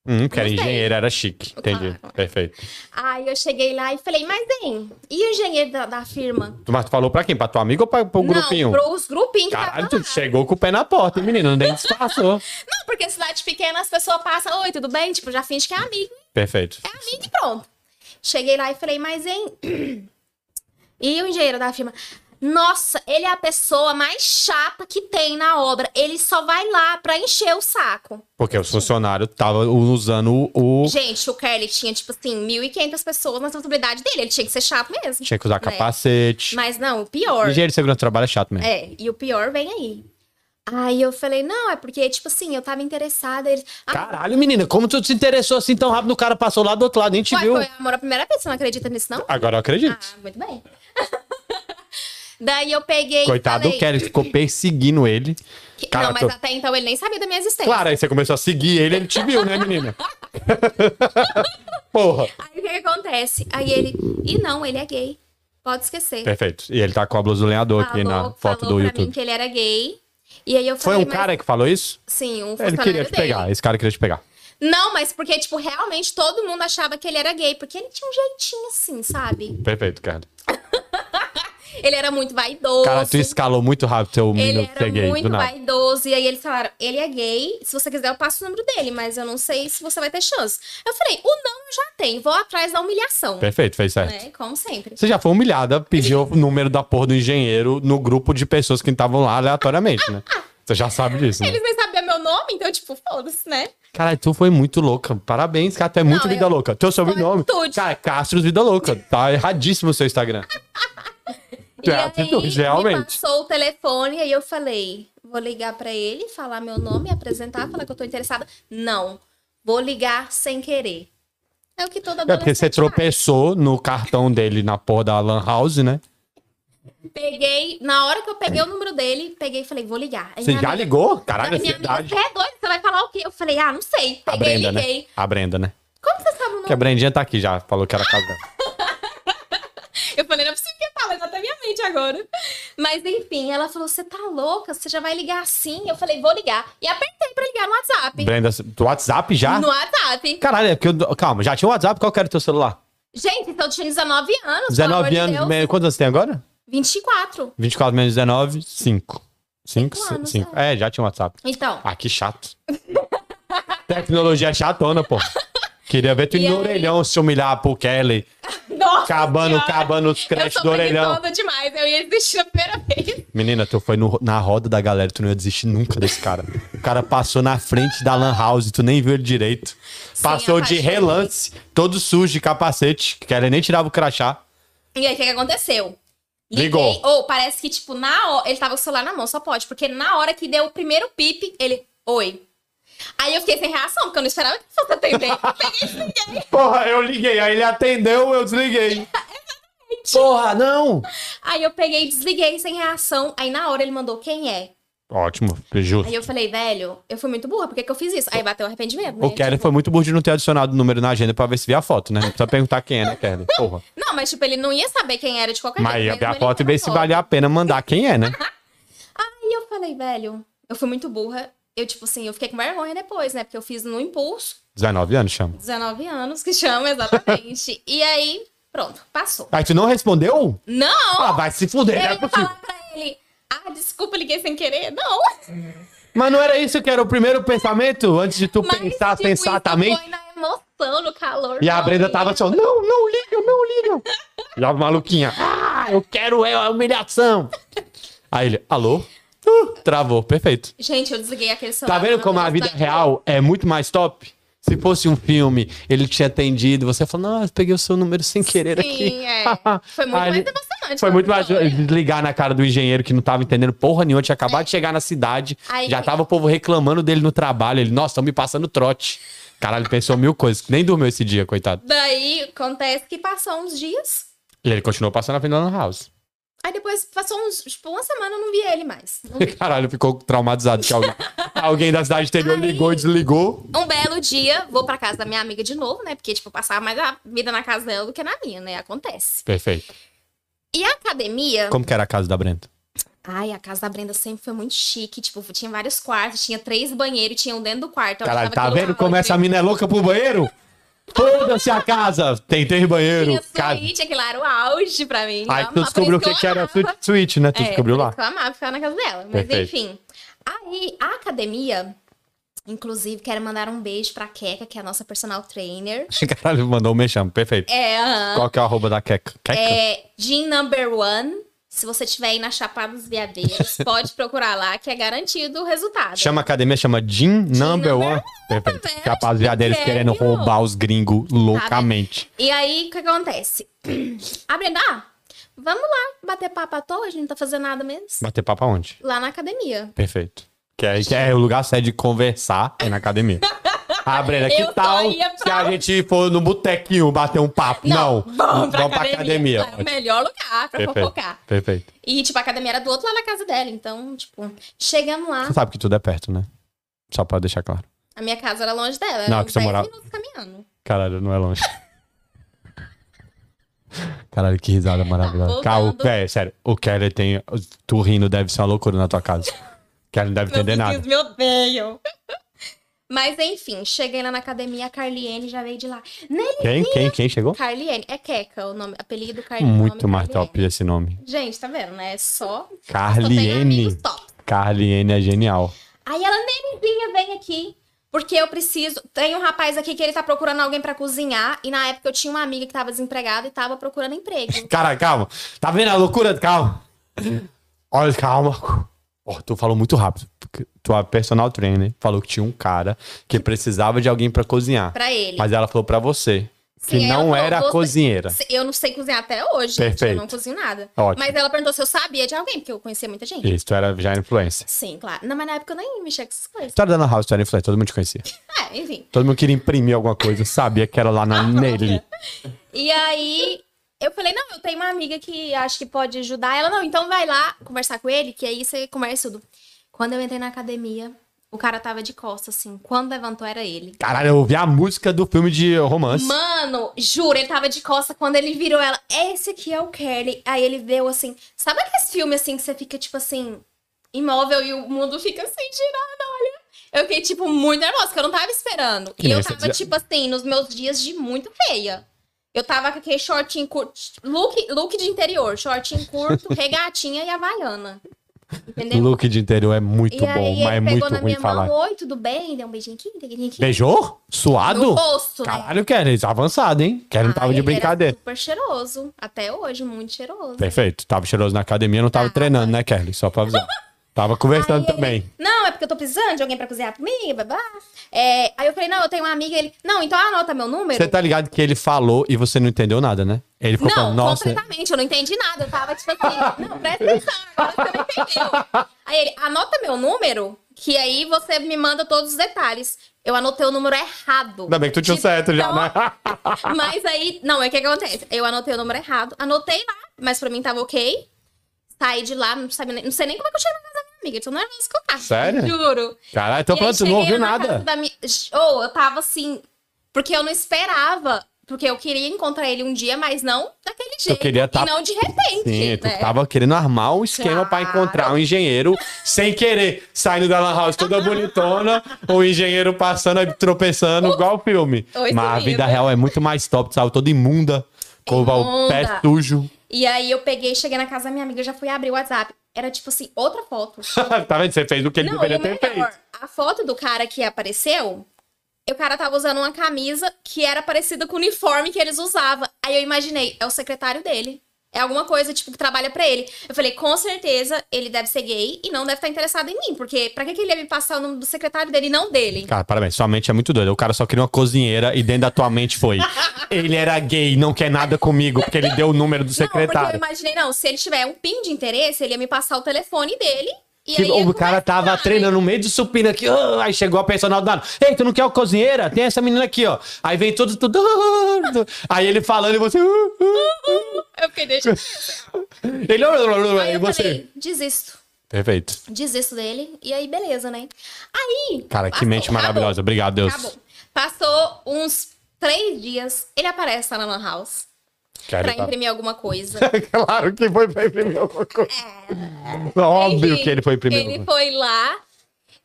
Speaker 1: Hum, porque era
Speaker 2: Gostei.
Speaker 1: engenheiro, era chique. Entendi.
Speaker 2: Claro.
Speaker 1: Perfeito.
Speaker 2: Aí eu cheguei lá e falei, mas hein, e o engenheiro da, da firma?
Speaker 1: Tu- Mas tu falou pra quem? Pra tua amiga ou pra, pro grupinho?
Speaker 2: Não, pros grupinhos que
Speaker 1: Caralho,
Speaker 2: tava
Speaker 1: tu
Speaker 2: lá.
Speaker 1: chegou com o pé na porta, hein, menino? Nem disfarçou.
Speaker 2: Não, porque cidade pequena as pessoas passam, oi, tudo bem? Tipo, já finge que é amigo,
Speaker 1: Perfeito.
Speaker 2: é amigo e pronto. Cheguei lá e falei, mas hein, e o engenheiro da firma? Nossa, ele é a pessoa mais chata que tem na obra. Ele só vai lá pra encher o saco.
Speaker 1: Porque os funcionários estavam usando o. o-
Speaker 2: Gente, o Kelly tinha, tipo assim, 1.500 pessoas na responsabilidade dele. Ele tinha que ser chato mesmo.
Speaker 1: Tinha que usar
Speaker 2: né?
Speaker 1: capacete.
Speaker 2: Mas não, o pior.
Speaker 1: Engenheiro de segurança do trabalho é chato mesmo.
Speaker 2: É, e o pior vem aí. Aí eu falei, não, é porque, tipo assim, eu tava interessada. Eles... Ah,
Speaker 1: Caralho, menina, como tu se interessou assim tão rápido? O cara passou lá do outro lado, nem te
Speaker 2: ué,
Speaker 1: viu.
Speaker 2: foi amor à primeira vez, você não acredita nisso, não?
Speaker 1: Agora eu
Speaker 2: Ah,
Speaker 1: acredito.
Speaker 2: muito bem. Daí eu peguei. e
Speaker 1: Coitado
Speaker 2: falei
Speaker 1: do Kelly, ficou perseguindo ele.
Speaker 2: que-
Speaker 1: Cara,
Speaker 2: não, mas
Speaker 1: tô-
Speaker 2: até então ele nem sabia da minha existência.
Speaker 1: Claro, aí você começou a seguir ele, ele te viu, né, menina? Porra.
Speaker 2: Aí o que, que acontece? Aí ele, e não, ele é gay. Pode esquecer.
Speaker 1: Perfeito. E ele tá com a blusa do lenhador aqui na
Speaker 2: Falou,
Speaker 1: foto
Speaker 2: falou
Speaker 1: do
Speaker 2: pra
Speaker 1: YouTube.
Speaker 2: mim que ele era gay. E aí eu
Speaker 1: Foi
Speaker 2: falei,
Speaker 1: um
Speaker 2: mas-
Speaker 1: cara que falou isso?
Speaker 2: Sim, um
Speaker 1: Ele
Speaker 2: funcionário
Speaker 1: queria te
Speaker 2: dele.
Speaker 1: pegar, esse cara queria te pegar.
Speaker 2: Não, mas porque, tipo, realmente todo mundo achava que ele era gay. Porque ele tinha um jeitinho assim, sabe?
Speaker 1: Perfeito, cara.
Speaker 2: Ele era muito vaidoso.
Speaker 1: Cara, tu escalou muito rápido seu
Speaker 2: Ele
Speaker 1: menino
Speaker 2: era
Speaker 1: ser gay,
Speaker 2: muito
Speaker 1: do nada.
Speaker 2: vaidoso. E aí eles falaram: ele é gay. Se você quiser, eu passo o número dele, mas eu não sei se você vai ter chance. Eu falei: o não eu já tenho, vou atrás da humilhação.
Speaker 1: Perfeito, fez certo.
Speaker 2: Né? Como sempre.
Speaker 1: Você já foi humilhada, pediu o número da porra do engenheiro no grupo de pessoas que estavam lá aleatoriamente, né? Você já sabe disso, né?
Speaker 2: Eles nem sabiam meu nome, sobrenome, então, tipo, foda-se, né?
Speaker 1: Cara, tu foi muito louca. Parabéns, cara. Tu é muito
Speaker 2: Não,
Speaker 1: vida
Speaker 2: eu-
Speaker 1: louca. Teu sobrenome.
Speaker 2: tudo.
Speaker 1: Cara, Castros Vida Louca. Tá erradíssimo o seu Instagram.
Speaker 2: E
Speaker 1: É,
Speaker 2: aí,
Speaker 1: não,
Speaker 2: me
Speaker 1: realmente.
Speaker 2: passou o telefone, aí eu falei, vou ligar pra ele, falar meu nome, apresentar, falar que eu tô interessada. Não, vou ligar sem querer. É o que toda
Speaker 1: É porque você
Speaker 2: adolescente faz.
Speaker 1: tropeçou no cartão dele na porra da Lan House, né?
Speaker 2: Peguei, na hora que eu peguei o número dele, peguei e falei, vou ligar. Aí
Speaker 1: Você
Speaker 2: minha
Speaker 1: já
Speaker 2: amiga-
Speaker 1: ligou? Caralho,
Speaker 2: minha amiga,
Speaker 1: ansiedade.
Speaker 2: você é doido, você vai falar o quê? Eu falei, ah, não sei. Peguei
Speaker 1: A Brenda,
Speaker 2: e
Speaker 1: né?
Speaker 2: liguei.
Speaker 1: A Brenda, né?
Speaker 2: Como você sabe o nome?
Speaker 1: Porque a Brendinha tá aqui já, falou que era casada.
Speaker 2: Eu falei, não é possível que tá lendo até minha mente agora. Mas enfim, ela falou, você tá louca? Você já vai ligar assim? Eu falei, vou ligar. E apertei pra ligar no WhatsApp.
Speaker 1: Brenda, do WhatsApp já?
Speaker 2: No WhatsApp.
Speaker 1: Caralho, é porque eu... Calma, já tinha o WhatsApp? Qual que era o teu celular?
Speaker 2: Gente, então eu tinha 19 anos.
Speaker 1: 19
Speaker 2: pelo amor
Speaker 1: anos,
Speaker 2: de Deus.
Speaker 1: meio- quantos anos você tem agora?
Speaker 2: 24.
Speaker 1: 24 menos 19, 5. 5,
Speaker 2: Cinco anos,
Speaker 1: 5. É, já tinha o WhatsApp.
Speaker 2: Então.
Speaker 1: Ah, que chato. Tecnologia é chatona, pô. Queria ver tu
Speaker 2: E
Speaker 1: indo no
Speaker 2: aí?
Speaker 1: orelhão se humilhar pro Kelly,
Speaker 2: Nossa
Speaker 1: acabando,
Speaker 2: Senhora,
Speaker 1: acabando os
Speaker 2: Eu
Speaker 1: créditos
Speaker 2: sou
Speaker 1: do orelhão.
Speaker 2: preguiçosa demais. Eu ia desistir a primeira vez.
Speaker 1: Menina, tu foi no- na roda da galera, tu não ia desistir nunca desse cara. O cara passou na frente da Lan House, tu nem viu ele direito. Passou de
Speaker 2: apaixonei.
Speaker 1: relance, todo sujo de capacete, que ela nem tirava o crachá.
Speaker 2: E aí, o que, que aconteceu?
Speaker 1: Ligou.
Speaker 2: Ou parece que, tipo, na hora. Ele tava com o celular na mão, só pode. Porque na hora que deu o primeiro pipe, ele. Oi. Aí eu fiquei sem reação, porque eu não esperava que tá fosse atender. Eu peguei e liguei.
Speaker 1: Porra, eu liguei, aí ele atendeu, eu desliguei. Porra, não!
Speaker 2: Aí eu peguei e desliguei sem reação. Aí na hora ele mandou quem é.
Speaker 1: Ótimo, justo.
Speaker 2: Aí eu falei, velho, eu fui muito burra, por que, que eu fiz isso? Aí bateu o arrependimento. Né?
Speaker 1: O Kelly foi muito burro de não ter adicionado o número na agenda pra ver se via a foto, né? Não precisa perguntar quem é, né, Kelly? Porra.
Speaker 2: Não, mas tipo, ele não ia saber quem era de qualquer
Speaker 1: Mas
Speaker 2: jeito.
Speaker 1: aí ver a
Speaker 2: mesmo
Speaker 1: foto e
Speaker 2: ele
Speaker 1: ver
Speaker 2: mandou.
Speaker 1: se vale a pena mandar quem é, né?
Speaker 2: Aí eu falei, velho, eu fui muito burra. Eu, tipo assim, eu fiquei com vergonha depois, né? Porque eu fiz no impulso,
Speaker 1: 19 anos, chama.
Speaker 2: 19 anos, que chama exatamente. e aí, pronto, passou.
Speaker 1: Aí tu não respondeu?
Speaker 2: Não!
Speaker 1: Ah, vai se fuder, não é
Speaker 2: eu ia
Speaker 1: possível.
Speaker 2: falar pra ele, ah, desculpa, liguei sem querer. Não!
Speaker 1: Mas não era isso que era o primeiro pensamento? Antes de tu pensar
Speaker 2: tipo, isso
Speaker 1: sensatamente?
Speaker 2: Foi na emoção, no calor.
Speaker 1: E a
Speaker 2: do
Speaker 1: Brenda
Speaker 2: momento.
Speaker 1: tava assim, ó, não, não ligam, não ligam. E a maluquinha, ah, eu quero é a humilhação. Aí ele, alô? Uh, travou, perfeito.
Speaker 2: Gente, eu desliguei aquele celular.
Speaker 1: Tá vendo
Speaker 2: na
Speaker 1: como a vida
Speaker 2: velocidade do-
Speaker 1: real é muito mais top? Se fosse um filme, ele tinha atendido, você falou, não, eu peguei o seu número sem querer aqui.
Speaker 2: Sim, é. Foi muito
Speaker 1: Aí
Speaker 2: mais
Speaker 1: ele-
Speaker 2: emocionante.
Speaker 1: Foi
Speaker 2: na
Speaker 1: muito mais
Speaker 2: história.
Speaker 1: desligar na cara do engenheiro que não tava entendendo porra nenhuma, tinha acabado de chegar na cidade,
Speaker 2: Aí-
Speaker 1: já tava o povo reclamando dele no trabalho, ele, nossa, estão me passando trote. Caralho, pensou mil coisas, nem dormiu esse dia, coitado.
Speaker 2: Daí acontece que passou uns dias.
Speaker 1: E ele continuou passando a frente da Lan House.
Speaker 2: Aí depois passou uns, tipo, uma semana eu não vi ele mais. Não vi.
Speaker 1: Caralho, ficou traumatizado que alguém, alguém da cidade interior
Speaker 2: Aí-
Speaker 1: ligou e desligou.
Speaker 2: Um belo dia, vou pra casa da minha amiga de novo, né? Porque, tipo, eu passava mais a vida na casa dela do que na minha, né? Acontece.
Speaker 1: Perfeito.
Speaker 2: E a academia.
Speaker 1: Como que era a casa da Brenda?
Speaker 2: Ai, a casa da Brenda sempre foi muito chique. Tipo, tinha vários quartos, tinha três banheiros, tinha um dentro do quarto. onde
Speaker 1: Caralho,
Speaker 2: tava
Speaker 1: tá
Speaker 2: aquele
Speaker 1: vendo como
Speaker 2: balde.
Speaker 1: essa mina é louca pro banheiro? Foda-se a casa! Tem ter banheiro,
Speaker 2: Tinha
Speaker 1: casa.
Speaker 2: suíte, aquilo lá era o auge pra mim.
Speaker 1: Aí
Speaker 2: Eu
Speaker 1: tu
Speaker 2: amava,
Speaker 1: descobriu o
Speaker 2: por
Speaker 1: que,
Speaker 2: isso
Speaker 1: que
Speaker 2: eu
Speaker 1: era
Speaker 2: amava.
Speaker 1: suíte, suíte, né? Tu
Speaker 2: É,
Speaker 1: descobriu
Speaker 2: por
Speaker 1: lá.
Speaker 2: isso que Eu amava ficar na casa dela. Mas
Speaker 1: Perfeito.
Speaker 2: enfim. Aí, a academia, inclusive, quero mandar um beijo pra Keka, que é a nossa personal trainer.
Speaker 1: Caralho, mandou um mexame, perfeito.
Speaker 2: É, aham.
Speaker 1: Qual que é o arroba da Queca? Queca?
Speaker 2: é Jean Number One. Se você estiver aí na Chapada dos Veadeiros, pode procurar lá, que é garantido o resultado.
Speaker 1: Chama a academia, chama Jean Number
Speaker 2: Number
Speaker 1: One.
Speaker 2: One,
Speaker 1: Perfeito.
Speaker 2: velho,
Speaker 1: Capaz viadeiros
Speaker 2: sério? Tá
Speaker 1: querendo roubar os gringos loucamente.
Speaker 2: E aí, o que acontece? A Brenda, ah, vamos lá bater papo à toa, a gente não tá fazendo nada mesmo.
Speaker 1: Bater papo aonde?
Speaker 2: Lá na academia.
Speaker 1: Perfeito. Que é, que é o lugar certo de conversar é na academia. Ah, Brenda, que
Speaker 2: Eu só
Speaker 1: tal
Speaker 2: ia pra-
Speaker 1: se a gente for no botequinho bater um papo? Não,
Speaker 2: vamos pra academia.
Speaker 1: academia.
Speaker 2: É o melhor lugar pra
Speaker 1: Perfeito,
Speaker 2: fofocar.
Speaker 1: perfeito.
Speaker 2: E, tipo, a academia era do outro lado da casa dela. Então, tipo, chegamos lá.
Speaker 1: Você sabe que tudo é perto, né? Só pra deixar claro.
Speaker 2: A minha casa era longe dela.
Speaker 1: Não,
Speaker 2: Não,
Speaker 1: que
Speaker 2: uns
Speaker 1: você
Speaker 2: 10
Speaker 1: morava-
Speaker 2: minutos caminhando.
Speaker 1: Caralho, não é longe. Caralho, que
Speaker 2: Tá
Speaker 1: risada maravilhosa.
Speaker 2: Voltando.
Speaker 1: Cara, o, véi, sério, o Keller tem. Tu rindo deve ser uma loucura na tua casa. O Keller não deve entender
Speaker 2: Meus
Speaker 1: nada.
Speaker 2: vizinhos me odeiam. Mas, enfim, cheguei lá na academia. A Carliene já veio de lá. Nem
Speaker 1: Quem? Quem? Quem chegou?
Speaker 2: Carliene. É Queca o nome. Apelido Carliene.
Speaker 1: Muito
Speaker 2: nome é
Speaker 1: mais
Speaker 2: Carliene.
Speaker 1: top esse nome.
Speaker 2: Gente, tá vendo, né? É Só... Só tem amigos
Speaker 1: Carliene.
Speaker 2: top.
Speaker 1: Carliene é genial.
Speaker 2: Aí ela, Nenezinha, vem aqui. Porque eu preciso. Tem um rapaz aqui que ele tá procurando alguém pra cozinhar. E na época eu tinha uma amiga que tava desempregada e tava procurando emprego.
Speaker 1: Cara, calma. Tá vendo a loucura? Calma. Olha, calma. Ó, tu falou muito rápido. porque Tua personal trainer falou que tinha um cara que precisava de alguém pra cozinhar.
Speaker 2: Pra ele.
Speaker 1: Mas ela falou pra você que
Speaker 2: Sim, ela
Speaker 1: não
Speaker 2: falou,
Speaker 1: era
Speaker 2: "Você-
Speaker 1: cozinheira.
Speaker 2: Se- Eu não sei cozinhar até hoje. gente,
Speaker 1: Perfeito.
Speaker 2: Eu não cozinho nada.
Speaker 1: Ótimo.
Speaker 2: Mas ela perguntou se eu sabia de alguém, porque eu conhecia muita gente.
Speaker 1: Isso, tu era já influencer.
Speaker 2: Sim, claro. Não, mas na época eu nem mexia com essas coisas.
Speaker 1: Tu era dando house, tu era influencer, todo mundo te conhecia.
Speaker 2: É, enfim.
Speaker 1: Todo mundo queria imprimir alguma coisa, sabia que era lá na, nele.
Speaker 2: E aí eu falei, não, eu tenho uma amiga que acho que pode ajudar. Ela, não, então vai lá conversar com ele, que aí você conversa tudo. Quando eu entrei na academia, o cara tava de costas, assim. Quando levantou, era ele.
Speaker 1: Caralho, eu ouvi a música do filme de romance.
Speaker 2: Mano, juro, ele tava de costa quando ele virou ela. Esse aqui é o Kelly. Aí ele deu assim. Sabe aqueles filmes assim que você fica, tipo assim, imóvel e o mundo fica assim girando, olha. Eu fiquei, tipo, muito nervosa, porque eu não tava esperando.
Speaker 1: Que
Speaker 2: e
Speaker 1: nem
Speaker 2: eu
Speaker 1: É, você
Speaker 2: tava,
Speaker 1: dizia-
Speaker 2: tipo assim, nos meus dias de muito feia. Eu tava com aquele shortinho curto. Look, look de interior, shortinho curto, regatinha e havaiana. Entendeu?
Speaker 1: Look de interior é muito
Speaker 2: né? e
Speaker 1: bom,
Speaker 2: aí
Speaker 1: mas
Speaker 2: ele
Speaker 1: é
Speaker 2: pegou
Speaker 1: muito
Speaker 2: na
Speaker 1: ruim
Speaker 2: minha
Speaker 1: falar.
Speaker 2: mão, oi, tudo bem? Deu um beijinho aqui, um beijinho aqui.
Speaker 1: Beijou? Suado?
Speaker 2: No rosto, né?
Speaker 1: Caralho, Keren, avançado, hein? Keren
Speaker 2: Ah,
Speaker 1: tava de
Speaker 2: ele era
Speaker 1: brincadeira. Tá
Speaker 2: super cheiroso. Até hoje, muito cheiroso.
Speaker 1: Perfeito. Tava cheiroso na academia, não tava
Speaker 2: Tava.
Speaker 1: treinando, né, Kelly? Só pra avisar. Tava
Speaker 2: Aí
Speaker 1: conversando
Speaker 2: ele,
Speaker 1: também.
Speaker 2: Não, é porque eu tô precisando de alguém pra cozinhar pra mim, blá, blá. É, aí eu falei, não, eu tenho uma amiga. Ele, não, então anota meu número.
Speaker 1: Você tá ligado que ele falou e você não entendeu nada, né? Ele ficou
Speaker 2: Não,
Speaker 1: falando, nossa.
Speaker 2: completamente, eu não entendi nada. Eu tava tipo assim, não, presta atenção, agora você não entendeu. Aí ele, anota meu número, que aí você me manda todos os detalhes. Eu anotei o número errado. Tipo,
Speaker 1: Ainda bem que tu tinha o
Speaker 2: De
Speaker 1: certo já,
Speaker 2: tão
Speaker 1: né?
Speaker 2: Mas aí, não, é o que que acontece? Eu anotei o número errado, anotei lá, mas pra mim tava ok. Saí de lá, não, sabia nem- não sei nem como é que eu cheguei na casa da minha amiga, então não era isso que eu tava.
Speaker 1: Sério?
Speaker 2: Juro.
Speaker 1: Caralho, então
Speaker 2: E aí
Speaker 1: pronto, tu não
Speaker 2: cheguei
Speaker 1: ouviu
Speaker 2: na casa
Speaker 1: nada.
Speaker 2: da minha- Ou eu tava assim, porque eu não esperava, porque eu queria encontrar ele um dia, mas não daquele jeito.
Speaker 1: queria tá-
Speaker 2: E não de repente,
Speaker 1: Sim, tu tá
Speaker 2: né?
Speaker 1: tava querendo armar um esquema pra
Speaker 2: Claro.
Speaker 1: encontrar um engenheiro sem querer, saindo da Lan House toda bonitona, o engenheiro passando aí tropeçando, igual o filme.
Speaker 2: Oi, né?
Speaker 1: Mas a
Speaker 2: sumido.
Speaker 1: vida real é muito mais top, tu saiu toda imunda, com o pé
Speaker 2: Imunda.
Speaker 1: sujo.
Speaker 2: E aí eu peguei, cheguei na casa da minha amiga, eu já fui abrir o WhatsApp. Era tipo assim, outra foto.
Speaker 1: tá vendo? Você fez o que ele
Speaker 2: Não, e
Speaker 1: deveria
Speaker 2: o
Speaker 1: ter
Speaker 2: melhor,
Speaker 1: feito.
Speaker 2: a foto do cara que apareceu, o cara tava usando uma camisa que era parecida com o uniforme que eles usavam. Aí eu imaginei, é o secretário dele. É alguma coisa, tipo, que trabalha pra ele. Eu falei, com certeza ele deve ser gay e não deve estar interessado em mim. Porque pra que, que ele ia me passar o nome do secretário dele e não dele?
Speaker 1: Cara, parabéns, sua mente é muito doida. O cara só queria uma cozinheira e dentro da tua mente foi. Ele era gay, não quer nada comigo, porque ele deu o número do
Speaker 2: Não, porque eu
Speaker 1: secretário.
Speaker 2: imaginei, não, se ele tiver um pin de interesse, ele ia me passar o telefone dele. E
Speaker 1: Que
Speaker 2: aí ia
Speaker 1: Tipo, o cara
Speaker 2: conversar,
Speaker 1: tava
Speaker 2: né?
Speaker 1: treinando no meio de supina aqui, ah, aí chegou a personal do lado. Ei, tu não quer uma cozinheira? Tem essa menina aqui, ó. Aí vem todo. tudo. aí ele falando e você. ah, ah,
Speaker 2: Eu fiquei deixando.
Speaker 1: ah. Ele. ah, ah, ah,
Speaker 2: Aí
Speaker 1: e
Speaker 2: eu
Speaker 1: você.
Speaker 2: falei, desisto.
Speaker 1: Perfeito.
Speaker 2: Desisto dele. E aí, beleza, né? Aí.
Speaker 1: Cara, que
Speaker 2: passou,
Speaker 1: mente
Speaker 2: acabou,
Speaker 1: maravilhosa. Obrigado, Deus.
Speaker 2: Acabou. Tá Passou uns três dias, ele aparece lá na Lan House
Speaker 1: Cara,
Speaker 2: pra
Speaker 1: tá-
Speaker 2: imprimir alguma coisa.
Speaker 1: claro que foi pra imprimir alguma coisa. Óbvio
Speaker 2: Enfim,
Speaker 1: que ele foi imprimir alguma
Speaker 2: É. Ele
Speaker 1: coisa.
Speaker 2: foi lá.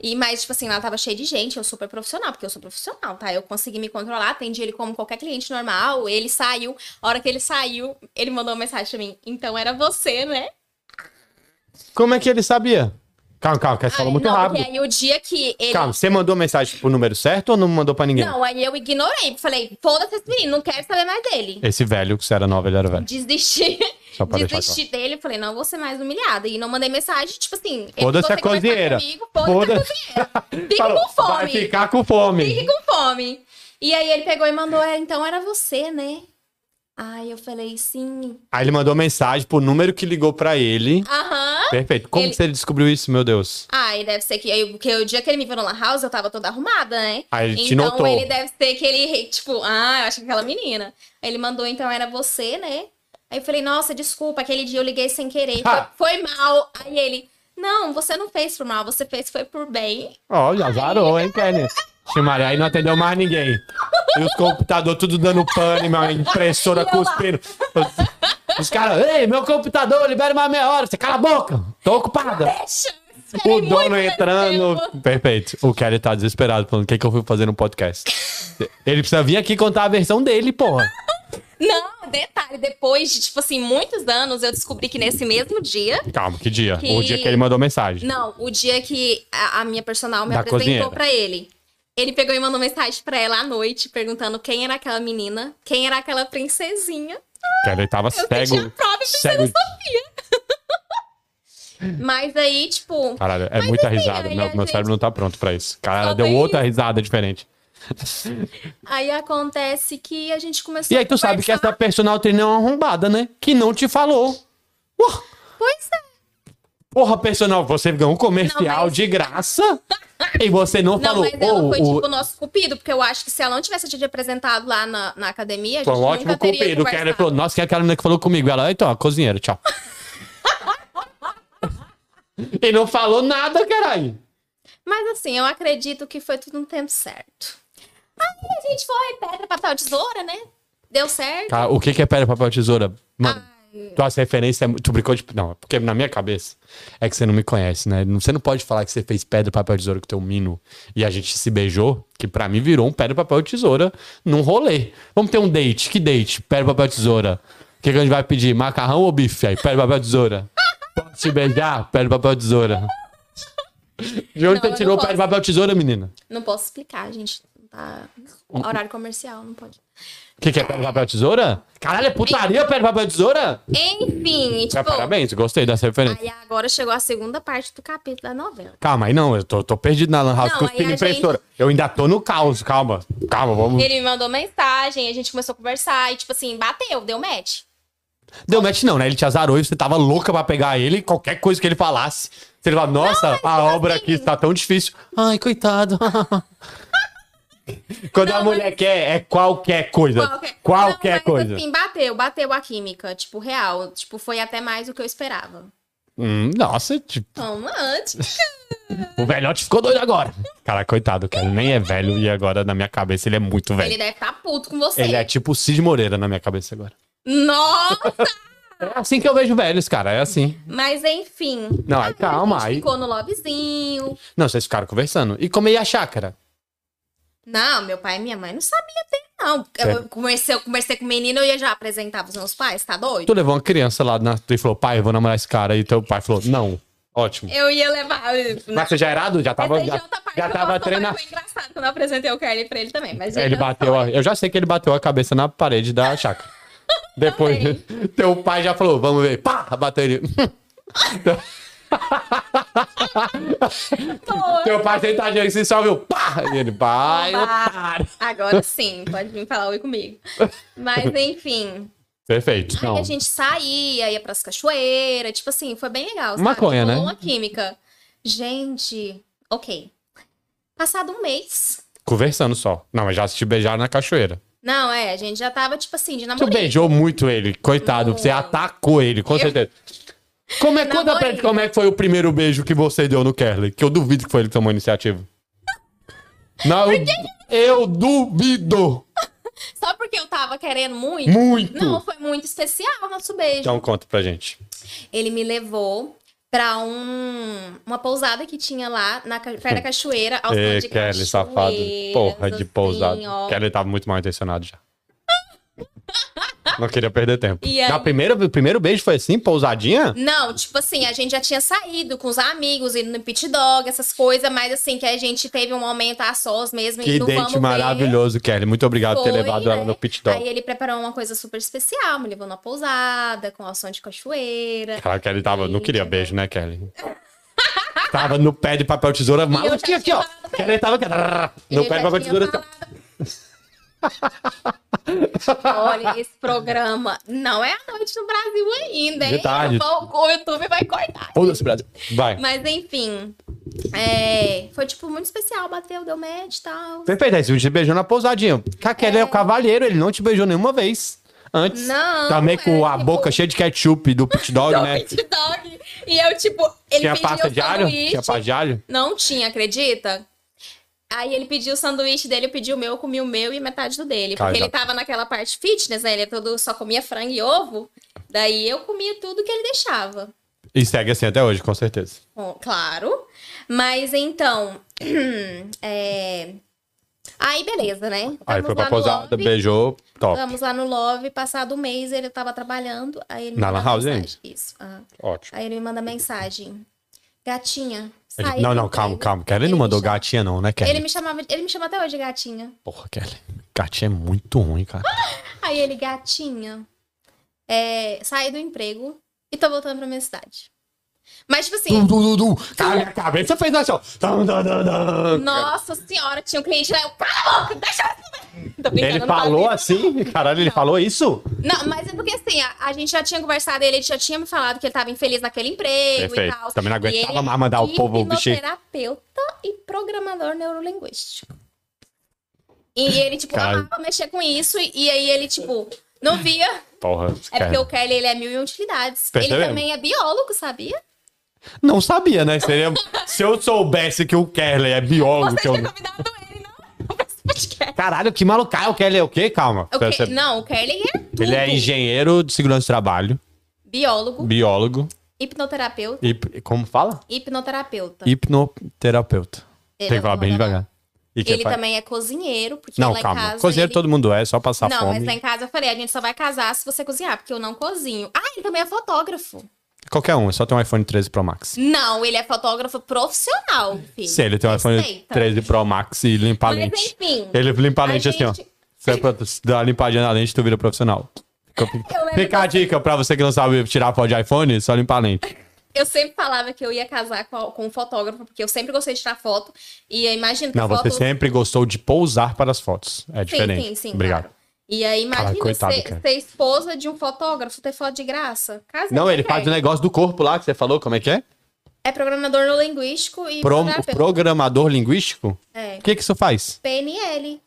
Speaker 2: E, mas, tipo assim, lá tava cheio de gente, eu super profissional, porque eu sou profissional, tá? Eu consegui me controlar, atendi ele como qualquer cliente normal, ele saiu. A hora que ele saiu, ele mandou uma mensagem pra mim. Então era você, né?
Speaker 1: Como é que ele sabia? Calma, calma, que você falou
Speaker 2: Aí,
Speaker 1: muito
Speaker 2: não,
Speaker 1: rápido.
Speaker 2: Porque aí o dia que ele.
Speaker 1: Calma, você mandou mensagem pro número certo ou não mandou pra ninguém?
Speaker 2: Não, aí eu ignorei. Falei, foda-se esse menino, não quero saber mais dele.
Speaker 1: Esse velho, que você era nova, ele era velho.
Speaker 2: Desisti.
Speaker 1: Só pra deixar
Speaker 2: Desisti dele. Falei, não vou ser mais humilhada. E não mandei mensagem, tipo assim.
Speaker 1: Foda-se
Speaker 2: você
Speaker 1: a
Speaker 2: conversar
Speaker 1: cozinheira.
Speaker 2: comigo, Foda-se a
Speaker 1: Foda-se.
Speaker 2: cozinheira. Fica
Speaker 1: Falou,
Speaker 2: com fome.
Speaker 1: Vai ficar com fome.
Speaker 2: Fique com fome. E aí ele pegou e mandou, é, então era você, né? Aí eu falei, sim.
Speaker 1: Aí ele mandou mensagem pro número que ligou pra ele.
Speaker 2: Aham.
Speaker 1: Perfeito. Como
Speaker 2: Ele-
Speaker 1: que você descobriu isso, meu Deus?
Speaker 2: Ai, deve ser que. aí, Porque o dia que ele me viu na Lan House, eu tava toda arrumada, né?
Speaker 1: Aí ele te
Speaker 2: então
Speaker 1: notou.
Speaker 2: ele deve ser que ele, tipo, ah, eu acho que aquela menina. Aí ele mandou, então era você, né? Aí eu falei, nossa, desculpa, aquele dia eu liguei sem querer. Foi,
Speaker 1: Ha!
Speaker 2: foi mal. Aí ele, não, você não fez por mal, você fez foi por bem.
Speaker 1: Olha, azarou,
Speaker 2: tá
Speaker 1: hein, Kelly? Ixi, Maria, aí não atendeu mais ninguém. E os computadores tudo dando pane, minha impressora
Speaker 2: E eu lá.
Speaker 1: cuspindo. Os, os caras, ei, meu computador, libera mais meia hora. Você cala a boca, tô ocupada.
Speaker 2: Deixa, eu esperei
Speaker 1: O
Speaker 2: muito
Speaker 1: dono
Speaker 2: esse
Speaker 1: entrando.
Speaker 2: tempo.
Speaker 1: Perfeito. O Kelly tá desesperado, falando o que, que eu fui fazer no podcast. Ele precisa vir aqui contar a versão dele, porra.
Speaker 2: Não, detalhe, depois de, tipo assim, muitos anos, eu descobri que nesse mesmo dia.
Speaker 1: Calma, que dia?
Speaker 2: Que-
Speaker 1: O dia que ele mandou mensagem.
Speaker 2: Não, o dia que a, a minha personal me
Speaker 1: Da
Speaker 2: apresentou
Speaker 1: cozinheira.
Speaker 2: pra ele. Ele pegou e mandou mensagem pra ela à noite, perguntando quem era aquela menina, quem era aquela princesinha.
Speaker 1: Kelly tava
Speaker 2: Eu senti a
Speaker 1: cego.
Speaker 2: prova e pensei na
Speaker 1: cego
Speaker 2: Sofia. Mas aí, tipo,
Speaker 1: Caralho, é
Speaker 2: Mas
Speaker 1: muita
Speaker 2: assim,
Speaker 1: risada.
Speaker 2: aí
Speaker 1: Meu,
Speaker 2: a
Speaker 1: meu
Speaker 2: gente-
Speaker 1: cérebro não tá pronto pra isso. Cara,
Speaker 2: Só
Speaker 1: deu
Speaker 2: tem-
Speaker 1: outra risada diferente.
Speaker 2: aí acontece que a gente começou
Speaker 1: E aí tu
Speaker 2: a
Speaker 1: sabe que
Speaker 2: conversar.
Speaker 1: essa personal trainer é uma arrombada, né? Que não te falou. Uah,
Speaker 2: Pois é.
Speaker 1: porra, personal, você ganhou um comercial
Speaker 2: Não, mas-
Speaker 1: de graça e você não,
Speaker 2: Não,
Speaker 1: falou.
Speaker 2: mas ela
Speaker 1: "Ô,
Speaker 2: foi
Speaker 1: o-
Speaker 2: tipo o nosso cupido, porque eu acho que se ela não tivesse te apresentado lá na, na academia, a
Speaker 1: Foi
Speaker 2: gente
Speaker 1: um
Speaker 2: nunca
Speaker 1: ótimo
Speaker 2: teria
Speaker 1: cupido. Que ela
Speaker 2: conversado.
Speaker 1: falou, nossa, que é aquela menina que falou comigo. Ela, então, a cozinheira, tchau. e não falou nada, caralho.
Speaker 2: Mas assim, eu acredito que foi tudo no tempo certo. Aí a gente foi, pedra, papel, tesoura, né? Deu certo.
Speaker 1: Cara, o que que é pedra, papel, tesoura? Mano, tuas referências é muito. Tu brincou de. Não, porque na minha cabeça é que você não me conhece, né? Você não pode falar que você fez pedra, papel, tesoura com teu mino e a gente se beijou, que pra mim virou um pedra, papel, tesoura num rolê. Vamos ter um date. Que date? Pedra, papel, tesoura. O que, que a gente vai pedir? Macarrão ou bife? Aí, pedra, papel, tesoura. Posso te beijar? Pedra, papel, tesoura. De onde
Speaker 2: Não, eu
Speaker 1: você
Speaker 2: não
Speaker 1: tirou
Speaker 2: posso.
Speaker 1: pedra, papel, tesoura, menina?
Speaker 2: Não posso explicar, gente. Tá. Horário comercial, não pode.
Speaker 1: O que, que é pedra, papel, tesoura? Caralho, é putaria, pedra, papel, tesoura?
Speaker 2: Enfim, e, tipo.
Speaker 1: Ah, parabéns, gostei dessa referência.
Speaker 2: Aí agora chegou a segunda parte do capítulo da novela.
Speaker 1: Calma aí, não, eu tô, tô perdido na Lan House
Speaker 2: Não,
Speaker 1: com os
Speaker 2: aí
Speaker 1: filhos
Speaker 2: a
Speaker 1: impressora. Eu ainda tô no caos, calma. Calma, vamos.
Speaker 2: Ele me mandou mensagem, a gente começou a conversar e, tipo assim, bateu, deu match.
Speaker 1: Deu match não, né? Ele te azarou e você tava louca pra pegar ele, qualquer coisa que ele falasse. Você fala, nossa, a obra
Speaker 2: assim?"
Speaker 1: aqui está tão difícil. Ai, coitado. Quando
Speaker 2: Não,
Speaker 1: a mulher
Speaker 2: mas-
Speaker 1: quer, é qualquer coisa. Qualquer,
Speaker 2: Não, mas,
Speaker 1: é coisa.
Speaker 2: Assim, bateu, bateu a química, tipo, real. Tipo, foi até mais do que eu esperava.
Speaker 1: Hum, nossa, tipo,
Speaker 2: Toma antes.
Speaker 1: o velhote ficou doido agora. Cara, coitado, cara, ele nem é velho e agora na minha cabeça ele é muito velho.
Speaker 2: Ele deve estar puto com você.
Speaker 1: Ele é tipo o Cid Moreira na minha cabeça agora.
Speaker 2: Nossa!
Speaker 1: É assim que eu vejo velhos, cara, é assim.
Speaker 2: Mas enfim.
Speaker 1: Não, aí calma,
Speaker 2: A gente
Speaker 1: aí
Speaker 2: ficou no lovezinho.
Speaker 1: Não, vocês ficaram conversando. E como ia a chácara?
Speaker 2: Não, meu pai e minha mãe não sabiam ter, não.
Speaker 1: É.
Speaker 2: Eu comecei, eu conversei com o menino, eu ia já apresentar pros meus pais, tá doido?
Speaker 1: Tu levou uma criança lá na... e falou, pai, eu vou namorar esse cara. E teu pai falou, não. Ótimo.
Speaker 2: Eu ia levar.
Speaker 1: Mas você já era adulto? Já tava,
Speaker 2: Essa aí
Speaker 1: já,
Speaker 2: já é outra parte
Speaker 1: já
Speaker 2: que
Speaker 1: tava
Speaker 2: eu posso falar que
Speaker 1: treinando. É,
Speaker 2: Foi engraçado quando eu apresentei o Carly pra ele também. Mas
Speaker 1: Ele
Speaker 2: já-
Speaker 1: bateu, a- eu já sei que ele bateu a cabeça na parede da chácara. Depois, teu pai já falou, vamos ver. Pá, bateu ele.
Speaker 2: Pô,
Speaker 1: teu pai sentadinho aí, você só viu, pá. E ele, pai,
Speaker 2: Oba.
Speaker 1: otário.
Speaker 2: Agora sim, pode vir falar oi comigo. Mas enfim.
Speaker 1: Perfeito.
Speaker 2: Aí
Speaker 1: Não.
Speaker 2: a gente saía, ia pras cachoeiras, tipo assim, foi bem legal. Sabe?
Speaker 1: Maconha,
Speaker 2: Rolou
Speaker 1: né?
Speaker 2: uma química. Gente, ok. Passado um mês.
Speaker 1: Conversando só. Não, mas já se te beijaram na cachoeira.
Speaker 2: Não, é, a gente já tava, tipo assim, de
Speaker 1: Tu
Speaker 2: namorado.
Speaker 1: beijou muito ele, coitado. Você
Speaker 2: Não.
Speaker 1: atacou ele, com certeza. Como é, conta pra ele
Speaker 2: Namorei.
Speaker 1: como é que foi o primeiro beijo que você deu no Kerley? Que eu duvido que foi ele que tomou a iniciativa. Não, eu, eu duvido
Speaker 2: Só porque eu tava querendo muito.
Speaker 1: muito.
Speaker 2: Não, foi muito especial o nosso beijo.
Speaker 1: Então conta pra gente.
Speaker 2: Ele me levou pra um, uma pousada que tinha lá, na, ca- perto da cachoeira. ao som
Speaker 1: Ê,
Speaker 2: de
Speaker 1: É, Kerley, safado.
Speaker 2: cachoeiras,
Speaker 1: Porra de
Speaker 2: assim,
Speaker 1: pousado.
Speaker 2: ó.
Speaker 1: Kerley tava muito mal intencionado já. Não queria perder tempo.
Speaker 2: E aí?
Speaker 1: Na primeira, o primeiro beijo foi assim, pousadinha?
Speaker 2: Não, tipo assim, a gente já tinha saído com os amigos, indo no pit dog, essas coisas, mas assim, que a gente teve um momento a sós mesmo.
Speaker 1: Que
Speaker 2: e no vamos
Speaker 1: dente
Speaker 2: ver.
Speaker 1: maravilhoso, Kerley. Muito obrigado por ter
Speaker 2: Foi,
Speaker 1: levado ela
Speaker 2: né?
Speaker 1: no pit dog.
Speaker 2: Aí ele preparou uma coisa super especial, me levou numa pousada, com ação de cachoeira.
Speaker 1: Caralho, Kelly tava. Não queria beijo, né, Kelly? tava no pé de papel tesoura maluquinho aqui, ó. Kelly tava. No
Speaker 2: Ele
Speaker 1: pé de
Speaker 2: já
Speaker 1: papel
Speaker 2: tinha
Speaker 1: tesoura.
Speaker 2: falado.
Speaker 1: tá?
Speaker 2: Olha, esse programa não é a noite no Brasil ainda, hein?
Speaker 1: De tarde.
Speaker 2: Eu vou- O YouTube vai cortar.
Speaker 1: Foda-se, Brasil. Vai.
Speaker 2: Mas enfim, é, foi tipo muito especial, bateu, deu match e tal.
Speaker 1: Perfeito, é aí você te beijou na pousadinha. Cara, Kelly é. o cavalheiro, ele não te beijou nenhuma vez. Antes.
Speaker 2: Não,
Speaker 1: Também com
Speaker 2: é,
Speaker 1: a
Speaker 2: tipo-
Speaker 1: boca cheia de ketchup do pit dog,
Speaker 2: Do
Speaker 1: né?
Speaker 2: pit dog. E eu, tipo, ele
Speaker 1: Tinha
Speaker 2: pediu
Speaker 1: pasta
Speaker 2: o
Speaker 1: de alho?
Speaker 2: sanduíche.
Speaker 1: Tinha pasta de alho?
Speaker 2: Não tinha, acredita? Aí ele pediu o sanduíche dele, eu pedi o meu, eu comi o meu e metade do dele.
Speaker 1: Cara,
Speaker 2: porque
Speaker 1: já- tá.
Speaker 2: ele tava naquela parte fitness, né? Ele é todo, só comia frango e ovo. Daí eu comia tudo que ele deixava.
Speaker 1: E segue assim até hoje, com certeza.
Speaker 2: Bom, claro. Mas então. é, Aí, beleza, né?
Speaker 1: Aí
Speaker 2: Estamos
Speaker 1: foi pra
Speaker 2: lá no
Speaker 1: pousada,
Speaker 2: lobby.
Speaker 1: beijou, top.
Speaker 2: Estamos lá no Love, passado um mês ele tava trabalhando. Aí ele me
Speaker 1: Na
Speaker 2: manda
Speaker 1: Lan House
Speaker 2: mensagem. Isso. aham.
Speaker 1: Ótimo.
Speaker 2: Aí ele me manda mensagem. Gatinha.
Speaker 1: Ele-
Speaker 2: saí
Speaker 1: não,
Speaker 2: do
Speaker 1: não,
Speaker 2: emprego.
Speaker 1: calma, calma. Kelly não
Speaker 2: me
Speaker 1: mandou
Speaker 2: chama-
Speaker 1: gatinha, não, né, Kelly?
Speaker 2: Ele me chamava, ele me chama até hoje de gatinha.
Speaker 1: Porra, Kelly. Gatinha é muito ruim, cara.
Speaker 2: Ah, Aí ele, gatinha, é, saí do emprego e tô voltando pra minha cidade. Mas, tipo assim,
Speaker 1: Dum, dum, dum, dum. A minha cabeça fez assim, ó. Dum, dum, dum, dum.
Speaker 2: nossa senhora, tinha um cliente lá, eu, cala a boca, deixa eu responder." Tô brincando,
Speaker 1: Ele
Speaker 2: não falo
Speaker 1: falou
Speaker 2: isso.
Speaker 1: assim? Caralho, ele falou isso?
Speaker 2: Não, mas é porque assim, a, a gente já tinha conversado, ele já tinha me falado que ele tava infeliz naquele emprego
Speaker 1: Perfeito.
Speaker 2: e tal.
Speaker 1: Também não
Speaker 2: E
Speaker 1: aguentava
Speaker 2: ele é
Speaker 1: mais mandar o povo, o bichinho.
Speaker 2: hipnoterapeuta e programador neurolinguístico. E ele, tipo,
Speaker 1: Cara.
Speaker 2: amava mexer com isso, e, e aí ele, tipo, não via.
Speaker 1: Porra.
Speaker 2: É porque
Speaker 1: cara.
Speaker 2: o Kelly, ele é mil e um utilidades.
Speaker 1: Percebemos.
Speaker 2: Ele também é biólogo, sabia?
Speaker 1: Não sabia, né? Seria... Se eu soubesse que o Kerley é biólogo.
Speaker 2: Você
Speaker 1: Que eu...
Speaker 2: tinha convidado ele, não? Pra esse podcast.
Speaker 1: Caralho, que maluco. Ah, O Kerley é o quê? Calma.
Speaker 2: O Ke-
Speaker 1: Você-
Speaker 2: Não, o Kelly é tudo.
Speaker 1: Ele é engenheiro de segurança do trabalho,
Speaker 2: Biólogo,
Speaker 1: biólogo
Speaker 2: hipnoterapeuta,
Speaker 1: e. Como fala?
Speaker 2: hipnoterapeuta.
Speaker 1: Hipnoterapeuta.
Speaker 2: É,
Speaker 1: Tem que falar
Speaker 2: não,
Speaker 1: bem
Speaker 2: não, não.
Speaker 1: devagar. E que
Speaker 2: Ele
Speaker 1: faz-
Speaker 2: também é cozinheiro, porque
Speaker 1: Não,
Speaker 2: lá em
Speaker 1: calma.
Speaker 2: casa.
Speaker 1: Cozinheiro
Speaker 2: ele-
Speaker 1: todo mundo é, só passar
Speaker 2: Não,
Speaker 1: fome.
Speaker 2: mas lá em casa eu falei, a gente só vai casar se você cozinhar, porque eu não cozinho. Ah, ele também é fotógrafo.
Speaker 1: Qualquer um, só tem um iPhone 13 Pro Max.
Speaker 2: Não, ele é fotógrafo profissional, filho.
Speaker 1: Se ele tem um iPhone
Speaker 2: Respeita.
Speaker 1: 13 Pro Max e limpar a
Speaker 2: Mas
Speaker 1: lente.
Speaker 2: enfim,
Speaker 1: Ele limpa a
Speaker 2: a
Speaker 1: lente assim, ó.
Speaker 2: gente-
Speaker 1: Você é pra tu dar uma limpadinha na lente, tu vira profissional. Fica-
Speaker 2: Eu lembro
Speaker 1: Fica a dica pra você que não sabe tirar foto de iPhone, só limpar a lente.
Speaker 2: Eu sempre falava que eu ia casar com, a- com um fotógrafo, porque eu sempre gostei de tirar foto. E eu imagino que
Speaker 1: Não,
Speaker 2: foto...
Speaker 1: você sempre gostou de pousar para as fotos. É diferente.
Speaker 2: Sim, sim, sim.
Speaker 1: Obrigado.
Speaker 2: claro. E aí imagina
Speaker 1: Cara, coitado,
Speaker 2: ser,
Speaker 1: cara.
Speaker 2: ser esposa de um fotógrafo, ter foto de graça. Casa
Speaker 1: Não, ele faz o negócio do corpo lá que você falou, como é que é?
Speaker 2: É programador no linguístico e
Speaker 1: Pro-
Speaker 2: fotógrafo.
Speaker 1: programador linguístico?
Speaker 2: É.
Speaker 1: O que que isso faz?
Speaker 2: PNL.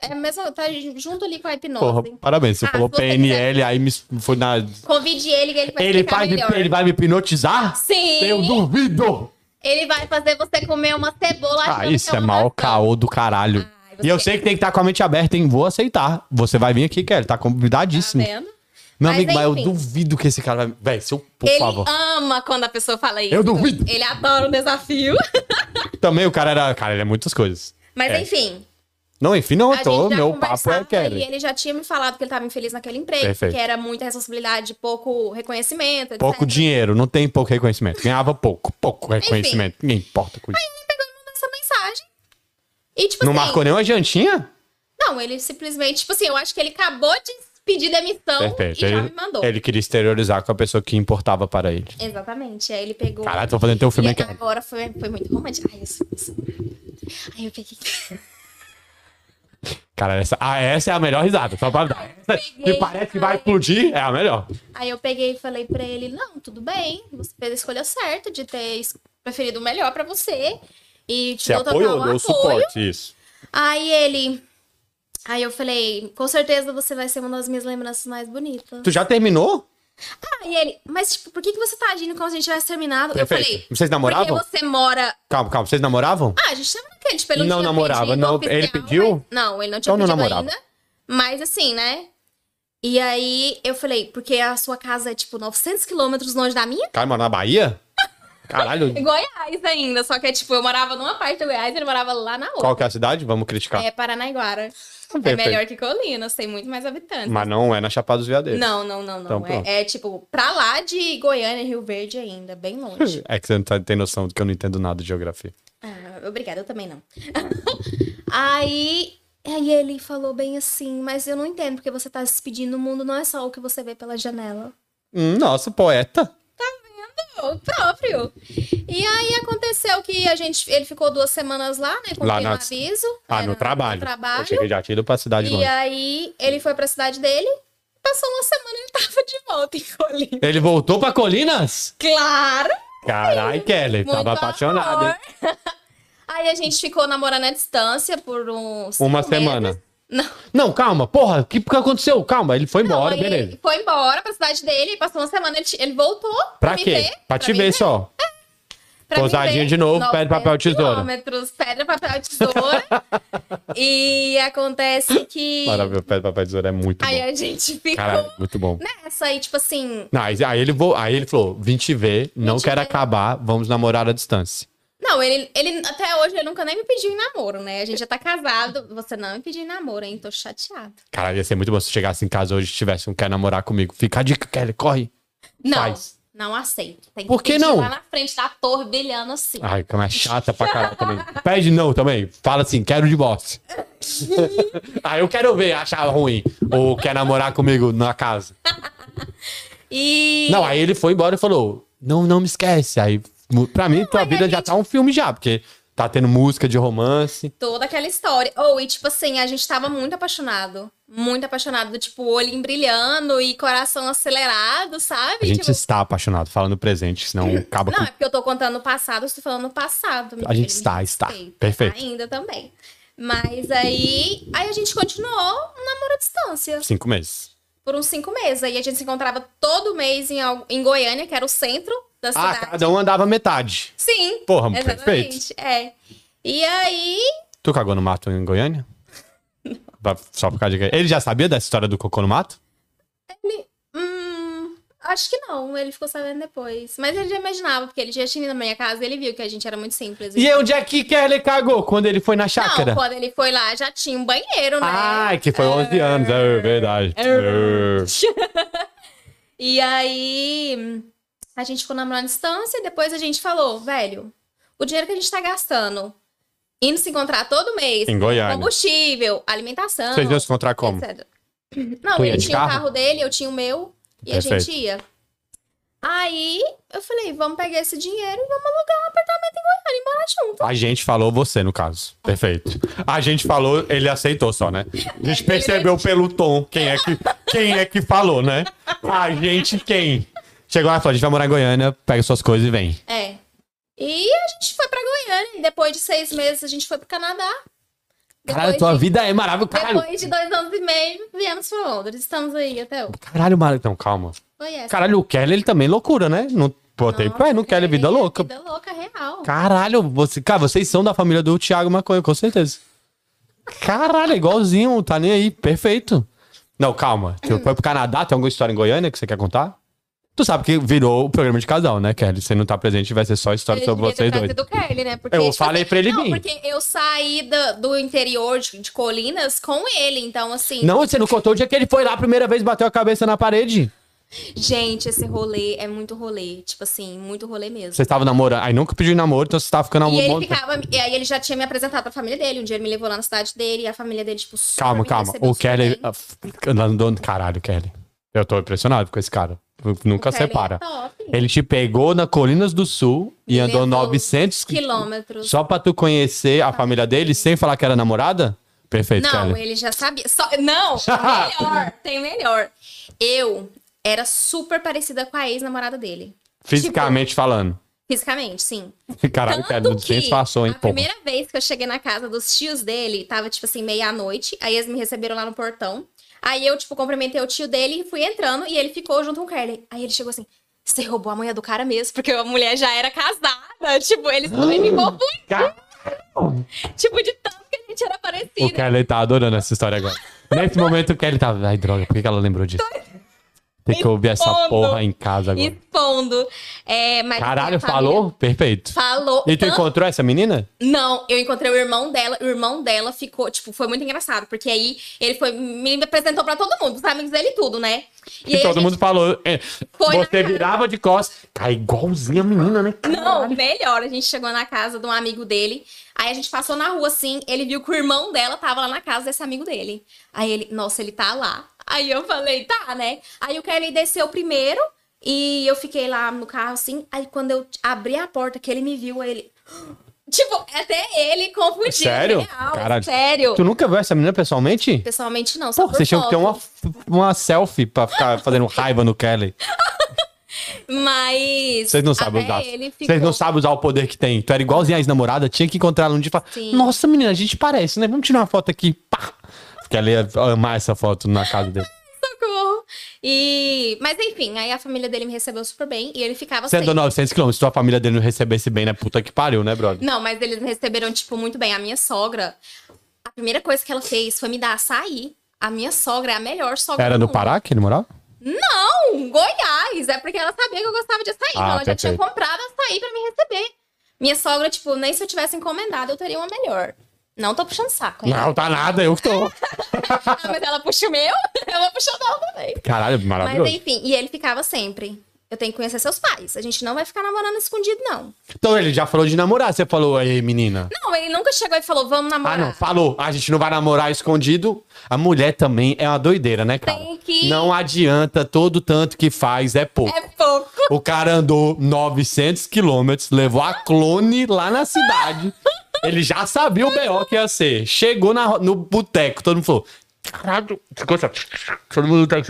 Speaker 2: É mesmo, tá junto ali com a hipnose.
Speaker 1: Porra, parabéns. Você
Speaker 2: Ah,
Speaker 1: falou
Speaker 2: se você
Speaker 1: PNL, aí me foi na.
Speaker 2: Convide ele que ele vai
Speaker 1: Ele,
Speaker 2: explicar
Speaker 1: faz,
Speaker 2: melhor.
Speaker 1: ele vai me hipnotizar?
Speaker 2: Sim,
Speaker 1: Eu duvido!
Speaker 2: ele vai fazer você comer uma cebola achando
Speaker 1: Ah,
Speaker 2: que
Speaker 1: isso é
Speaker 2: uma
Speaker 1: mau
Speaker 2: maçã.
Speaker 1: caô do caralho.
Speaker 2: Ai,
Speaker 1: E eu
Speaker 2: Ah, você-
Speaker 1: sei que tem que estar com a mente aberta, hein? Vou aceitar. Você vai vir aqui, Kelly. Tá
Speaker 2: Tá
Speaker 1: convidadíssimo.
Speaker 2: vendo?
Speaker 1: Meu
Speaker 2: Mas,
Speaker 1: amigo, mas eu
Speaker 2: enfim.
Speaker 1: duvido que esse cara vai. Véi, seu, por
Speaker 2: ele
Speaker 1: favor.
Speaker 2: ama quando a pessoa fala isso.
Speaker 1: Eu duvido.
Speaker 2: Ele adora um desafio.
Speaker 1: Também o cara era. Cara, ele é muitas coisas.
Speaker 2: Mas
Speaker 1: É.
Speaker 2: enfim,
Speaker 1: Não, enfim, não, eu
Speaker 2: a
Speaker 1: tô.
Speaker 2: gente já
Speaker 1: Meu papo é
Speaker 2: conversava e
Speaker 1: Kelly.
Speaker 2: ele já tinha me falado que ele estava infeliz naquele emprego,
Speaker 1: Perfeito.
Speaker 2: que era muita responsabilidade, pouco reconhecimento, etc.
Speaker 1: Pouco dinheiro, não tem pouco reconhecimento. Ganhava pouco, pouco reconhecimento. Ninguém importa com isso.
Speaker 2: Ele pegou e mandou essa mensagem. E tipo
Speaker 1: Não
Speaker 2: assim,
Speaker 1: marcou nenhuma jantinha?
Speaker 2: não, ele simplesmente, tipo assim, eu acho que ele acabou de pedir demissão
Speaker 1: Perfeito.
Speaker 2: e já
Speaker 1: Ele,
Speaker 2: me mandou.
Speaker 1: ele queria exteriorizar com a pessoa que importava para ele.
Speaker 2: Exatamente, aí ele pegou.
Speaker 1: Caralho, tô fazendo teu filme é
Speaker 2: E
Speaker 1: aqui.
Speaker 2: agora foi, foi muito romântico. Ai, isso, isso. Ai, eu peguei.
Speaker 1: Cara, essa, ah, essa é a melhor risada. Só pra dar.
Speaker 2: peguei,
Speaker 1: Que parece que vai
Speaker 2: ai.
Speaker 1: explodir, é a melhor.
Speaker 2: Aí eu peguei e falei pra ele: não, tudo bem, você fez a escolha certa de ter es- preferido o melhor pra você. E te
Speaker 1: Você
Speaker 2: dou total
Speaker 1: apoiou, deu
Speaker 2: Então, apoio.
Speaker 1: suporte, isso.
Speaker 2: Aí ele. Aí eu falei, com certeza você vai ser uma das minhas lembranças mais bonitas.
Speaker 1: Tu já terminou?
Speaker 2: Aí ele, mas tipo, por que, que você tá agindo como se a gente tivesse terminado?
Speaker 1: Perfeito.
Speaker 2: Eu falei,
Speaker 1: Vocês namoravam?
Speaker 2: porque você mora.
Speaker 1: Calma, calma. Vocês namoravam?
Speaker 2: Ah, a gente tava naquele, tipo, ele não,
Speaker 1: Não
Speaker 2: tinha
Speaker 1: namorava,
Speaker 2: pedido
Speaker 1: não,
Speaker 2: oficial,
Speaker 1: ele pediu?
Speaker 2: mas- Não, ele não tinha
Speaker 1: Então não
Speaker 2: pedido
Speaker 1: namorava.
Speaker 2: ainda. Mas assim, né? E aí eu falei, porque a sua casa é tipo 900 quilômetros longe da minha?
Speaker 1: Cara, mora na Bahia? Caralho.
Speaker 2: Em Goiás ainda, só que é tipo, eu morava numa parte do Goiás e ele morava lá na outra.
Speaker 1: Qual que é a cidade? Vamos criticar.
Speaker 2: É Paranaiguara. É
Speaker 1: Perfeito.
Speaker 2: melhor que Colinas, tem muito mais habitantes.
Speaker 1: Mas não é na Chapada dos Veadeiros.
Speaker 2: Não, não, não, não.
Speaker 1: Então, pronto.
Speaker 2: é, é, tipo, pra lá de Goiânia, Rio Verde ainda, bem longe.
Speaker 1: É que você não tá- tem noção de que eu não entendo nada de geografia.
Speaker 2: Ah, obrigada, eu também não. aí, aí ele falou bem assim, mas eu não entendo porque você tá se despedindo, o mundo não é só o que você vê pela janela.
Speaker 1: Hum, Nossa, poeta.
Speaker 2: O próprio. E aí aconteceu que a gente, ele ficou duas semanas lá, né? Com
Speaker 1: Lá
Speaker 2: um
Speaker 1: na-
Speaker 2: aviso.
Speaker 1: Ah,
Speaker 2: é,
Speaker 1: no
Speaker 2: na-
Speaker 1: trabalho.
Speaker 2: No
Speaker 1: Eu achei
Speaker 2: trabalho.
Speaker 1: que já tinha ido pra cidade
Speaker 2: E
Speaker 1: longe.
Speaker 2: aí ele foi pra cidade dele, passou uma semana e ele tava de volta em Colina.
Speaker 1: Ele voltou pra Colinas?
Speaker 2: Claro!
Speaker 1: Caralho, Kelly.
Speaker 2: Muito
Speaker 1: Tava apaixonado, hein?
Speaker 2: amor. Aí a gente ficou namorando à distância por uns. cinco
Speaker 1: Uma
Speaker 2: meses.
Speaker 1: semana.
Speaker 2: Não,
Speaker 1: Não, calma. Porra, o que, que aconteceu? Calma, ele foi embora,
Speaker 2: aí ele
Speaker 1: beleza.
Speaker 2: Foi embora pra cidade dele, passou uma semana, ele, te- ele voltou.
Speaker 1: Pra
Speaker 2: me
Speaker 1: quê?
Speaker 2: ver,
Speaker 1: pra te
Speaker 2: me
Speaker 1: ver só.
Speaker 2: pra me
Speaker 1: Pousadinha de novo, pedra, papel,
Speaker 2: 900
Speaker 1: tesoura.
Speaker 2: Quilômetros, pedra, papel, tesoura. e acontece que.
Speaker 1: Maravilha, Pedra, Papel, Tesoura é muito
Speaker 2: Aí
Speaker 1: bom.
Speaker 2: a gente ficou
Speaker 1: Caralho, muito bom.
Speaker 2: nessa aí, tipo assim.
Speaker 1: Não, aí, aí ele vo... aí ele falou, vim te ver, não
Speaker 2: te
Speaker 1: quero
Speaker 2: ver.
Speaker 1: acabar, vamos namorar à distância.
Speaker 2: Não, ele, ele até hoje ele nunca nem me pediu em namoro, né? A gente já tá casado. Você não me pediu em namoro, hein? Tô chateado.
Speaker 1: Caralho, ia ser muito bom se chegasse em casa hoje e tivesse um quer namorar comigo. Fica a dica, Kelly, corre.
Speaker 2: Não,
Speaker 1: Faz.
Speaker 2: não aceito. Tem
Speaker 1: Por que
Speaker 2: pedir
Speaker 1: não?
Speaker 2: lá na frente da torre brilhando assim.
Speaker 1: Ai, como é chata pra caralho também. Pede não também. Fala assim, quero divórcio. aí eu quero ver, achar ruim. Ou quer namorar comigo na casa.
Speaker 2: E
Speaker 1: Não, aí ele foi embora e falou, não, não me esquece. Aí, mu- pra mim, tua
Speaker 2: mas
Speaker 1: vida
Speaker 2: a
Speaker 1: já
Speaker 2: gente-
Speaker 1: tá um filme já, porque tá tendo música de romance.
Speaker 2: Toda aquela história. Ou, e tipo assim, a gente tava muito apaixonado. Muito apaixonado, tipo, olho brilhando e coração acelerado, sabe?
Speaker 1: A gente
Speaker 2: tipo,
Speaker 1: está apaixonado, fala no presente, senão acaba
Speaker 2: Não,
Speaker 1: com.
Speaker 2: é porque eu tô contando o passado, eu estou falando o passado. meu
Speaker 1: A gente
Speaker 2: filho,
Speaker 1: está,
Speaker 2: me
Speaker 1: está.
Speaker 2: respeita.
Speaker 1: Perfeito.
Speaker 2: Ainda também. Mas aí, aí a gente continuou um namoro à distância.
Speaker 1: Cinco meses.
Speaker 2: Por uns cinco meses. Aí a gente se encontrava todo mês em, al- em Goiânia, que era o centro da
Speaker 1: Ah,
Speaker 2: cidade.
Speaker 1: cada um andava metade.
Speaker 2: Sim,
Speaker 1: Porra, perfeito.
Speaker 2: tá exatamente. É. E aí,
Speaker 1: Tu cagou no mato em Goiânia? Pra- Só por causa de. Ele já sabia dessa história do cocô no mato?
Speaker 2: Hum, acho que não, ele ficou sabendo depois. Mas ele já imaginava, porque ele já tinha ido na minha casa e ele viu que a gente era muito simples.
Speaker 1: E onde é que Kelly cagou quando ele foi na chácara?
Speaker 2: Não, quando ele foi lá já tinha um banheiro, né?
Speaker 1: Ah, que foi 11 anos, é verdade. É.
Speaker 2: E aí a gente ficou namorando à distância e depois a gente falou, velho, o dinheiro que a gente tá gastando indo se encontrar todo mês,
Speaker 1: Em Goiânia.
Speaker 2: combustível, alimentação,
Speaker 1: Vocês iam se encontrar como?
Speaker 2: etc. É Não,
Speaker 1: Tu ia
Speaker 2: ele
Speaker 1: de
Speaker 2: tinha
Speaker 1: carro?
Speaker 2: o carro dele, eu tinha o meu, e a
Speaker 1: Perfeito.
Speaker 2: gente ia. Aí eu falei, vamos pegar esse dinheiro e vamos alugar um apartamento em Goiânia e morar junto.
Speaker 1: A gente falou você, no caso. Perfeito. A gente falou, ele aceitou só, né? A gente percebeu pelo tom quem é que, quem é que falou, né? A gente quem? Chegou lá e falou, a gente vai morar em Goiânia, pega suas coisas e vem.
Speaker 2: É. E a gente foi pra Goiânia, e depois de seis meses a gente foi pro Canadá.
Speaker 1: Caralho,
Speaker 2: Depois
Speaker 1: tua
Speaker 2: de-
Speaker 1: vida é maravilhosa. Caralho,
Speaker 2: Depois de dois anos e meio, viemos pra Londres. Estamos aí até hoje.
Speaker 1: caralho, Mara- Então, calma.
Speaker 2: Foi essa.
Speaker 1: Caralho, o Kelly, ele também é loucura, né? Não botei
Speaker 2: Nossa, é
Speaker 1: pra ele, não Kelly, é vida
Speaker 2: Kelly,
Speaker 1: louca.
Speaker 2: Vida louca, real.
Speaker 1: Caralho, você, cara, vocês são da família do Thiago Maconha, com certeza. Caralho, igualzinho, tá nem aí, perfeito. Não, calma. Tu foi pro Canadá, tem alguma história em Goiânia que você quer contar? Tu sabe que virou o programa de casal, né, Kelly? Se não tá presente, vai ser só história
Speaker 2: Ele
Speaker 1: sobre
Speaker 2: devia ter
Speaker 1: vocês dois.
Speaker 2: trazido o Kelly, né? Porque,
Speaker 1: Eu falei pra ele
Speaker 2: não,
Speaker 1: vir.
Speaker 2: porque eu saí da- do, interior de, de Colinas com ele. Então, assim,
Speaker 1: Não, você não contou o dia que ele foi lá a primeira vez e bateu a cabeça na parede.
Speaker 2: gente, esse rolê é muito rolê. Tipo assim, muito rolê mesmo.
Speaker 1: Você tava namorando. Aí nunca pediu em namoro, então você tava ficando
Speaker 2: E
Speaker 1: algum
Speaker 2: ele
Speaker 1: monte.
Speaker 2: ficava. E aí ele já tinha me apresentado pra família dele. Um dia ele me levou lá na cidade dele e a família dele, tipo, super
Speaker 1: Calma,
Speaker 2: me
Speaker 1: calma.
Speaker 2: recebeu
Speaker 1: O
Speaker 2: super
Speaker 1: Kelly.
Speaker 2: bem.
Speaker 1: Andou... Caralho, Kelly. Eu tô impressionado com esse cara. Nunca
Speaker 2: O Kelly é
Speaker 1: separa.
Speaker 2: top.
Speaker 1: Ele te pegou na Colinas do Sul e andou
Speaker 2: Levou
Speaker 1: 900 qui-
Speaker 2: Quilômetros.
Speaker 1: só pra tu conhecer a família dele sem falar que era namorada? Perfeito,
Speaker 2: Não,
Speaker 1: Kelly.
Speaker 2: ele tipo, já sabia. Só- Não, melhor, tem melhor. Eu era super parecida com a ex-namorada dele.
Speaker 1: Fisicamente falando.
Speaker 2: Fisicamente, sim.
Speaker 1: Caralho, Kelly, não
Speaker 2: que
Speaker 1: disfarçou, é, hein,
Speaker 2: a
Speaker 1: pô.
Speaker 2: primeira vez que eu cheguei na casa dos tios dele, tava, tipo assim, meia-noite. Aí eles me receberam lá no portão. Aí eu, tipo, cumprimentei o tio dele e fui entrando. E ele ficou junto com o Kelly. Aí ele chegou assim... Você roubou a mulher do cara mesmo, porque a mulher já era casada. Tipo, eles ele ficou tipo de tanto que a gente era
Speaker 1: O
Speaker 2: parecida.
Speaker 1: Kelly tá adorando essa história agora. Nesse momento, o Kelly tá. Ai, droga, por que que ela lembrou disso? Tem que ouvir essa
Speaker 2: Expondo.
Speaker 1: porra em casa agora.
Speaker 2: Expondo. É, mas
Speaker 1: Caralho,
Speaker 2: a família-
Speaker 1: falou? Perfeito.
Speaker 2: Falou.
Speaker 1: E tu
Speaker 2: tanto-
Speaker 1: encontrou essa menina?
Speaker 2: Não, eu encontrei o irmão dela. O irmão dela ficou, tipo, foi muito engraçado. Porque aí ele foi, me apresentou pra todo mundo, os amigos dele e tudo, né? E
Speaker 1: E
Speaker 2: aí a
Speaker 1: todo
Speaker 2: gente-
Speaker 1: mundo falou. é,
Speaker 2: Foi na
Speaker 1: você
Speaker 2: cara.
Speaker 1: virava de costas. Tá igualzinha a menina, né?
Speaker 2: Não, melhor, a gente chegou na casa de um amigo dele. Aí a gente passou na rua assim, ele viu que o irmão dela tava lá na casa desse amigo dele. Aí ele, nossa, ele tá lá. Aí eu falei, tá, né? Aí o Kelly desceu primeiro e eu fiquei lá no carro assim. Aí quando eu abri a porta que ele me viu, aí ele. Tipo, até ele confundiu.
Speaker 1: É Sério?
Speaker 2: é Real,
Speaker 1: Caralho.
Speaker 2: Sério.
Speaker 1: Tu nunca viu essa menina pessoalmente?
Speaker 2: Pessoalmente não, só
Speaker 1: Porra,
Speaker 2: por
Speaker 1: vocês tinham que ter
Speaker 2: foto.
Speaker 1: uma, uma selfie pra ficar fazendo raiva no Kelly.
Speaker 2: Mas.
Speaker 1: Vocês não sabem
Speaker 2: até
Speaker 1: usar.
Speaker 2: Ah, é, ele
Speaker 1: Vocês
Speaker 2: ficou-
Speaker 1: não sabem usar o poder que tem. Tu era igualzinho a ex-namorada, tinha que encontrar ela um dia e falar:
Speaker 2: Sim.
Speaker 1: Nossa, menina, a gente parece, né? Vamos tirar uma foto aqui. Pá! Porque ela ia amar essa foto na casa dele.
Speaker 2: Socorro. E... Mas enfim, aí a família dele me recebeu super bem e ele ficava
Speaker 1: Você andou
Speaker 2: sempre.
Speaker 1: 900 km, se tua família dele não recebesse bem, né? Puta que pariu, né, brother?
Speaker 2: Não, mas eles me receberam, tipo, muito bem. A minha sogra, a primeira coisa que ela fez foi me dar açaí. A minha sogra é a melhor sogra.
Speaker 1: Era
Speaker 2: do
Speaker 1: no
Speaker 2: mundo.
Speaker 1: Pará que ele morava?
Speaker 2: Não, Goiás. É porque ela sabia que eu gostava de açaí. então
Speaker 1: Ah,
Speaker 2: ela já tinha
Speaker 1: perfeito.
Speaker 2: comprado açaí pra me receber. Minha sogra, tipo, nem se eu tivesse encomendado, eu teria uma melhor. Não tô puxando saco, hein?
Speaker 1: Não, tá nada, eu que tô.
Speaker 2: Ah, mas ela puxa o meu, eu vou puxar o dela também.
Speaker 1: Caralho,
Speaker 2: Mas
Speaker 1: maravilhoso.
Speaker 2: enfim, e ele ficava sempre. Eu tenho que conhecer seus pais. A gente não vai ficar namorando escondido, não.
Speaker 1: Então ele já falou de namorar, você falou aí, menina.
Speaker 2: Não, ele nunca chegou e falou, vamos
Speaker 1: Ah,
Speaker 2: namorar.
Speaker 1: não, falou. A gente não vai namorar escondido. A mulher também é uma doideira, né, cara?
Speaker 2: Tem que-
Speaker 1: Não adianta, todo tanto que faz é pouco.
Speaker 2: É pouco.
Speaker 1: O cara andou 900 quilômetros, levou a clone lá na cidade. Ele já sabia o B.O. que ia ser. Chegou na, ro- no boteco, todo mundo falou. Caralho, escuta. todo mundo tá-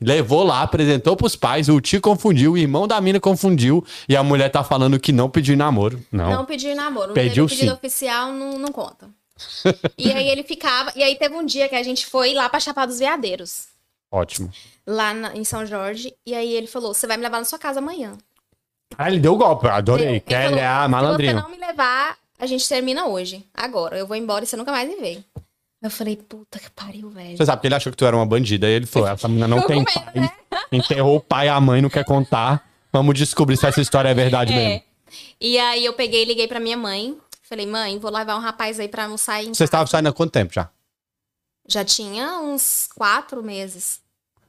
Speaker 1: Levou lá, apresentou pros pais, o tio confundiu, o irmão da mina confundiu, e a mulher tá falando que não pediu em namoro. Não.
Speaker 2: Não pediu em namoro.
Speaker 1: Pediu
Speaker 2: teve pedido
Speaker 1: sim.
Speaker 2: oficial, não, não conta. e aí ele ficava. E aí teve um dia que a gente foi lá pra Chapada dos Veadeiros,
Speaker 1: Ótimo.
Speaker 2: lá na- em São Jorge. E aí ele falou: Você vai me levar na sua casa amanhã.
Speaker 1: Ah, ele deu o golpe, eu
Speaker 2: Ele-
Speaker 1: adorei.
Speaker 2: ele
Speaker 1: Kelly,
Speaker 2: falou,
Speaker 1: ah,
Speaker 2: Se
Speaker 1: malandrinho.
Speaker 2: você não me levar, a gente termina hoje. Agora. Eu vou embora e você nunca mais me vê. Eu falei: Puta que pariu, velho.
Speaker 1: Você sabe que ele achou que tu era uma bandida. E ele falou: essa menina não
Speaker 2: Ficou
Speaker 1: tem
Speaker 2: com medo,
Speaker 1: pai. Enterrou o pai, a mãe não quer contar. Vamos descobrir se essa história é verdade
Speaker 2: É.
Speaker 1: mesmo.
Speaker 2: E aí eu peguei e liguei pra minha mãe. Falei, mãe, vou levar um rapaz aí pra almoçar. Em...
Speaker 1: Você estava saindo há quanto tempo já?
Speaker 2: Já tinha uns quatro meses.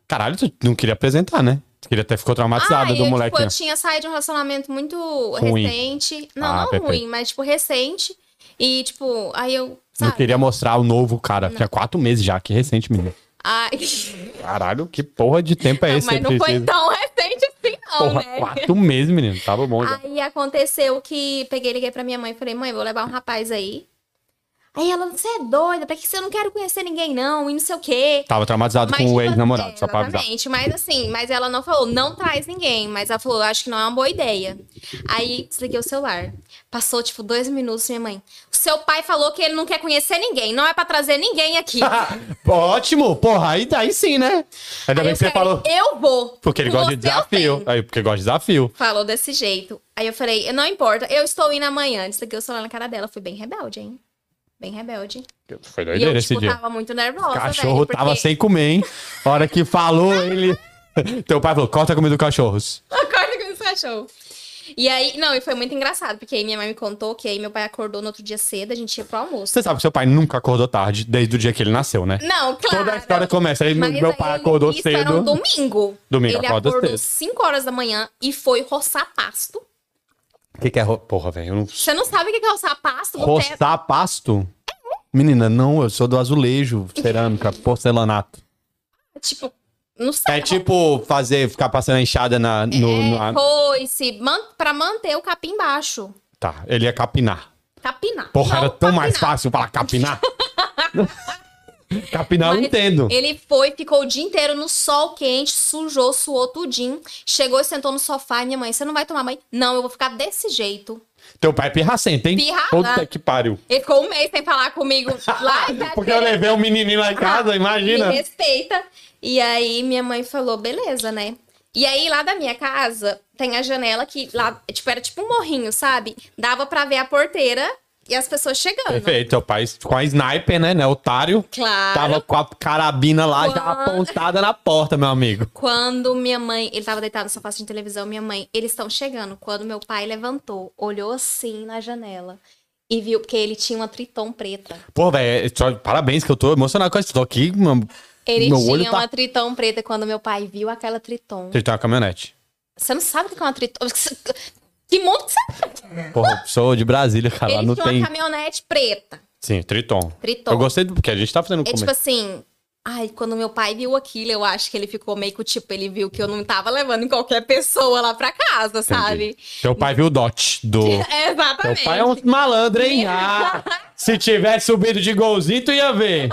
Speaker 1: Caralho, tu não queria apresentar, né? Tu queria até ficou traumatizada
Speaker 2: e
Speaker 1: do
Speaker 2: eu,
Speaker 1: moleque.
Speaker 2: tipo, eu
Speaker 1: né?
Speaker 2: tinha saído de um relacionamento muito
Speaker 1: Ruim.
Speaker 2: recente. Não,
Speaker 1: Ah,
Speaker 2: não
Speaker 1: perfeito.
Speaker 2: ruim, mas, tipo, recente. E, tipo, aí eu,
Speaker 1: Não
Speaker 2: sabe?
Speaker 1: queria mostrar o novo cara. Tinha quatro meses já, que recente, menino.
Speaker 2: Ai,
Speaker 1: Caralho, que porra de tempo é
Speaker 2: não,
Speaker 1: esse?
Speaker 2: Ah, mas
Speaker 1: que
Speaker 2: não foi
Speaker 1: precisa?
Speaker 2: tão recente assim, não,
Speaker 1: Porra,
Speaker 2: né?
Speaker 1: quatro meses, menino. Tava bom já.
Speaker 2: Aí aconteceu que peguei, liguei pra minha mãe e falei, mãe, vou levar um rapaz aí. Aí ela, você é doida, pra que você eu não quero conhecer ninguém, não, e não sei o quê.
Speaker 1: Tava traumatizado com
Speaker 2: tipo,
Speaker 1: o ex-namorado,
Speaker 2: é,
Speaker 1: só pra avisar.
Speaker 2: Exatamente, mas assim, mas ela não falou, não traz ninguém, mas ela falou, acho que não é uma boa ideia. Aí desliguei o celular. Passou, tipo, dois minutos, minha mãe. O seu pai falou que ele não quer conhecer ninguém, não é pra trazer ninguém aqui.
Speaker 1: Ah, Ótimo, porra, aí daí sim, né? Ainda
Speaker 2: Aí
Speaker 1: bem
Speaker 2: eu
Speaker 1: que você
Speaker 2: falei,
Speaker 1: falou.
Speaker 2: Eu vou.
Speaker 1: Porque ele
Speaker 2: Com
Speaker 1: gosta de
Speaker 2: você eu
Speaker 1: desafio.
Speaker 2: tenho.
Speaker 1: Aí, porque gosta de desafio.
Speaker 2: Falou desse jeito. Aí eu falei, não importa, eu estou indo amanhã. Desliguei o celular na cara dela. Fui bem rebelde, hein? Bem rebelde.
Speaker 1: Foi
Speaker 2: e eu,
Speaker 1: doideira esse
Speaker 2: tipo,
Speaker 1: dia.
Speaker 2: tava muito nervosa,
Speaker 1: cachorro
Speaker 2: velho,
Speaker 1: tava
Speaker 2: porque-
Speaker 1: sem comer, hein? A hora que falou, ele. Teu pai falou: corta a comida do cachorro.
Speaker 2: Acorda com esse cachorro. E aí, não, e foi muito engraçado, porque aí minha mãe me contou que aí meu pai acordou no outro dia cedo, a gente ia pro almoço.
Speaker 1: Você sabe que seu pai nunca acordou tarde, desde o dia que ele nasceu, né?
Speaker 2: Não, claro.
Speaker 1: Toda a história começa. Aí
Speaker 2: Mas
Speaker 1: meu pai
Speaker 2: aí,
Speaker 1: acordou
Speaker 2: isso Era um
Speaker 1: cedo.
Speaker 2: domingo.
Speaker 1: Domingo,
Speaker 2: Ele
Speaker 1: acorda
Speaker 2: acordou
Speaker 1: cedo.
Speaker 2: 5 horas da manhã e foi roçar pasto.
Speaker 1: O que, que é. ro- Porra, velho, eu não.
Speaker 2: Você não sabe o que é roçar pasto? Você... é
Speaker 1: Roçar pasto? Menina, não, eu sou do azulejo, cerâmica, porcelanato.
Speaker 2: Tipo, não sei.
Speaker 1: É tipo fazer, ficar passando a enxada na, no,
Speaker 2: É,
Speaker 1: no-
Speaker 2: foice, man... pra manter o capim baixo.
Speaker 1: Tá, ele ia capinar.
Speaker 2: Capinar.
Speaker 1: Porra, era
Speaker 2: Não,
Speaker 1: tão mais
Speaker 2: capinar.
Speaker 1: fácil falar capinar. capinar eu
Speaker 2: Mas
Speaker 1: entendo.
Speaker 2: Ele foi, ficou o dia inteiro no sol quente, sujou, suou tudinho. Chegou e sentou no sofá. E minha mãe, você não vai tomar mãe? Não, eu vou ficar desse jeito.
Speaker 1: Teu pai é pirracento, hein?
Speaker 2: Pirra- Ah.
Speaker 1: Puta que pariu.
Speaker 2: Ele ficou um mês sem falar comigo lá. em casa.
Speaker 1: Porque eu levei um menininho lá em casa, imagina.
Speaker 2: Ah, Me respeita. E aí minha mãe falou, beleza, né? E aí lá da minha casa tem a janela que lá, tipo, era tipo um morrinho, sabe? Dava pra ver a porteira e as pessoas chegando.
Speaker 1: Perfeito, teu pai com a sniper, né, né, otário.
Speaker 2: Claro.
Speaker 1: Tava com a carabina lá já
Speaker 2: Uau.
Speaker 1: apontada na porta, meu amigo.
Speaker 2: Quando minha mãe, ele tava deitado no sofá de televisão, minha mãe, eles estão chegando. Quando meu pai levantou, olhou assim na janela e viu porque ele tinha uma triton preta.
Speaker 1: Pô, velho, é, só- parabéns que eu tô emocionado com isso. Tô aqui, mano.
Speaker 2: Ele
Speaker 1: meu olho
Speaker 2: tinha
Speaker 1: tá...
Speaker 2: uma triton preta quando meu pai viu aquela triton.
Speaker 1: Ele tem uma caminhonete.
Speaker 2: Você não sabe o que é uma triton? Que mundo que você
Speaker 1: Porra, eu sou de Brasília, cara. Tá lá
Speaker 2: Ele
Speaker 1: não
Speaker 2: tinha
Speaker 1: tem...
Speaker 2: uma caminhonete preta.
Speaker 1: Sim, Triton.
Speaker 2: Triton.
Speaker 1: Eu gostei do... Porque a gente tá fazendo
Speaker 2: É
Speaker 1: como...
Speaker 2: tipo assim, ai, quando meu pai viu aquilo, eu acho que ele ficou meio que tipo, ele viu que eu não tava levando qualquer pessoa lá pra casa, sabe?
Speaker 1: Teu pai viu o Dot do... Teu
Speaker 2: Exatamente.
Speaker 1: pai é um malandro, hein? Ah, se tivesse subido de golzinho, tu ia ver.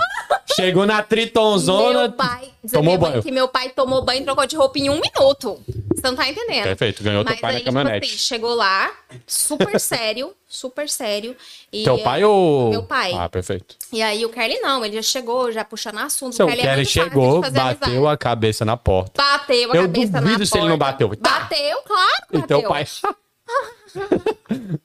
Speaker 1: Chegou na Tritonzona.
Speaker 2: Meu pai, dizer
Speaker 1: tomou
Speaker 2: minha mãe
Speaker 1: banho.
Speaker 2: que meu pai tomou banho e trocou de roupa em um minuto. Você não tá entendendo.
Speaker 1: Perfeito, ganhou teu
Speaker 2: Mas
Speaker 1: pai
Speaker 2: aí,
Speaker 1: na caminhonete.
Speaker 2: Tipo assim, chegou lá, super sério, super sério. E,
Speaker 1: Teu pai ou.
Speaker 2: Meu pai.
Speaker 1: Ah, perfeito.
Speaker 2: E aí o Kelly não, ele já chegou, já puxando assunto.
Speaker 1: Seu
Speaker 2: o Kelly, é
Speaker 1: Kelly
Speaker 2: muito fácil de
Speaker 1: chegou,
Speaker 2: fazer
Speaker 1: bateu
Speaker 2: amizade.
Speaker 1: a cabeça na porta.
Speaker 2: Bateu a
Speaker 1: Eu
Speaker 2: cabeça na
Speaker 1: duvido se ele não
Speaker 2: porta.
Speaker 1: bateu. Tá.
Speaker 2: Bateu, claro que
Speaker 1: E teu
Speaker 2: bateu.
Speaker 1: pai.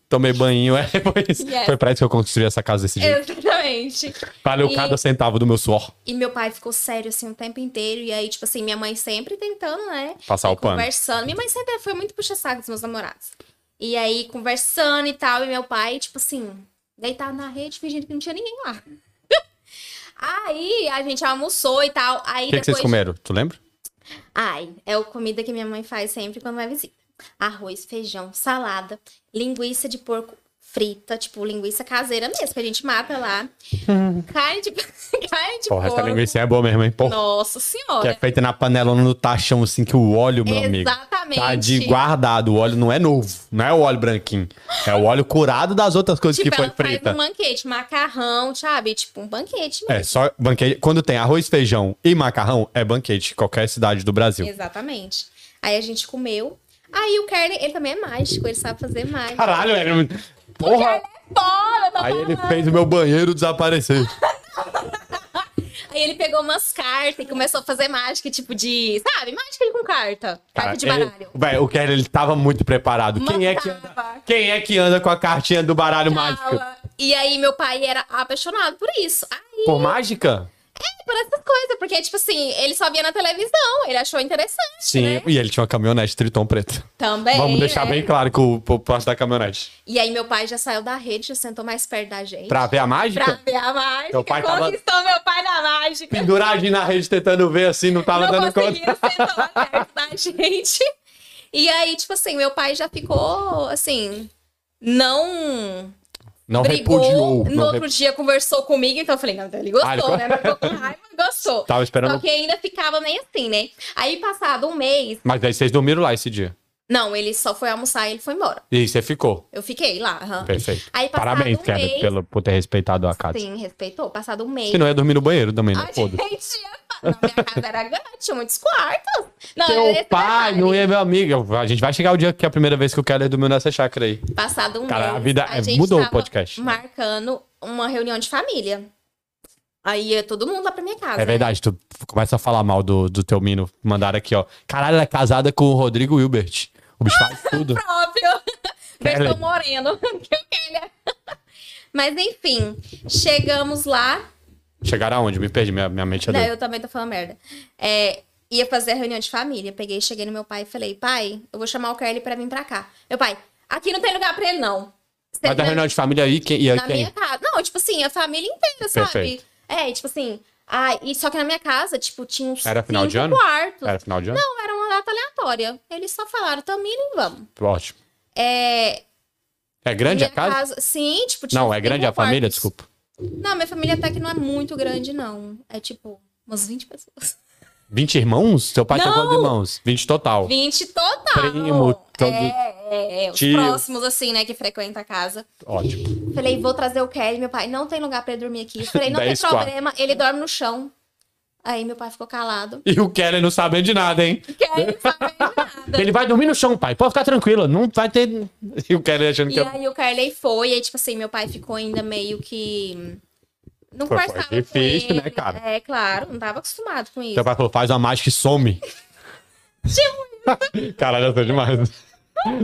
Speaker 1: Tomei banho, é. Foi, isso.
Speaker 2: Yes.
Speaker 1: foi pra isso que eu construí essa casa desse jeito.
Speaker 2: Exatamente.
Speaker 1: Valeu
Speaker 2: E-
Speaker 1: cada centavo do meu suor.
Speaker 2: E meu pai ficou sério, assim, o tempo inteiro. E aí, tipo assim, minha mãe sempre tentando, né?
Speaker 1: Passar
Speaker 2: E
Speaker 1: o pano.
Speaker 2: Conversando. Minha mãe sempre foi muito puxa-saco dos meus namorados. E aí, conversando e tal. E meu pai, tipo assim, deitado na rede, fingindo que não tinha ninguém lá. aí, a gente almoçou e tal. Aí
Speaker 1: O que, que vocês
Speaker 2: depois-
Speaker 1: comeram? Tu lembra?
Speaker 2: Ai, é a comida que minha mãe faz sempre quando vai visita. Arroz, feijão, salada, linguiça de porco frita, tipo linguiça caseira mesmo, que a gente mata lá. carne de, carne de
Speaker 1: Porra, essa
Speaker 2: porco.
Speaker 1: linguiça é boa mesmo, hein? Porra.
Speaker 2: Nossa
Speaker 1: Que é
Speaker 2: senhora.
Speaker 1: feita na panelona no tachão, assim, que o óleo, meu amigo.
Speaker 2: Exatamente.
Speaker 1: Tá de guardado. O óleo não é novo. Não é o óleo branquinho. É o óleo curado das outras coisas
Speaker 2: Tipo,
Speaker 1: que foi
Speaker 2: ela faz
Speaker 1: frita.
Speaker 2: um banquete, macarrão, sabe? Tipo, um banquete
Speaker 1: É,
Speaker 2: mesmo.
Speaker 1: só banquete. Quando tem arroz, feijão e macarrão, é banquete. em Qualquer cidade do Brasil.
Speaker 2: Exatamente. Aí a gente comeu. Aí o Kerley, ele também é mágico, ele sabe fazer mágica.
Speaker 1: Caralho, velho. Porra!
Speaker 2: Fora, tá
Speaker 1: Aí ele fez o meu banheiro desaparecer.
Speaker 2: Aí ele pegou umas cartas e começou a fazer mágica, tipo de. Sabe? Mágica com carta. Carta de
Speaker 1: ele-
Speaker 2: baralho.
Speaker 1: Véi, o Kelly, ele tava muito preparado. Quem é, que
Speaker 2: Mandava.
Speaker 1: anda, quem é que anda com a cartinha do baralho é mágico?
Speaker 2: Tava. E aí meu pai era apaixonado por isso. Aí,
Speaker 1: Por mágica?
Speaker 2: é, por essas coisas, porque, tipo assim, ele só via na televisão, ele achou interessante.
Speaker 1: Sim.
Speaker 2: né?
Speaker 1: E ele tinha uma caminhonete Triton preto.
Speaker 2: Também.
Speaker 1: Vamos deixar
Speaker 2: né?
Speaker 1: bem claro que o o parte da caminhonete.
Speaker 2: E aí meu pai já saiu da rede, já sentou mais perto da gente.
Speaker 1: Pra ver a mágica?
Speaker 2: Pra ver a mágica.
Speaker 1: Teu pai tava-
Speaker 2: Conquistou meu pai na mágica.
Speaker 1: Penduradinho na rede tentando ver assim, não tava
Speaker 2: não
Speaker 1: dando
Speaker 2: conseguia
Speaker 1: conta.
Speaker 2: sentar lá perto da gente. E aí, tipo assim, meu pai já ficou assim. Não
Speaker 1: Não
Speaker 2: brigou.
Speaker 1: repudiou.
Speaker 2: no
Speaker 1: não
Speaker 2: outro
Speaker 1: rep-
Speaker 2: dia conversou comigo, então eu falei, não, então ele gostou,
Speaker 1: Ah, ele-
Speaker 2: né? Não ficou com raiva, gostou.
Speaker 1: Tava esperando.
Speaker 2: Só que ainda ficava meio assim, né? Aí, passado um mês.
Speaker 1: Mas aí vocês dormiram lá esse dia.
Speaker 2: Não, ele só foi almoçar e ele foi embora.
Speaker 1: E você ficou.
Speaker 2: Eu fiquei lá. aham.
Speaker 1: Perfeito.
Speaker 2: Aí, passado
Speaker 1: Parabéns,
Speaker 2: um
Speaker 1: Kelly,
Speaker 2: mês-
Speaker 1: pelo, por ter respeitado a casa.
Speaker 2: Sim, respeitou. Passado um mês.
Speaker 1: Você não ia dormir no banheiro também,
Speaker 2: A
Speaker 1: né?
Speaker 2: gente
Speaker 1: Foda.
Speaker 2: ia. Na minha casa era grande, tinha muitos quartos. Não, era
Speaker 1: Teu
Speaker 2: esse
Speaker 1: pai
Speaker 2: detalhe.
Speaker 1: não é meu amigo. A gente vai chegar o dia que é a primeira vez que o Keller dormiu nessa chácara aí.
Speaker 2: Passado um
Speaker 1: Cara, a
Speaker 2: mês,
Speaker 1: vida é-
Speaker 2: gente
Speaker 1: mudou o
Speaker 2: tava
Speaker 1: podcast.
Speaker 2: Marcando uma reunião de família. Aí ia todo mundo lá pra minha casa.
Speaker 1: É verdade, tu começa a falar mal do, do teu mino. Mandaram aqui, ó. Caralho, ela é casada com o Rodrigo Wilbert. O bicho faz tudo.
Speaker 2: Né? Próprio.
Speaker 1: Kelly.
Speaker 2: Bertão Moreno. que eu queria. Mas enfim, chegamos lá.
Speaker 1: Chegaram aonde? Me perdi, minha, minha mente é
Speaker 2: Não,
Speaker 1: doida.
Speaker 2: eu também tô falando merda. É, ia fazer a reunião de família. Peguei, cheguei no meu pai e falei, pai, eu vou chamar o Kelly pra vir pra cá. Meu pai, aqui não tem lugar pra ele, não. Você
Speaker 1: Mas da
Speaker 2: vem
Speaker 1: reunião de família aí, quem, e aí
Speaker 2: na
Speaker 1: quem?
Speaker 2: minha casa. Não, tipo assim, a família inteira, sabe?
Speaker 1: Perfeito.
Speaker 2: É, tipo assim. Ah, e só que na minha casa, tipo, tinha uns
Speaker 1: Era final
Speaker 2: cinco
Speaker 1: de ano? É.
Speaker 2: quartos.
Speaker 1: Era final de ano?
Speaker 2: Não, era uma data aleatória. Eles só falaram, Tamiri, vamos.
Speaker 1: Ótimo.
Speaker 2: É,
Speaker 1: É grande a
Speaker 2: minha
Speaker 1: casa?
Speaker 2: Sim, tipo, tinha
Speaker 1: Não,
Speaker 2: uns
Speaker 1: é
Speaker 2: cinco
Speaker 1: grande a família,
Speaker 2: quartos.
Speaker 1: desculpa.
Speaker 2: Não, minha família até que não é muito grande, não. É tipo, umas 20 pessoas.
Speaker 1: 20 irmãos? Seu pai tem
Speaker 2: Não!
Speaker 1: quantos irmãos? 20 total.
Speaker 2: 20 total.
Speaker 1: Primo, todo-
Speaker 2: É, é, é, os
Speaker 1: tio.
Speaker 2: próximos, assim, né, que frequentam a casa.
Speaker 1: Ótimo.
Speaker 2: Falei, vou trazer o Kelly. Meu pai, não tem lugar pra ele dormir aqui. Falei, não tem
Speaker 1: Dez quartos.
Speaker 2: problema, ele dorme no chão. Aí meu pai ficou calado.
Speaker 1: E o Kelly não sabendo de nada, hein?
Speaker 2: Kelly sabe nada.
Speaker 1: Ele vai dormir no chão, pai. Pode ficar tranquilo. Não vai ter. E o Kelly achando que
Speaker 2: E
Speaker 1: é.
Speaker 2: aí o Carley foi, e aí, tipo assim, meu pai ficou ainda meio que. Não
Speaker 1: Foi- foi
Speaker 2: conversava
Speaker 1: difícil,
Speaker 2: com ele.
Speaker 1: né, cara?
Speaker 2: É, claro, não tava acostumado com isso.
Speaker 1: Seu pai falou, faz uma mágica e some. Caralho, eu tô demais.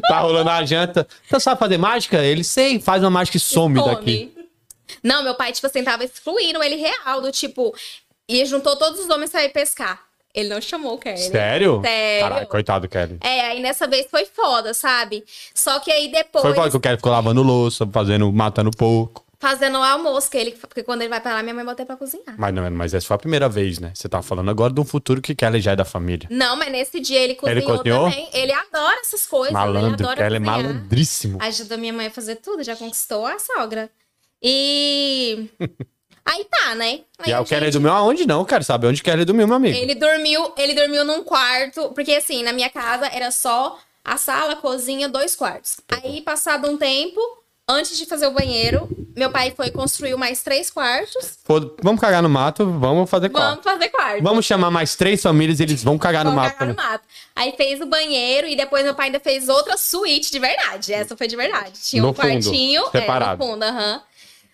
Speaker 1: Tá rolando a janta. Você sabe fazer mágica? Ele sei, faz uma mágica e some,
Speaker 2: Come.
Speaker 1: daqui.
Speaker 2: Não, meu pai, tipo assim, tava excluindo ele real, do tipo. E juntou todos os homens pra ir pescar. Ele não chamou o Carley.
Speaker 1: Sério?
Speaker 2: Sério.
Speaker 1: Caralho, coitado, do Kelly.
Speaker 2: É, aí nessa vez foi foda, sabe? Só que aí depois,
Speaker 1: Foi foda que o Kelly ficou lavando louça, fazendo, matando porco.
Speaker 2: fazendo o almoço, que ele, porque quando ele vai pra lá, minha mãe bota ele pra cozinhar.
Speaker 1: Mas não, mas essa foi a primeira vez, né? Você tá falando agora de um futuro que Kelly já é da família.
Speaker 2: Não, mas nesse dia ele cozinhou,
Speaker 1: cozinhou?
Speaker 2: também. Ele adora essas coisas. ele
Speaker 1: Malandro,
Speaker 2: adora
Speaker 1: Kelly é
Speaker 2: cozinhar.
Speaker 1: malandríssimo.
Speaker 2: Ajuda minha mãe a fazer tudo, já conquistou a sogra. E. Aí tá, né? Aí
Speaker 1: e aí
Speaker 2: a
Speaker 1: o Kelly
Speaker 2: gente-
Speaker 1: dormiu aonde não, cara? Sabe onde Kelly dormiu, meu amigo?
Speaker 2: Ele dormiu, ele dormiu num quarto, porque assim, na minha casa era só a sala, a cozinha, dois quartos. Aí, passado um tempo, antes de fazer o banheiro, meu pai foi construir mais três quartos.
Speaker 1: Foda- Vamos cagar no mato, vamos fazer quarto.
Speaker 2: Vamos fazer quarto.
Speaker 1: Vamos chamar mais três famílias e eles vão cagar Tá no né?
Speaker 2: Vamos
Speaker 1: mato.
Speaker 2: cagar no
Speaker 1: também.
Speaker 2: mato. Aí fez o banheiro e depois meu pai ainda fez outra suíte de verdade. Essa foi de verdade. Tinha
Speaker 1: No
Speaker 2: um
Speaker 1: fundo,
Speaker 2: quartinho é,
Speaker 1: separado.
Speaker 2: no fundo, aham.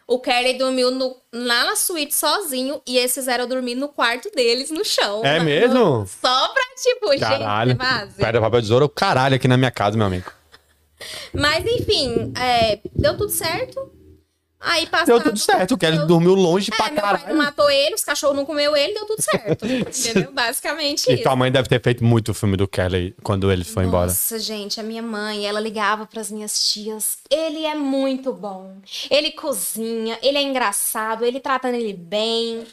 Speaker 2: O Kelly dormiu no- lá na suíte sozinho e eles fizeram dormir no quarto deles, no chão.
Speaker 1: É
Speaker 2: Na-
Speaker 1: mesmo?
Speaker 2: no- só pra, tipo,
Speaker 1: Caralho.
Speaker 2: gente, base.
Speaker 1: Pedra, papel, tesoura, o caralho aqui na minha casa, meu amigo.
Speaker 2: Mas enfim, é, deu tudo certo. Aí passado...
Speaker 1: Deu tudo certo, o Kelly
Speaker 2: deu-
Speaker 1: dormiu longe
Speaker 2: É,
Speaker 1: pra
Speaker 2: meu pai não
Speaker 1: caralho.
Speaker 2: matou ele, os cachorros não comeu ele, deu tudo certo. entendeu? Basicamente
Speaker 1: E
Speaker 2: isso.
Speaker 1: tua mãe deve ter feito muito o filme do Kelly quando ele foi embora.
Speaker 2: Nossa, gente, a minha mãe, ela ligava pras minhas tias. Ele é muito bom. Ele cozinha, ele é engraçado, ele trata ele bem.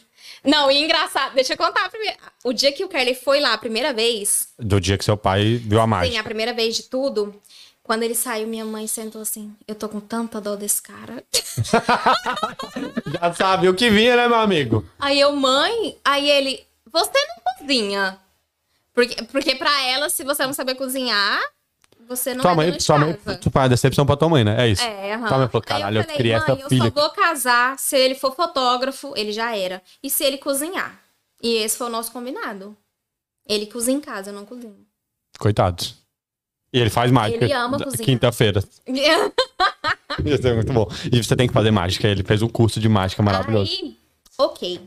Speaker 2: Não, e engraçado, deixa eu contar primeiro. O dia que o Kelly foi lá a primeira vez,
Speaker 1: Do dia que seu pai viu a
Speaker 2: sim,
Speaker 1: mágica.
Speaker 2: a primeira vez de tudo, Quando ele saiu, minha mãe sentou assim: Eu tô com tanta dor desse cara.
Speaker 1: Já sabe o que vinha, né, meu amigo?
Speaker 2: Aí eu, mãe, aí ele, você não cozinha. Porque, porque pra ela, se você não saber cozinhar, você não
Speaker 1: Tua
Speaker 2: é
Speaker 1: mãe,
Speaker 2: dona de
Speaker 1: sua mãe,
Speaker 2: casa.
Speaker 1: tu pai, decepção pra tua mãe, né? É isso.
Speaker 2: É, aham.
Speaker 1: Tua mãe falou,
Speaker 2: Aí
Speaker 1: caralho, eu
Speaker 2: falei,
Speaker 1: criei essa
Speaker 2: mãe,
Speaker 1: filha
Speaker 2: Eu só vou casar se ele for fotógrafo, ele já era. E se ele cozinhar. E esse foi o nosso combinado. Ele cozinha em casa, eu não cozinho.
Speaker 1: Coitados. E ele faz mágica.
Speaker 2: Ele ama
Speaker 1: Da-
Speaker 2: cozinhar. Ah.
Speaker 1: Quinta-feira. Isso é muito bom. E você tem que fazer mágica. Ele fez um curso de mágica maravilhoso.
Speaker 2: Aí, ok.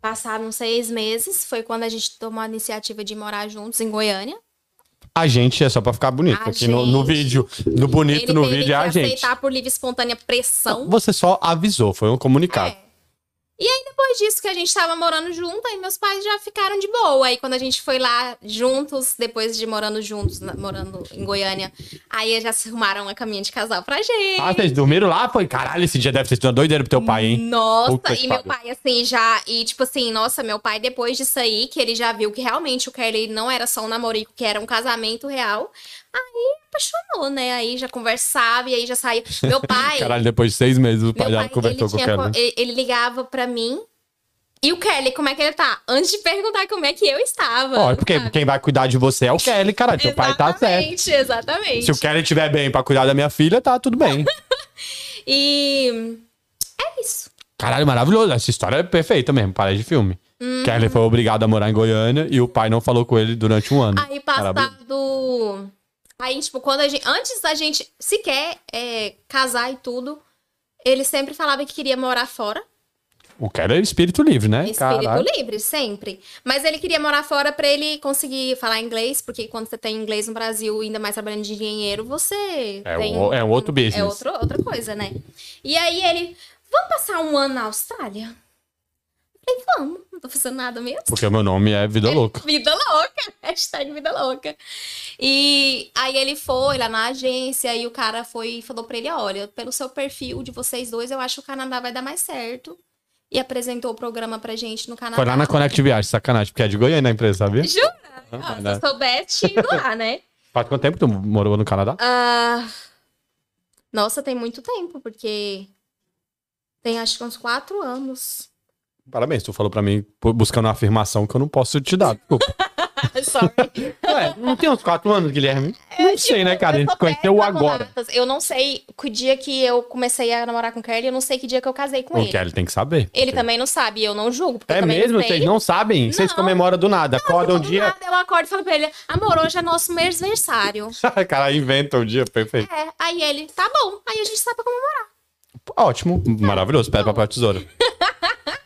Speaker 2: Passaram seis meses, foi quando a gente tomou a iniciativa de morar juntos em Goiânia.
Speaker 1: A gente é só pra ficar bonito
Speaker 2: A
Speaker 1: aqui No, no
Speaker 2: gente.
Speaker 1: vídeo. No bonito
Speaker 2: ele
Speaker 1: no
Speaker 2: teve
Speaker 1: vídeo
Speaker 2: que
Speaker 1: é a gente.
Speaker 2: aceitar por livre e espontânea pressão.
Speaker 1: Você só avisou, foi um comunicado.
Speaker 2: É. E aí, depois disso que a gente tava morando junto, aí meus pais já ficaram de boa. Aí, quando a gente foi lá juntos, depois de morando juntos, na- morando em Goiânia, aí já se arrumaram a caminha de casal pra gente.
Speaker 1: Ah, vocês dormiram lá? Foi, caralho, esse dia deve ter sido uma doideira pro teu pai, hein?
Speaker 2: Nossa,
Speaker 1: Puta que
Speaker 2: e meu
Speaker 1: pariu.
Speaker 2: pai, assim, já. E, tipo assim, nossa, meu pai, depois disso aí, que ele já viu que realmente o Kelly não era só um namorico, que era um casamento real, aí apaixonou, né? Aí já conversava e aí já saía. Meu pai.
Speaker 1: Caralho, depois de seis meses o
Speaker 2: Meu
Speaker 1: pai dela
Speaker 2: pai,
Speaker 1: conversou
Speaker 2: ele,
Speaker 1: com o
Speaker 2: tinha
Speaker 1: Kelly.
Speaker 2: co- ele- ele ligava pra mim. E o Kelly, como é que ele tá? Antes de perguntar como é que eu estava.
Speaker 1: Ó, é porque quem vai cuidar de você é o Kelly, caralho. Teu pai tá certo.
Speaker 2: Exatamente, exatamente.
Speaker 1: Se o Kelly tiver bem pra cuidar da minha filha, tá tudo bem.
Speaker 2: E é isso.
Speaker 1: Caralho, maravilhoso. Essa história é perfeita mesmo, parece de filme.
Speaker 2: Uhum.
Speaker 1: Kelly foi obrigado a morar em Goiânia e o pai não falou com ele durante um ano.
Speaker 2: Aí
Speaker 1: Maravilhoso.
Speaker 2: passado. Aí, tipo, quando a gente. Antes da gente sequer é, casar e tudo, ele sempre falava que queria morar fora.
Speaker 1: O Kelly é espírito livre, né?
Speaker 2: Espírito
Speaker 1: Caralho.
Speaker 2: livre, sempre. Mas ele queria morar fora pra ele conseguir falar inglês, porque quando você tem inglês no Brasil, ainda mais trabalhando de dinheiro, você.
Speaker 1: É
Speaker 2: tem
Speaker 1: o- é um outro business.
Speaker 2: É outro, outra coisa, né? E aí ele. Vamos passar um ano na Austrália? Eu falei, vamos, não tô fazendo nada mesmo.
Speaker 1: Porque o meu nome é Vida Louca.
Speaker 2: Vida louca, hashtag vida louca. E aí ele foi lá na agência e o cara foi e falou pra ele: olha, pelo seu perfil de vocês dois, eu acho que o Canadá vai dar mais certo. E apresentou o programa pra gente no Canadá.
Speaker 1: Foi lá na Connect Viagem, sacanagem, porque é de Goiânia a empresa, sabia?
Speaker 2: Jura?
Speaker 1: Ah,
Speaker 2: Ah, se
Speaker 1: né?
Speaker 2: eu soubesse, indo lá, né?
Speaker 1: Faz quanto tempo que tu morou no Canadá?
Speaker 2: Ah, nossa, tem muito tempo, porque tem acho que uns quatro anos.
Speaker 1: Parabéns, tu falou pra mim pô, buscando uma afirmação que eu não posso te dar. Desculpa.
Speaker 2: Sorry.
Speaker 1: Ué, não tem uns quatro anos, Guilherme? Não sei, né, cara? A
Speaker 2: É, tipo, Eu
Speaker 1: gente se conheceu
Speaker 2: sou péssima com
Speaker 1: agora.
Speaker 2: datas. Eu não sei que dia que eu comecei a namorar com o Kelly, eu não sei que dia que eu casei com
Speaker 1: O
Speaker 2: ele.
Speaker 1: Kelly tem que saber.
Speaker 2: Ele também não sabe, eu não julgo. Porque eu
Speaker 1: É
Speaker 2: também
Speaker 1: mesmo?
Speaker 2: Não sei.
Speaker 1: Vocês não sabem? Vocês
Speaker 2: Não.
Speaker 1: comemoram do nada. Acordam um
Speaker 2: Do
Speaker 1: dia.
Speaker 2: nada eu acordo e falo pra ele, amor, hoje é nosso mês aniversário.
Speaker 1: Cara, inventa um dia, perfeito.
Speaker 2: é, aí ele, tá bom, aí a gente é. sai pra comemorar.
Speaker 1: Ótimo, maravilhoso. Pedra, papel, tesoura.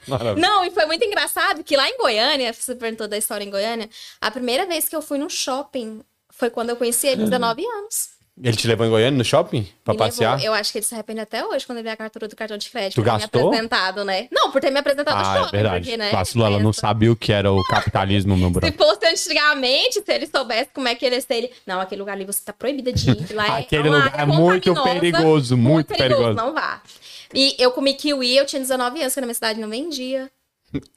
Speaker 1: Maravilhoso.
Speaker 2: Não, e foi muito engraçado que lá em Goiânia, você perguntou da história em Goiânia, a primeira vez que eu fui num shopping foi quando eu conheci ele, 19 anos.
Speaker 1: Ele te levou em Goiânia no shopping pra
Speaker 2: Me
Speaker 1: passear?
Speaker 2: levou- é eu acho que ele se arrepende até hoje quando ele vê a cartura do cartão de crédito.
Speaker 1: Tu
Speaker 2: por ter
Speaker 1: gastou?
Speaker 2: Me apresentado, né? Não, por ter me apresentado no
Speaker 1: Ah,
Speaker 2: shopping.
Speaker 1: é verdade.
Speaker 2: Porque, né,
Speaker 1: Vacilou, ela não
Speaker 2: pensa.
Speaker 1: sabia o que era o capitalismo, meu
Speaker 2: Se
Speaker 1: brother.
Speaker 2: fosse antigamente, se ele soubesse como é que ele ia ser, ele... Não, aquele lugar ali você tá proibida de ir. Lá é
Speaker 1: Aquele
Speaker 2: uma
Speaker 1: lugar é
Speaker 2: área
Speaker 1: muito
Speaker 2: contaminosa,
Speaker 1: perigoso, muito perigoso.
Speaker 2: Não vá. E eu comi kiwi, eu tinha 19 anos, que na minha cidade não vendia.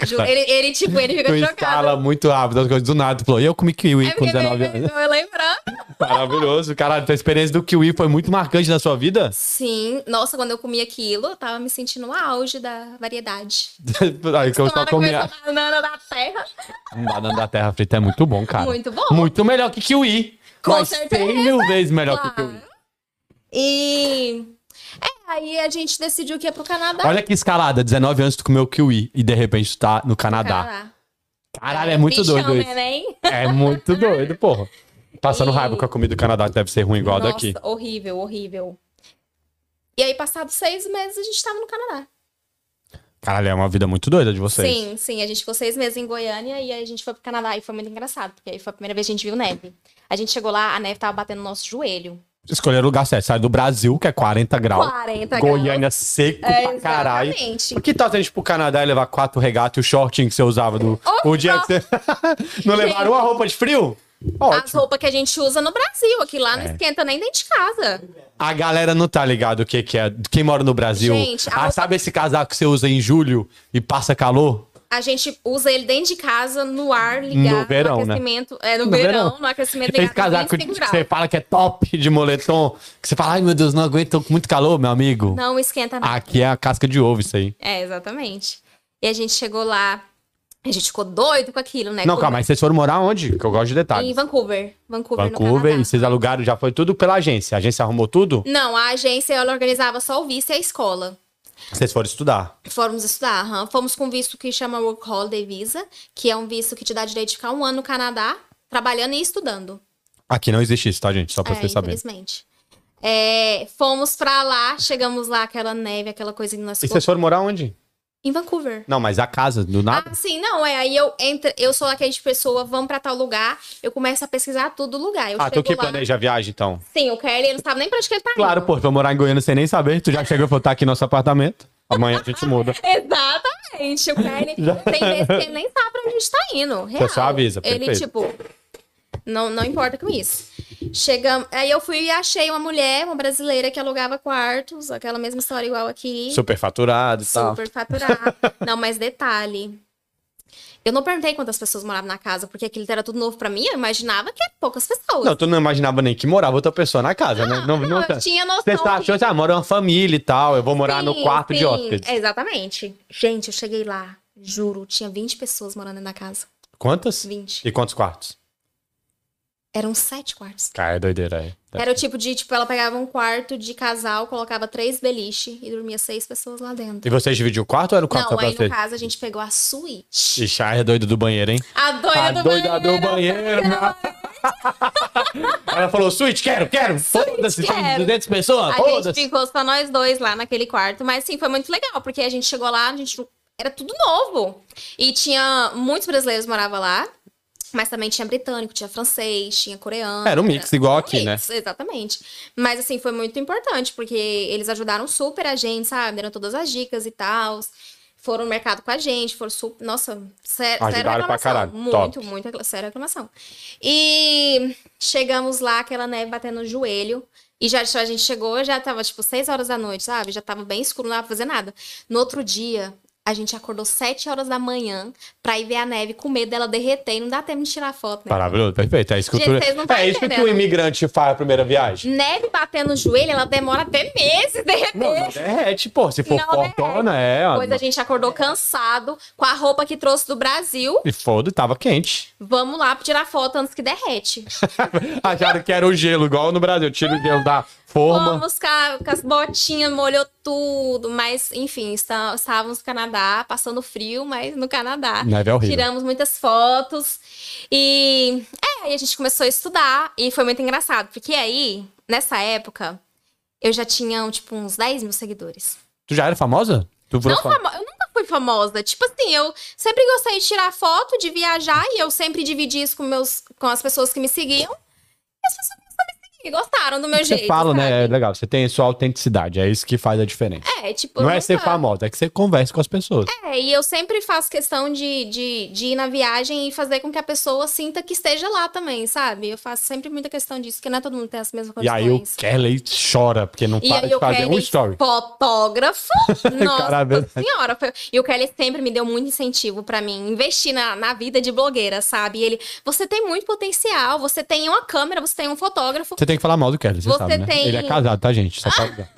Speaker 2: Ju- Ele, ele, tipo, ele
Speaker 1: Tu
Speaker 2: fica
Speaker 1: escala
Speaker 2: chocado.
Speaker 1: muito rápido as coisas do nada. Tu falou, e eu comi kiwi
Speaker 2: É
Speaker 1: com
Speaker 2: porque
Speaker 1: 19
Speaker 2: eu,
Speaker 1: anos.
Speaker 2: eu, eu lembrando.
Speaker 1: Maravilhoso. Caralho, tua experiência do kiwi foi muito marcante na sua vida?
Speaker 2: Sim, nossa, quando eu comi aquilo, eu tava me sentindo no auge da variedade.
Speaker 1: Aí que eu só
Speaker 2: Tomara que
Speaker 1: comia.
Speaker 2: começou a banana da terra.
Speaker 1: Um banana da terra frita é muito bom, cara.
Speaker 2: Muito bom.
Speaker 1: Muito melhor que kiwi.
Speaker 2: Com
Speaker 1: mas
Speaker 2: certeza,
Speaker 1: cem mil vezes melhor que
Speaker 2: claro.
Speaker 1: kiwi.
Speaker 2: E... É, aí a gente decidiu que ia pro Canadá.
Speaker 1: Olha que escalada, 19 anos tu comeu kiwi e de repente tu tá no Canadá.
Speaker 2: Canadá.
Speaker 1: Caralho, é muito
Speaker 2: Bichão,
Speaker 1: doido
Speaker 2: né,
Speaker 1: isso.
Speaker 2: nem?
Speaker 1: É muito doido, porra. Passando
Speaker 2: E-
Speaker 1: raiva com a comida do Canadá, que deve ser ruim igual a
Speaker 2: Nossa,
Speaker 1: daqui.
Speaker 2: horrível, horrível. E aí, passados seis meses, a gente tava no Canadá.
Speaker 1: Caralho, é uma vida muito doida de vocês.
Speaker 2: Sim, sim. A gente ficou seis meses em Goiânia e aí a gente foi pro Canadá. E foi muito engraçado, porque aí foi a primeira vez que a gente viu neve. A gente chegou lá, a neve tava batendo no nosso joelho.
Speaker 1: Escolheram o lugar certo. Sai do Brasil, que é 40 graus.
Speaker 2: 40
Speaker 1: Goiânia seco
Speaker 2: graus. É,
Speaker 1: pra caralho.
Speaker 2: Exatamente.
Speaker 1: Por que tá tal se a gente ir pro Canadá e levar quatro regatas e o shortinho que você usava do.
Speaker 2: Oh,
Speaker 1: o dia que você. Não levaram uma roupa de frio?
Speaker 2: As
Speaker 1: Ótimo.
Speaker 2: roupas que a gente usa no Brasil, aqui lá não
Speaker 1: É.
Speaker 2: esquenta nem dentro de casa.
Speaker 1: A galera não tá ligado o que, que é. Quem mora no Brasil.
Speaker 2: Gente, a
Speaker 1: ah,
Speaker 2: roupa-
Speaker 1: sabe esse casaco que você usa em julho e passa calor?
Speaker 2: a gente usa ele dentro de casa, no ar, ligado.
Speaker 1: No verão, né?
Speaker 2: aquecimento, É, no,
Speaker 1: No
Speaker 2: verão,
Speaker 1: verão.
Speaker 2: no aquecimento
Speaker 1: Aquele
Speaker 2: ligado a
Speaker 1: casaco de-
Speaker 2: 25
Speaker 1: que
Speaker 2: graus.
Speaker 1: você fala que é top de moletom. Que você fala, ai meu Deus, não aguento, tô com muito calor, meu amigo.
Speaker 2: Não esquenta nada.
Speaker 1: Aqui é a casca de ovo isso aí.
Speaker 2: É, exatamente. E a gente chegou lá, a gente ficou doido com aquilo, né?
Speaker 1: não,
Speaker 2: Com-
Speaker 1: calma, mas vocês foram morar onde? Que eu gosto de
Speaker 2: Em
Speaker 1: detalhes.
Speaker 2: Vancouver. Vancouver, no
Speaker 1: Vancouver, é
Speaker 2: Canadá.
Speaker 1: e vocês alugaram, já foi tudo pela agência. A agência arrumou tudo?
Speaker 2: Não, a agência ela organizava só o visto e a escola.
Speaker 1: Vocês foram estudar.
Speaker 2: Fomos estudar, aham. fomos com um visto que chama Work Holiday Visa, que é um visto que te dá direito de ficar um ano no Canadá, trabalhando e estudando.
Speaker 1: Aqui não existe isso, tá, gente? Só pra
Speaker 2: É,
Speaker 1: vocês saberem.
Speaker 2: infelizmente. É, fomos pra lá, chegamos lá, aquela neve, aquela coisa que nós
Speaker 1: E vocês foram morar onde?
Speaker 2: Em Vancouver.
Speaker 1: Não, mas a casa, do nada.
Speaker 2: Ah, sim, não, é. Aí eu entro, eu sou aquela de pessoa, vamos pra tal lugar, eu começo a pesquisar tudo do lugar. Eu
Speaker 1: Ah, tu
Speaker 2: chego
Speaker 1: que
Speaker 2: lá.
Speaker 1: planeja a viagem, então?
Speaker 2: Sim, o Kelly, ele não sabe nem pra onde que ele tá
Speaker 1: Claro,
Speaker 2: indo.
Speaker 1: pô, pra morar em Goiânia sem nem saber. Tu já chegou e falou, tá aqui nosso apartamento. Amanhã a gente muda.
Speaker 2: Exatamente, o Kelly
Speaker 1: Já-
Speaker 2: tem vezes que ele nem sabe pra onde a gente tá indo. Real.
Speaker 1: só avisa,
Speaker 2: Ele,
Speaker 1: perfeito.
Speaker 2: tipo, não, não importa com isso. Chegamos. Aí eu fui e achei uma mulher, uma brasileira que alugava quartos, aquela mesma história igual aqui.
Speaker 1: Super faturado e tal.
Speaker 2: Super faturado. não, mas detalhe. Eu não perguntei quantas pessoas moravam na casa, porque aquilo era tudo novo pra mim, eu imaginava que eram poucas pessoas.
Speaker 1: Não, tu não imaginava nem que morava outra pessoa na casa, né? Não, não,
Speaker 2: Ah, Não, eu tinha noção.
Speaker 1: Você tá achando, ah, mora uma família e tal, eu vou morar no
Speaker 2: Sim,
Speaker 1: quarto de
Speaker 2: sim, É.
Speaker 1: hóspedes.
Speaker 2: Exatamente. Gente, eu cheguei lá, juro, tinha 20 pessoas morando na casa.
Speaker 1: Quantas?
Speaker 2: 20.
Speaker 1: E quantos quartos?
Speaker 2: Eram sete quartos.
Speaker 1: Cara, é doideira aí.
Speaker 2: Era o tipo de, tipo, ela pegava um quarto de casal, colocava três beliche e dormia seis pessoas lá dentro.
Speaker 1: E vocês dividiam o quarto ou era o quarto só
Speaker 2: Não,
Speaker 1: pra
Speaker 2: aí no
Speaker 1: vocês?
Speaker 2: caso a gente pegou a suíte.
Speaker 1: Ixi, ai, é doido do banheiro, hein?
Speaker 2: A doida
Speaker 1: a
Speaker 2: do
Speaker 1: doida
Speaker 2: banheiro.
Speaker 1: do banheiro. Ela falou, suíte, quero, quero. Foda-se, tem
Speaker 2: quero."
Speaker 1: 200 pessoas,
Speaker 2: A gente
Speaker 1: foda-se.
Speaker 2: ficou só nós dois lá naquele quarto. Mas sim, foi muito legal, porque a gente chegou lá, a gente. Era tudo novo. E tinha. Muitos brasileiros moravam lá. Mas também tinha britânico, tinha francês, tinha coreano.
Speaker 1: Era um mix, igual aqui, né?
Speaker 2: mix, Exatamente. Mas assim, foi muito importante, porque eles ajudaram super a gente, sabe? Deram todas as dicas e tal. Foram no mercado com a gente, foram super. Nossa, sé- sério.
Speaker 1: Ajudaram pra
Speaker 2: reclamação.
Speaker 1: caralho,
Speaker 2: Muito,
Speaker 1: top.
Speaker 2: muito recla- séria reclamação. E chegamos lá, aquela neve batendo no joelho. E já a gente chegou, já tava tipo 6 horas da noite, sabe? Já tava bem escuro, não dava pra fazer nada. No outro dia, a gente acordou 7 horas da manhã pra ir ver a neve com medo dela derreter e não dá tempo de tirar foto, né?
Speaker 1: Maravilhoso, perfeito. É isso que,
Speaker 2: Gente,
Speaker 1: tu-
Speaker 2: vocês não tão
Speaker 1: é isso que
Speaker 2: entendendo.
Speaker 1: o imigrante faz a primeira viagem.
Speaker 2: Neve batendo no joelho, ela demora até meses de repente.
Speaker 1: Não, não derrete, pô. Se for
Speaker 2: Não
Speaker 1: fortona, é. ó.
Speaker 2: Depois a gente acordou cansado, com a roupa que trouxe do Brasil.
Speaker 1: E foda, tava quente.
Speaker 2: Vamos lá tirar foto antes que derrete.
Speaker 1: Acharam que era o gelo, igual no Brasil. Tira o gelo da forma.
Speaker 2: Fomos com, a- com as botinhas, molhou tudo. Mas, enfim, está- estávamos no Canadá, passando frio, mas no Canadá.
Speaker 1: Neve é horrível.
Speaker 2: Tiramos muitas fotos. E é, aí a gente começou a estudar. E foi muito engraçado, porque aí, nessa época, eu já tinha, tipo, uns 10 mil seguidores.
Speaker 1: Tu já era famosa? Tu virou
Speaker 2: Não
Speaker 1: famosa?
Speaker 2: famo- Eu nunca fui famosa. Tipo assim, eu sempre gostei de tirar foto, de viajar, e eu sempre dividi isso com, meus, com as pessoas que me seguiam. E as pessoas começaram a me seguir, gostaram do meu
Speaker 1: que
Speaker 2: jeito.
Speaker 1: você fala,
Speaker 2: sabe?
Speaker 1: né? É legal. Você tem a sua autenticidade. É isso que faz a diferença.
Speaker 2: É, tipo. eu
Speaker 1: Não é
Speaker 2: nunca-
Speaker 1: ser famosa, é que você conversa com as pessoas.
Speaker 2: É, e eu sempre faço questão de, de, de ir na viagem e fazer com que a pessoa sinta que esteja lá também, sabe? Eu faço sempre muita questão disso, porque não é todo mundo tem as mesmas
Speaker 1: e
Speaker 2: condições.
Speaker 1: aí o Kelly chora, porque não
Speaker 2: E
Speaker 1: para
Speaker 2: aí
Speaker 1: de
Speaker 2: o
Speaker 1: fazer
Speaker 2: Kelly,
Speaker 1: um story.
Speaker 2: fotógrafo, nossa
Speaker 1: Cara, é verdade.
Speaker 2: senhora. foi- E o Kelly sempre me deu muito incentivo pra mim investir na, na vida de blogueira, sabe? E ele, você tem muito potencial, você tem uma câmera, você tem um fotógrafo.
Speaker 1: Você tem que falar mal do Kelly, você,
Speaker 2: Você
Speaker 1: sabe, né?
Speaker 2: tem-
Speaker 1: Ele é casado, tá, gente? Só pra avisar.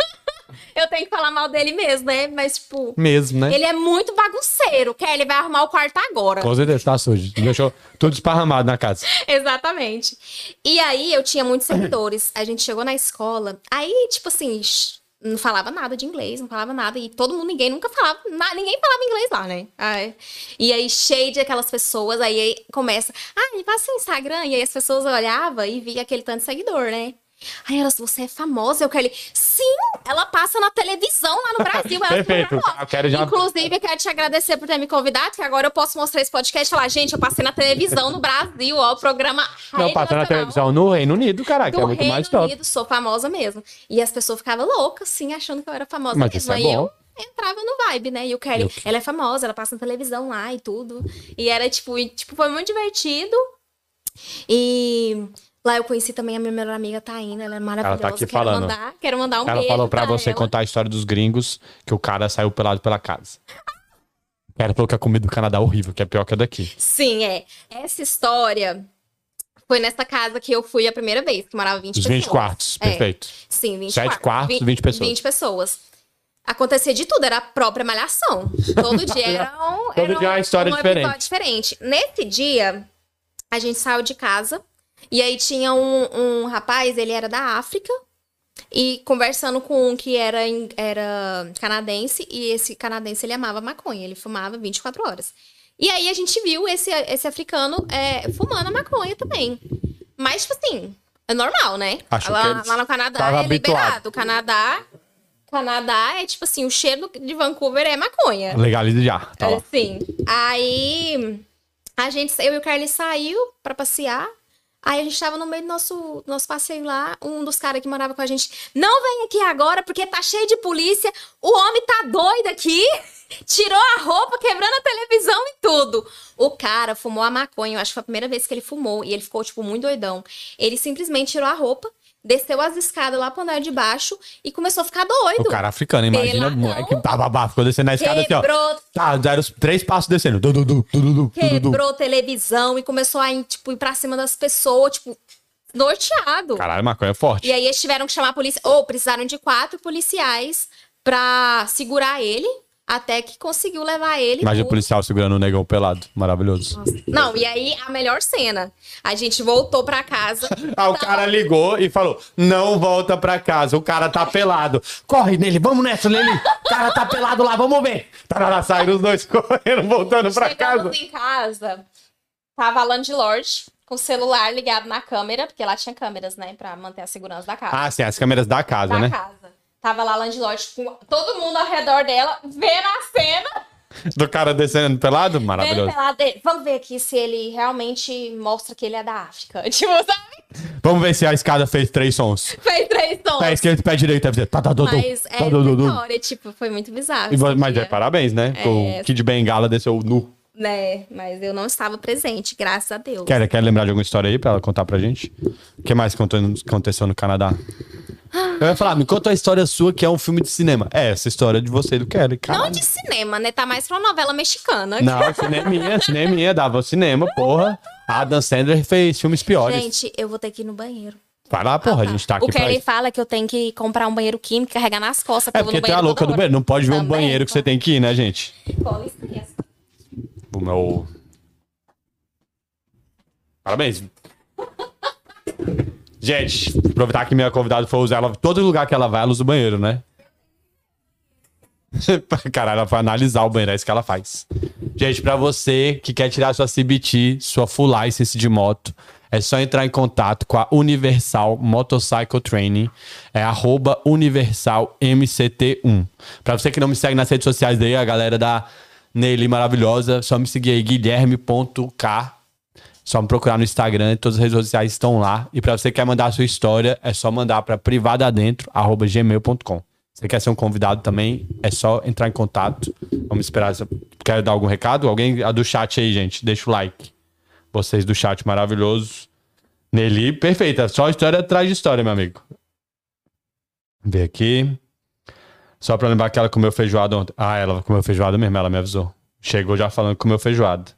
Speaker 2: Eu tenho que falar mal dele mesmo, né? Mas, tipo,
Speaker 1: Mesmo, né?
Speaker 2: ele é muito bagunceiro. Kelly vai arrumar o quarto agora.
Speaker 1: Com certeza, tá sujo. Deixou tudo esparramado na casa.
Speaker 2: Exatamente. E aí eu tinha muitos seguidores. A gente chegou na escola. Aí, tipo assim, sh- não falava nada de inglês, não falava nada. E todo mundo, ninguém nunca falava, na- ninguém falava inglês lá, né? Ai. E aí, cheio de aquelas pessoas, aí, aí começa, ah, me passa o Instagram. E aí as pessoas olhavam e via aquele tanto de seguidor, né? Aí elas, você é famosa, eu quero. Sim, ela passa na televisão lá no Brasil. ela é
Speaker 1: Perfeito.
Speaker 2: famosa.
Speaker 1: Eu quero já-
Speaker 2: Inclusive, eu quero te agradecer por ter me convidado, que agora eu posso mostrar esse podcast e falar, gente, eu passei na televisão no Brasil, ó, o programa
Speaker 1: Não,
Speaker 2: Rede
Speaker 1: passando na
Speaker 2: Nacional
Speaker 1: televisão no Reino Unido, caraca,
Speaker 2: do
Speaker 1: que é muito
Speaker 2: Reino
Speaker 1: mais top.
Speaker 2: Unido, sou famosa mesmo. E as pessoas ficavam loucas, assim, achando que eu era famosa
Speaker 1: Mas
Speaker 2: mesmo.
Speaker 1: isso é
Speaker 2: Aí
Speaker 1: bom.
Speaker 2: eu entrava no vibe, né? E o Kelly, ela é famosa, ela passa na televisão lá e tudo. E era, tipo, e, tipo, foi muito divertido. E... Lá eu conheci também a minha melhor amiga Taina, ela é maravilhosa.
Speaker 1: tá aqui
Speaker 2: quero
Speaker 1: falando.
Speaker 2: mandar, quero mandar um
Speaker 1: ela
Speaker 2: beijo
Speaker 1: falou pra você
Speaker 2: ela.
Speaker 1: contar a história dos gringos que o cara saiu pelado pela casa. O cara falou que a comida do Canadá é horrível, que é pior que a daqui.
Speaker 2: Sim, é. Essa história foi nessa casa que eu fui a primeira vez, que morava 20
Speaker 1: Os
Speaker 2: pessoas.
Speaker 1: 20 quartos,
Speaker 2: É.
Speaker 1: perfeito.
Speaker 2: Sim, 20
Speaker 1: Sete quartos, 20 pessoas.
Speaker 2: 20 pessoas. Acontecia de tudo, era a própria malhação. Todo dia era um,
Speaker 1: Todo
Speaker 2: era
Speaker 1: dia uma história
Speaker 2: episódio
Speaker 1: diferente.
Speaker 2: diferente. Nesse dia, a gente saiu de casa e aí tinha um, um rapaz, ele era da África, e conversando com um que era, em- era canadense, e esse canadense ele amava maconha, ele fumava 24 horas. E aí a gente viu esse, esse africano é, fumando a maconha também. Mas, tipo assim, é normal, né?
Speaker 1: Acho
Speaker 2: lá,
Speaker 1: que eles
Speaker 2: lá no Canadá
Speaker 1: tava
Speaker 2: é
Speaker 1: habituado.
Speaker 2: liberado. O Canadá, Canadá é tipo assim, o cheiro de Vancouver é maconha.
Speaker 1: Legaliza já, tá lá.
Speaker 2: Assim. Aí a gente, eu e o Carly saiu pra passear. Aí a gente tava no meio do nosso, nosso passeio lá, um dos caras que morava com a gente, não vem aqui agora porque tá cheio de polícia, o homem tá doido aqui, tirou a roupa, quebrando a televisão e tudo. O cara fumou a maconha, eu acho que foi a primeira vez que ele fumou, e ele ficou, tipo, muito doidão. Ele simplesmente tirou a roupa, desceu as escadas lá pro andar de baixo e começou a ficar
Speaker 1: O
Speaker 2: doido.
Speaker 1: cara africano, imagina,
Speaker 2: Peladão.
Speaker 1: moleque, tá babá, ficou descendo na escada assim, ó.
Speaker 2: Quebrou
Speaker 1: Tá, deram os três passos descendo. Du, du, du, du, du, du, du, du.
Speaker 2: quebrou televisão e começou a ir, tipo, ir pra cima das pessoas, tipo, norteado.
Speaker 1: Caralho, maconha é forte.
Speaker 2: E aí eles tiveram que chamar a polícia, ou precisaram de quatro policiais pra segurar ele, até que conseguiu levar ele.
Speaker 1: Imagina o
Speaker 2: pro-
Speaker 1: policial segurando o negão pelado. Maravilhoso.
Speaker 2: Não, e aí a melhor cena. A gente voltou pra casa.
Speaker 1: Ah, o
Speaker 2: Tava-
Speaker 1: cara ligou e falou: não volta pra casa, o cara tá pelado. Corre nele, vamos nessa, Lili. O cara tá pelado lá, vamos ver. Tarará, saíram os dois correndo, voltando pra casa.
Speaker 2: Chegamos em casa, tava a Landlord com o celular ligado na câmera, porque lá tinha câmeras, né, pra manter a segurança da casa.
Speaker 1: Ah, sim, as câmeras da casa,
Speaker 2: da
Speaker 1: né?
Speaker 2: casa. Tava lá a Landlord com todo mundo ao redor dela, vendo a cena.
Speaker 1: Do cara descendo pelado,
Speaker 2: Vendo
Speaker 1: maravilhoso.
Speaker 2: pela dele. Vamos ver aqui se ele realmente mostra que ele é da África. Tipo, sabe?
Speaker 1: Vamos ver se a escada fez três sons.
Speaker 2: Fez três tons.
Speaker 1: Pé esquerdo, pé direito, deve dizer. Tá, tá, du, du,
Speaker 2: Mas é
Speaker 1: tá, du, du, du.
Speaker 2: vitória, tipo, foi muito bizarro.
Speaker 1: E vo-
Speaker 2: esse
Speaker 1: Mas
Speaker 2: dia,
Speaker 1: é parabéns, né?
Speaker 2: É.
Speaker 1: O Kid Bengala desceu nu.
Speaker 2: Né? Mas eu não estava presente, graças a Deus.
Speaker 1: Quer, quer lembrar de alguma história aí pra ela contar pra gente? O que mais contou- aconteceu no Canadá? Eu ia falar, me conta a história sua que é um filme de cinema. É, essa história de você e do Kelly,
Speaker 2: Não
Speaker 1: cara.
Speaker 2: de cinema, né? Tá mais pra uma novela mexicana.
Speaker 1: Não, é cineminha, cineminha, dava o cinema, porra. Adam Sandler fez filmes piores.
Speaker 2: Gente, eu vou ter que ir no banheiro.
Speaker 1: Vai lá, porra, a gente tá aqui
Speaker 2: o
Speaker 1: pra
Speaker 2: Kelly
Speaker 1: isso.
Speaker 2: fala que eu tenho que comprar um banheiro químico e carregar nas costas.
Speaker 1: É porque
Speaker 2: eu vou
Speaker 1: tem a
Speaker 2: no
Speaker 1: louca do banheiro, não pode ver um
Speaker 2: Também,
Speaker 1: banheiro que
Speaker 2: então.
Speaker 1: você tem que ir, né, gente?
Speaker 2: banheiro.
Speaker 1: O meu... Parabéns. Gente, aproveitar que minha convidada foi usar ela. Todo lugar que ela vai, ela usa o banheiro, né? Caralho, ela foi analisar o banheiro, é isso que ela faz. Gente, pra você que quer tirar sua CBT, sua full license de moto, é só entrar em contato com a Universal Motorcycle Training, é arroba universalmct1. Pra você que não me segue nas redes sociais daí, a galera da Nelly maravilhosa, só me seguir aí, guilherme.k. Só me procurar no Instagram, todas as redes sociais estão lá. E pra você que quer mandar a sua história, é só mandar pra privadadentro, arroba gmail.com. Você quer ser um convidado também, é só entrar em contato. Vamos esperar. essa- Quer dar algum recado? Alguém a do chat aí, gente? Deixa o like. Vocês do chat maravilhoso. Nelly, perfeita. Só história atrás de história, meu amigo. Vê aqui. Só pra lembrar que ela comeu feijoada ontem. Ah, ela comeu feijoada mesmo, ela me avisou. Chegou já falando que comeu feijoada.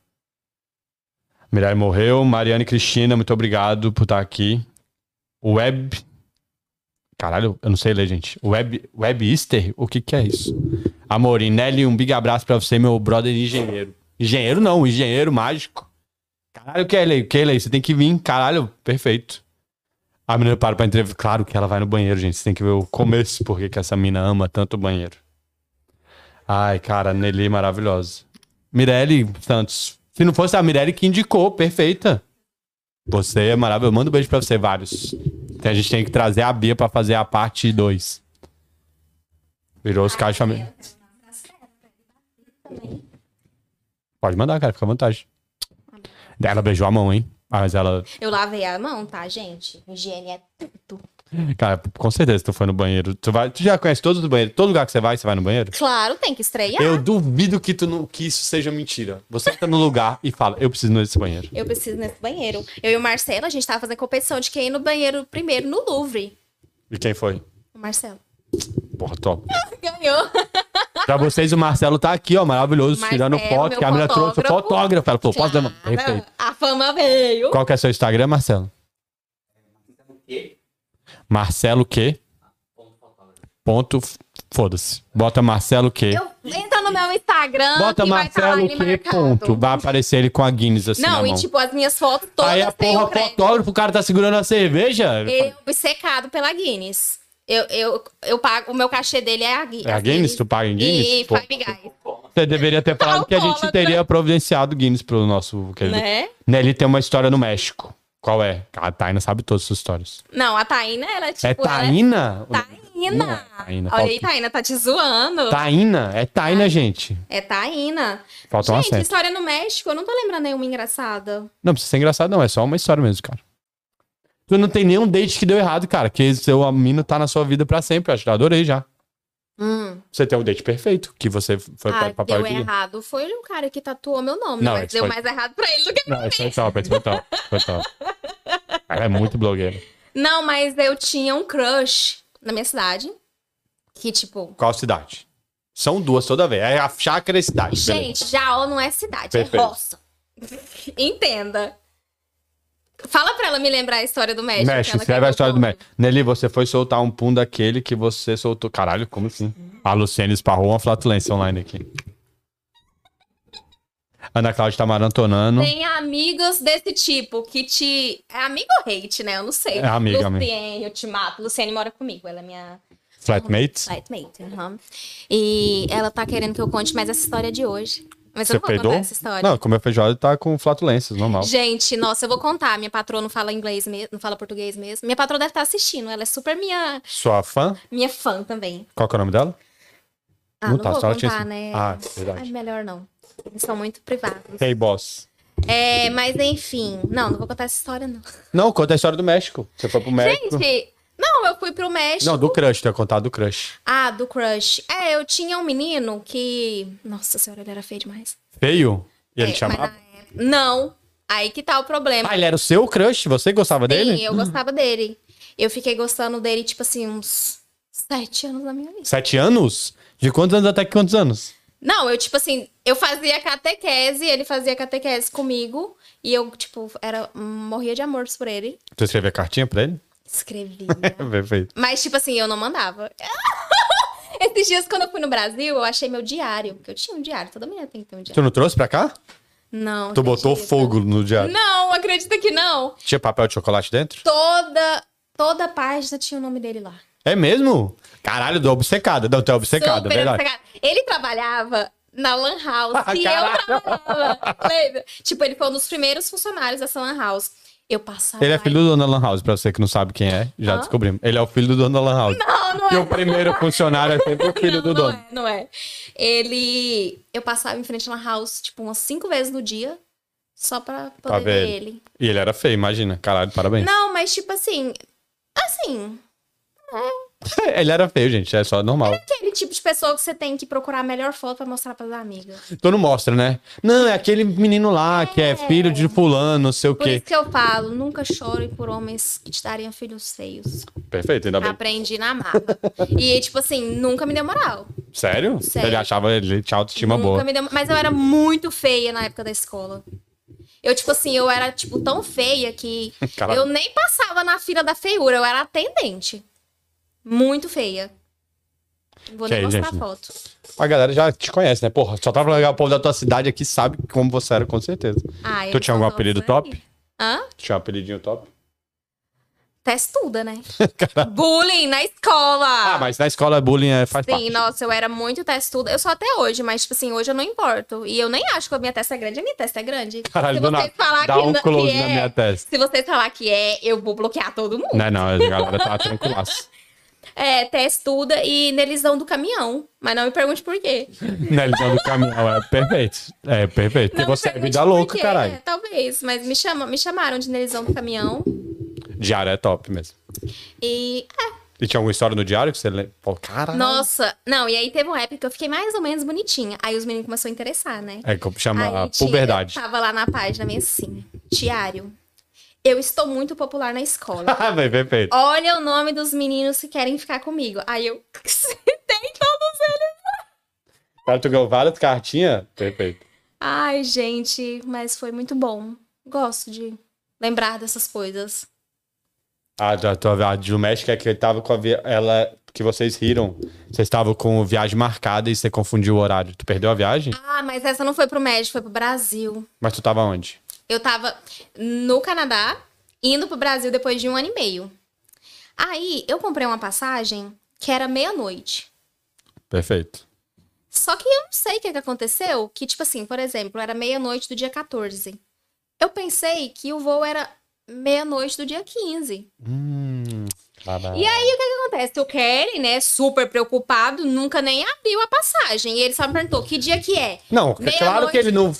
Speaker 1: Mirai morreu. Mariane e Cristina, muito obrigado por estar aqui. Web. Caralho, eu não sei ler, gente. Web, Web Easter? O que que é isso? Amorim, Nelly, um big abraço pra você, meu brother engenheiro. Engenheiro não, engenheiro mágico. Caralho, Kelly, Kelly, você tem que vir. Caralho, perfeito. A menina para pra entrevista. Claro que ela vai no banheiro, gente. Você tem que ver o começo, porque que essa mina ama tanto o banheiro. Ai, cara, Nelly é maravilhosa. Mirelle Santos. Se não fosse a Mirelle que indicou, perfeita. Você é maravilhoso. Manda um beijo pra você, vários. Então a gente tem que trazer a Bia pra fazer a parte 2. Virou os caixas. Pode mandar, cara, fica à vontade. Daí Ela beijou a mão, hein? Ah, Mas ela.
Speaker 2: Eu lavei a mão, tá, gente? Higiene é tudo.
Speaker 1: Cara, com certeza tu foi no banheiro. Tu, vai... tu já conhece todos os banheiros. Todo lugar que você vai, você vai no banheiro?
Speaker 2: Claro, tem que estrear.
Speaker 1: Eu duvido que, tu não... que isso seja mentira. Você entra no lugar e fala, eu preciso ir nesse banheiro.
Speaker 2: Eu preciso ir nesse banheiro. Eu e o Marcelo, a gente tava fazendo competição de quem ir no banheiro primeiro no Louvre.
Speaker 1: E quem foi?
Speaker 2: O Marcelo.
Speaker 1: Porra, top.
Speaker 2: Ganhou.
Speaker 1: Pra vocês, o Marcelo tá aqui, ó, maravilhoso,
Speaker 2: Marcelo,
Speaker 1: tirando foto,
Speaker 2: é, meu
Speaker 1: que a menina trouxe o
Speaker 2: fotógrafo.
Speaker 1: fotógrafo. Ela falou, posso levar? Perfeito.
Speaker 2: Cara, Ah, a fama veio.
Speaker 1: Qual que é seu Instagram, Marcelo? Marcelo Q. Ponto, f- foda-se. Bota Marcelo Q.
Speaker 2: Eu, entra no meu Instagram
Speaker 1: é? Bota
Speaker 2: que vai estar lá
Speaker 1: Marcelo
Speaker 2: ele
Speaker 1: Q.
Speaker 2: marcado.
Speaker 1: Ponto. Vai aparecer ele com a Guinness assim na
Speaker 2: Não, e
Speaker 1: mão.
Speaker 2: tipo, as minhas fotos todas
Speaker 1: Aí a
Speaker 2: têm
Speaker 1: porra
Speaker 2: o crédito.
Speaker 1: fotógrafo, o cara tá segurando a cerveja.
Speaker 2: Ele é obcecado pela Guinness. Eu, eu, eu pago, o meu cachê dele é a Guinness.
Speaker 1: É a Guinness? Tu paga em
Speaker 2: E
Speaker 1: Guinness? Pô,
Speaker 2: Five Guys,
Speaker 1: você deveria ter falado que a gente
Speaker 2: Alcoólatra.
Speaker 1: teria providenciado Guinness pro nosso... que-
Speaker 2: né?
Speaker 1: Nelly tem uma história no México. Qual é? A Taina sabe todas as suas histórias.
Speaker 2: Não, a Taína, ela é tipo...
Speaker 1: é Taína?
Speaker 2: Ela... Taína.
Speaker 1: Não é Taína,
Speaker 2: Olha
Speaker 1: falta-
Speaker 2: aí, Taína, tá te zoando.
Speaker 1: Taína? É Taína, gente.
Speaker 2: É Taína.
Speaker 1: Falta um
Speaker 2: Gente,
Speaker 1: acento.
Speaker 2: história no México, eu não tô lembrando nenhuma engraçada.
Speaker 1: Não precisa ser engraçado, não. É só uma história mesmo, cara. Tu não tem nenhum date que deu errado, cara. Que seu amino tá na sua vida pra sempre. Eu acho que eu adorei já.
Speaker 2: Hum.
Speaker 1: Você tem um date perfeito, que você foi
Speaker 2: Ah,
Speaker 1: pra papai
Speaker 2: deu errado. Foi um cara que tatuou meu nome,
Speaker 1: Não,
Speaker 2: né? mas
Speaker 1: esse
Speaker 2: deu
Speaker 1: foi-
Speaker 2: mais errado pra ele do que...
Speaker 1: Não, isso foi top, isso foi top. isso Foi top. Ela é muito blogueira.
Speaker 2: Não, mas eu tinha um crush na minha cidade. Que, tipo,
Speaker 3: Qual cidade? São duas toda vez. É a chácara e a cidade. beleza.
Speaker 2: Gente, Jaó não é cidade,
Speaker 3: Perfeito.
Speaker 2: é roça. Entenda. Fala pra ela me lembrar a história do México.
Speaker 1: México,
Speaker 2: ela
Speaker 1: escreve
Speaker 2: quer
Speaker 1: a história do
Speaker 2: que eu
Speaker 1: México. Nelly, você foi soltar um pum daquele que você soltou. Caralho, como assim? A Luciene esparrou uma flatulência online aqui. Ana Cláudia tá marantonando.
Speaker 2: conte. Tem amigas desse tipo que te. É amigo ou hate, né? Eu não sei.
Speaker 1: É amiga, amiga.
Speaker 2: Luciene, eu te mato. Luciene mora comigo, ela é minha
Speaker 1: Flatmates?
Speaker 2: flatmate. aham. E ela tá querendo que eu conte mais essa história de hoje. Mas
Speaker 1: Você
Speaker 2: eu não vou
Speaker 1: peidou?
Speaker 2: contar essa história.
Speaker 1: Não, comer feijoada tá com flatulências, normal.
Speaker 2: Gente, nossa, eu vou contar. Minha patroa não fala inglês mesmo, não fala português mesmo. Minha patroa deve estar assistindo. Ela é super minha,
Speaker 1: Sua fã?
Speaker 2: minha fã também.
Speaker 1: Qual que é o nome dela?
Speaker 2: Ah,
Speaker 1: Não
Speaker 2: não,
Speaker 1: tá,
Speaker 2: vou
Speaker 1: só
Speaker 2: contar,
Speaker 1: tinha esse-
Speaker 2: né?
Speaker 1: Ah, verdade.
Speaker 2: Ai, melhor não. Eles são muito privados.
Speaker 1: Hey Boss.
Speaker 2: É, mas enfim. Não, não vou contar essa história, não.
Speaker 1: Não, conta a história do México. Você foi pro México.
Speaker 2: Gente, não, eu fui pro México.
Speaker 1: Não, do crush, tu ia contar do crush.
Speaker 2: Ah, do crush. É, eu tinha um menino que... Nossa senhora, ele era feio demais.
Speaker 1: Feio? E ele
Speaker 2: É,
Speaker 1: te chamava?
Speaker 2: mas na época- Não. Aí que tá o problema.
Speaker 1: Ah, ele era o seu crush? Você gostava dele? Hum.
Speaker 2: Sim, eu gostava dele. Eu fiquei gostando dele, tipo assim, uns sete anos da minha vida.
Speaker 1: Sete anos? De quantos anos até quantos anos?
Speaker 2: Não, eu, tipo assim, eu fazia catequese, ele fazia catequese comigo. E eu, tipo, era, morria de amor por ele.
Speaker 1: Tu escreveu cartinha pra ele?
Speaker 2: Escrevia.
Speaker 1: Perfeito.
Speaker 2: Mas, tipo assim, eu não mandava. Esses dias, quando eu fui no Brasil, eu achei meu diário. Porque eu tinha um diário. Toda mulher tem que ter um diário.
Speaker 1: Tu não trouxe pra cá?
Speaker 2: Não.
Speaker 1: Tu botou
Speaker 2: acredita?
Speaker 1: fogo no diário.
Speaker 2: Não, acredita que não.
Speaker 1: Tinha papel de chocolate dentro?
Speaker 2: Toda, toda página tinha o nome dele lá.
Speaker 1: É mesmo? Caralho, do obcecada. Não, tu é obcecada,
Speaker 2: Super
Speaker 1: verdade. Ah,
Speaker 2: obcecada. Ele trabalhava na Lan House. e
Speaker 1: Caralho.
Speaker 2: eu trabalhava. Lembra? Tipo, ele foi um dos primeiros funcionários dessa Lan House. Eu passava...
Speaker 1: Ele é filho do dono da Lan House, pra você que não sabe quem é, já
Speaker 2: Hã?
Speaker 1: descobrimos. Ele é o filho do dono da Lan House.
Speaker 2: Não, não
Speaker 1: E
Speaker 2: é.
Speaker 1: o primeiro funcionário é sempre o filho
Speaker 2: não,
Speaker 1: do
Speaker 2: não
Speaker 1: dono.
Speaker 2: É, não é. Ele. Eu passava em frente à Lan House, tipo, umas cinco vezes no dia. Só pra poder
Speaker 1: Pra ver
Speaker 2: ver
Speaker 1: ele.
Speaker 2: ele.
Speaker 1: E ele era feio, imagina. Caralho, parabéns.
Speaker 2: Não, mas tipo assim. Assim.
Speaker 1: Ele era feio, gente, é só normal.
Speaker 2: Aquele tipo de pessoa que você tem que procurar a melhor foto pra mostrar pras amigas.
Speaker 1: Tu não mostra, né? Não, é aquele menino lá que é filho de fulano, não sei o
Speaker 2: Por
Speaker 1: quê.
Speaker 2: isso que eu falo, nunca chore por homens que te dariam filhos feios.
Speaker 1: Perfeito, ainda Tá bem.
Speaker 2: Aprendi na marra. e, tipo assim, nunca me deu moral.
Speaker 1: Sério?
Speaker 2: Ah, Sério.
Speaker 1: Ele achava ele tinha autoestima
Speaker 2: Nunca
Speaker 1: boa.
Speaker 2: me deu- Mas eu era muito feia na época da escola. Eu, tipo assim, eu era, tipo, tão feia que
Speaker 1: Caralho.
Speaker 2: eu nem passava na fila da feiura, eu era atendente. Muito feia. Vou nem
Speaker 1: Que aí,
Speaker 2: mostrar
Speaker 1: gente?
Speaker 2: a foto.
Speaker 1: A galera já te conhece, né? Porra, só tava legal o povo da tua cidade aqui sabe como você era, com certeza.
Speaker 2: Ah,
Speaker 1: Tu
Speaker 2: eu
Speaker 1: tinha algum
Speaker 2: sou
Speaker 1: apelido
Speaker 2: toda
Speaker 1: top?
Speaker 2: feia. né? Hã?
Speaker 1: Tinha um apelidinho top.
Speaker 2: Testuda, né? Bullying na escola!
Speaker 1: Ah, mas na escola bullying é- faz
Speaker 2: Sim,
Speaker 1: parte.
Speaker 2: nossa, eu era muito testuda. Eu sou até hoje, mas, tipo assim, hoje eu não importo. E eu nem acho que a minha testa é grande. A minha testa é grande.
Speaker 1: Caralho,
Speaker 2: Se
Speaker 1: do nada.
Speaker 2: vocês falar
Speaker 1: Dá
Speaker 2: que
Speaker 1: um
Speaker 2: na- que
Speaker 1: close
Speaker 2: é-
Speaker 1: na minha testa.
Speaker 2: Se vocês falar que é, eu vou bloquear todo mundo.
Speaker 1: Não, não, a galera tá tranquila.
Speaker 2: É, testuda e nelizão do caminhão. Mas não me pergunte por quê.
Speaker 1: Na elisão do caminhão, é perfeito. É perfeito. Porque
Speaker 2: Não me
Speaker 1: você é
Speaker 2: pergunte
Speaker 1: vida
Speaker 2: por
Speaker 1: louca,
Speaker 2: quê, é,
Speaker 1: caralho.
Speaker 2: talvez, mas me, chama, me chamaram de nelizão do caminhão.
Speaker 1: Diário é top mesmo.
Speaker 2: E, é,
Speaker 1: E tinha alguma história no diário que você lembra? Pô, caralho.
Speaker 2: nossa. Não, e aí teve uma época que eu fiquei mais ou menos bonitinha. Aí os meninos começaram a interessar, né?
Speaker 1: É como chama a
Speaker 2: Aí tinha-
Speaker 1: puberdade.
Speaker 2: Tava lá na página minha assim, diário. Eu estou muito popular na escola.
Speaker 1: Ah, bem, perfeito.
Speaker 2: Olha o nome dos meninos que querem ficar comigo. Aí eu sentei todos eles.
Speaker 1: Cara, tu ganhou várias cartinhas? Perfeito.
Speaker 2: Ai, gente, mas foi muito bom. Gosto de lembrar dessas coisas.
Speaker 1: Ah, da tua a do México é que ele tava com a vi- ela que vocês riram. Vocês estavam com viagem marcada e você confundiu o horário. Tu perdeu a viagem?
Speaker 2: Ah, mas essa não foi pro México, foi pro Brasil.
Speaker 1: Mas tu tava onde?
Speaker 2: Eu tava no Canadá, indo pro Brasil depois de um ano e meio. Aí eu comprei uma passagem que era meia-noite.
Speaker 1: Perfeito.
Speaker 2: Só que eu não sei o que, que aconteceu. Que, tipo assim, por exemplo, era meia-noite do dia 14. Eu pensei que o voo era meia-noite do dia 15.
Speaker 1: Hum. babado.
Speaker 2: E aí, o que, que acontece? O Kelly, né, super preocupado, nunca nem abriu a passagem. E ele só me perguntou que dia que é.
Speaker 1: Não, é
Speaker 2: Meia
Speaker 1: claro que ele não.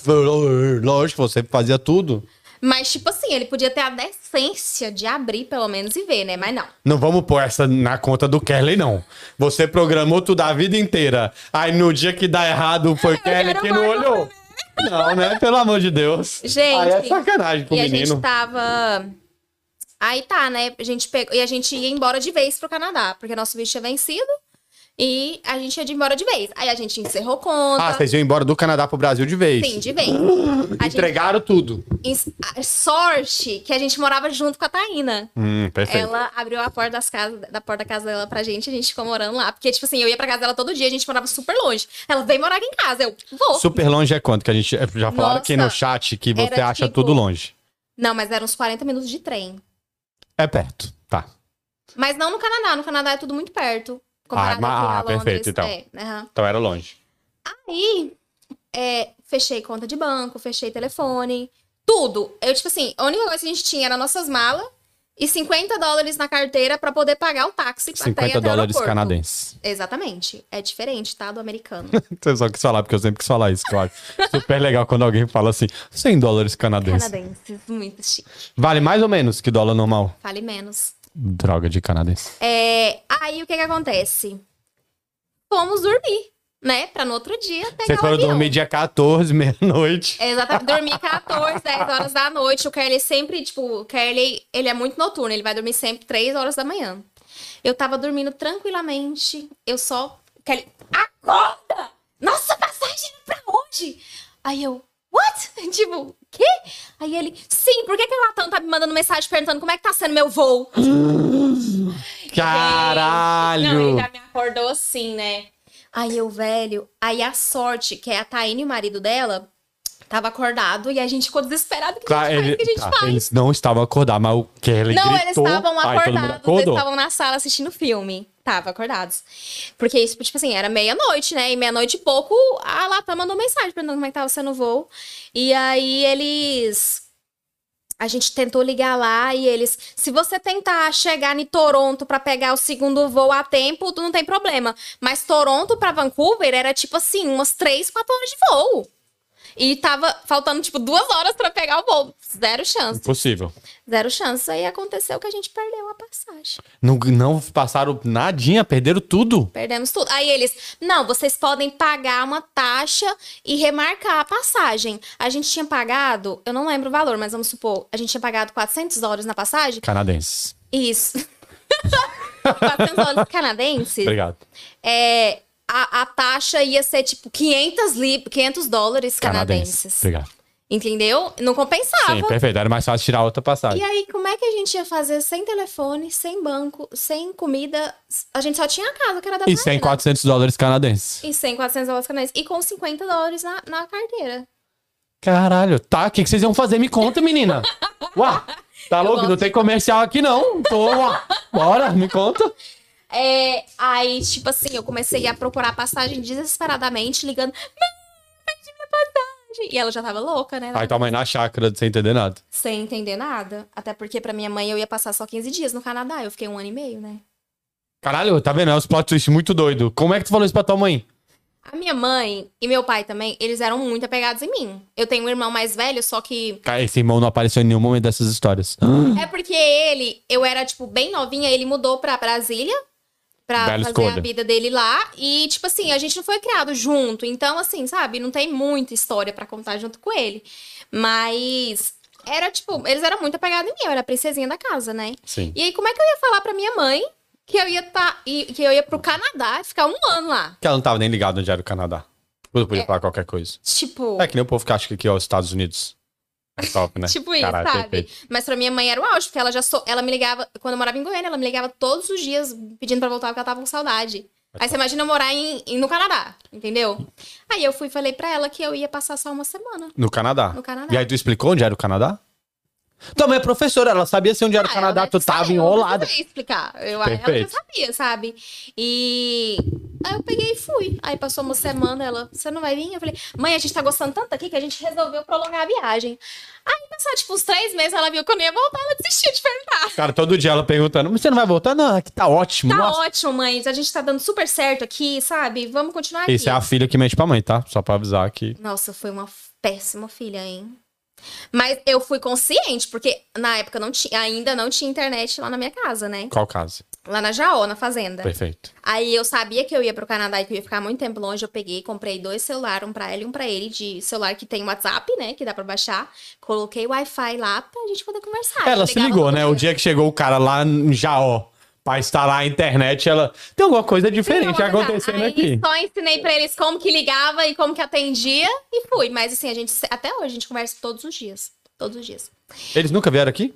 Speaker 1: Lógico, você fazia tudo.
Speaker 2: Mas, tipo assim, ele podia ter a decência de abrir, pelo menos, e ver, né? Mas não.
Speaker 1: Não vamos pôr essa na conta do Kelly, não. Você programou tudo a vida inteira. Aí no dia que dá errado foi Kelly
Speaker 2: Ah, quero
Speaker 1: que não
Speaker 2: mais
Speaker 1: olhou. Não, né? Pelo amor de Deus.
Speaker 2: Gente,
Speaker 1: Aí é sacanagem com o
Speaker 2: e a
Speaker 1: menino.
Speaker 2: gente tá tava. Aí tá, né? A gente pegou... E a gente ia embora de vez pro Canadá, porque nosso visto tinha vencido. E a gente ia de embora de vez. Aí a gente encerrou conta.
Speaker 1: Ah, vocês iam embora do Canadá pro Brasil de vez.
Speaker 2: Sim, de vez. A gente...
Speaker 1: Entregaram tudo.
Speaker 2: ens- a Sorte que a gente morava junto com a Taína.
Speaker 1: Hum, perfeito.
Speaker 2: Ela abriu a porta, das casas, da porta da casa dela pra gente, a gente ficou morando lá. Porque, tipo assim, eu ia pra casa dela todo dia, a gente morava super longe. Ela veio morar aqui em casa, eu vou.
Speaker 1: Super longe é quanto? Que a gente já falaram
Speaker 2: Nossa,
Speaker 1: aqui no chat que você
Speaker 2: era
Speaker 1: acha
Speaker 2: tipo-
Speaker 1: tudo longe.
Speaker 2: Não, mas eram uns 40 minutos de trem.
Speaker 1: É perto. Tá.
Speaker 2: Mas não no Canadá, no Canadá é tudo muito perto. Comparado
Speaker 1: ma-
Speaker 2: aqui a
Speaker 1: ah,
Speaker 2: Londres.
Speaker 1: perfeito, então.
Speaker 2: É, aham.
Speaker 1: Então era longe.
Speaker 2: Aí, é, fechei conta de banco, fechei telefone, tudo. Eu, tipo assim, a única coisa que a gente tinha era nossas malas e 50 dólares na carteira pra poder pagar o táxi até ir
Speaker 1: 50
Speaker 2: até o
Speaker 1: dólares
Speaker 2: aeroporto.
Speaker 1: canadenses.
Speaker 2: Exatamente. É diferente, tá? Do americano.
Speaker 1: Você só quis falar, porque eu sempre quis falar isso, claro. Super legal quando alguém fala assim, 100 dólares canadenses.
Speaker 2: Canadenses, muito chique.
Speaker 1: Vale mais ou menos que dólar normal?
Speaker 2: Fale menos.
Speaker 1: Droga de canadense.
Speaker 2: É, aí o que que acontece? Fomos dormir, né? Pra no outro dia pegar
Speaker 1: Vocês
Speaker 2: o
Speaker 1: foram
Speaker 2: avião.
Speaker 1: dormir dia 14, meia-noite.
Speaker 2: É, Exatamente, dormir 14, 10 horas da noite. O Kelly sempre, tipo, o Kelly, ele é muito noturno, ele vai dormir sempre 3 horas da manhã. Eu tava dormindo tranquilamente, eu só. Kelly, acorda! Nossa, a passagem é pra hoje! Aí eu, what? Tipo, quê? Aí ele, sim, por que, que a Latam tá me mandando mensagem perguntando como é que tá sendo meu voo? Gente, É, Não,
Speaker 1: Caralho!
Speaker 2: ele já me acordou assim, né? Aí eu, velho, aí a sorte, que é a Taine e o marido dela, tava acordado e a gente ficou desesperado. O que,
Speaker 1: Tá,
Speaker 2: a gente faz?
Speaker 1: ele-
Speaker 2: O que a gente
Speaker 1: tá,
Speaker 2: faz?
Speaker 1: eles não estavam acordados, mas o Kelly
Speaker 2: Não, eles
Speaker 1: gritou.
Speaker 2: estavam
Speaker 1: aí todo mundo
Speaker 2: acordados, eles
Speaker 1: acordou.
Speaker 2: estavam na sala assistindo filme. Tava acordados. Porque isso, tipo assim, era meia-noite, né? E meia-noite e pouco, a Latam mandou mensagem perguntando como é que tava sendo o voo. E aí eles. A gente tentou ligar lá e eles. Se você tentar chegar em Toronto pra pegar o segundo voo a tempo, tu não tem problema. Mas Toronto pra Vancouver era tipo assim, umas 3, 4 horas de voo. E tava faltando, tipo, duas horas pra pegar o voo. Zero chance.
Speaker 1: Impossível.
Speaker 2: Zero chance. Aí aconteceu que a gente perdeu a passagem.
Speaker 1: Não, não passaram nadinha, perderam tudo.
Speaker 2: Perdemos tudo. Aí eles, não, vocês podem pagar uma taxa e remarcar a passagem. A gente tinha pagado, eu não lembro o valor, mas vamos supor, a gente tinha pagado 400 dólares na passagem.
Speaker 1: Canadenses.
Speaker 2: Isso. 400 dólares canadenses.
Speaker 1: Obrigado.
Speaker 2: É, a, a taxa ia ser tipo 500, li, 500 dólares
Speaker 1: Canadenses.
Speaker 2: canadenses.
Speaker 1: Obrigado.
Speaker 2: Entendeu? Não compensava.
Speaker 1: Sim, perfeito. Era mais fácil tirar outra passagem.
Speaker 2: E aí, como é que a gente ia fazer sem telefone, sem banco, sem comida? A gente só tinha a casa, que era
Speaker 1: E
Speaker 2: da Taína.
Speaker 1: 100, 400 dólares canadenses.
Speaker 2: E 100, 400 dólares canais. E com 50 dólares na, na carteira.
Speaker 1: Caralho, tá, o que, que vocês iam fazer? Me conta, menina. Uá, tá louco?
Speaker 2: gosto.
Speaker 1: Não tem comercial aqui, não. Tô, uá, bora, me conta.
Speaker 2: É, aí, tipo assim, eu comecei a procurar passagem desesperadamente, ligando. Mãe, perdi minha passagem. E ela já tava louca, né?
Speaker 1: Aí tua mãe na chácara, sem entender nada.
Speaker 2: Sem entender nada. Até porque pra minha mãe eu ia passar só 15 dias no Canadá. Eu fiquei um ano e meio, né?
Speaker 1: Caralho, tá vendo? É uns plot twist muito doido. Como é que tu falou isso pra tua mãe?
Speaker 2: A minha mãe e meu pai também, eles eram muito apegados em mim. Eu tenho um irmão mais velho, só que
Speaker 1: Cara, esse irmão não apareceu em nenhum momento dessas histórias.
Speaker 2: É porque ele, eu era, tipo, bem novinha, ele mudou pra Brasília pra
Speaker 1: Bela
Speaker 2: fazer
Speaker 1: escolha.
Speaker 2: a vida dele lá. E, tipo assim, a gente não foi criado junto. Então, assim, sabe, não tem muita história pra contar junto com ele. Mas era, tipo, eles eram muito apegados em mim, eu era a princesinha da casa, né?
Speaker 1: Sim.
Speaker 2: E aí, como é que eu ia falar pra minha mãe que eu ia tá, e- que eu ia pro Canadá e ficar um ano lá?
Speaker 1: Que ela não tava nem ligada onde era o Canadá. Eu
Speaker 2: É.
Speaker 1: podia falar qualquer coisa.
Speaker 2: Tipo,
Speaker 1: É que nem o povo que acha que aqui é os Estados Unidos. É top, né?
Speaker 2: tipo isso,
Speaker 1: Caralho,
Speaker 2: sabe?
Speaker 1: perfeito.
Speaker 2: Mas pra minha mãe era o auge, porque ela já sou. Ela me ligava, quando eu morava em Goiânia, ela me ligava todos os dias pedindo pra voltar porque ela tava com saudade. Aí você imagina eu morar em, em- no Canadá, entendeu? Aí eu fui e falei pra ela que eu ia passar só uma semana
Speaker 1: No Canadá.
Speaker 2: no Canadá.
Speaker 1: E aí tu explicou onde era o Canadá? Tua mãe é professora, ela sabia se onde era o
Speaker 2: Ah,
Speaker 1: Canadá,
Speaker 2: ela
Speaker 1: tu
Speaker 2: deve saber,
Speaker 1: tava
Speaker 2: eu não
Speaker 1: enrolada.
Speaker 2: precisei explicar. Eu, ela já
Speaker 1: Perfeito.
Speaker 2: sabia, sabe? E aí eu peguei e fui. Aí passou uma semana, ela, você não vai vir? Eu falei, mãe, a gente tá gostando tanto aqui que a gente resolveu prolongar a viagem. Aí passaram, tipo, uns três meses, ela viu que eu não ia voltar, ela desistiu de perguntar.
Speaker 1: Cara, todo dia ela perguntando, mas você não vai voltar? Não, aqui tá ótimo.
Speaker 2: né? Tá
Speaker 1: nossa.
Speaker 2: ótimo, mãe. A gente tá dando super certo aqui, sabe? Vamos continuar aqui.
Speaker 1: Isso é a filha que mente pra mãe, tá? Só pra avisar que.
Speaker 2: Nossa, foi uma péssima filha, hein? Mas eu fui consciente, porque na época não tinha, ainda não tinha internet lá na minha casa, né?
Speaker 1: Qual caso?
Speaker 2: Lá na Jaó, na fazenda.
Speaker 1: Perfeito.
Speaker 2: Aí eu sabia que eu ia pro Canadá e que eu ia ficar muito tempo longe. Eu peguei, comprei dois celulares, um pra ela e um pra ele, de celular que tem WhatsApp, né? Que dá pra baixar. Coloquei Wi-Fi lá pra gente poder conversar.
Speaker 1: Ela
Speaker 2: Eu
Speaker 1: se
Speaker 2: ligava
Speaker 1: ligou,
Speaker 2: todo
Speaker 1: né?
Speaker 2: dia.
Speaker 1: O dia que chegou o cara lá em Jaó pra instalar a internet, ela. Tem alguma coisa diferente
Speaker 2: Não,
Speaker 1: acontecendo
Speaker 2: aí
Speaker 1: aqui.
Speaker 2: Só ensinei pra eles como que ligava e como que atendia e fui. Mas assim, a gente se- até hoje a gente conversa todos os dias. Todos os dias.
Speaker 1: Eles nunca vieram aqui?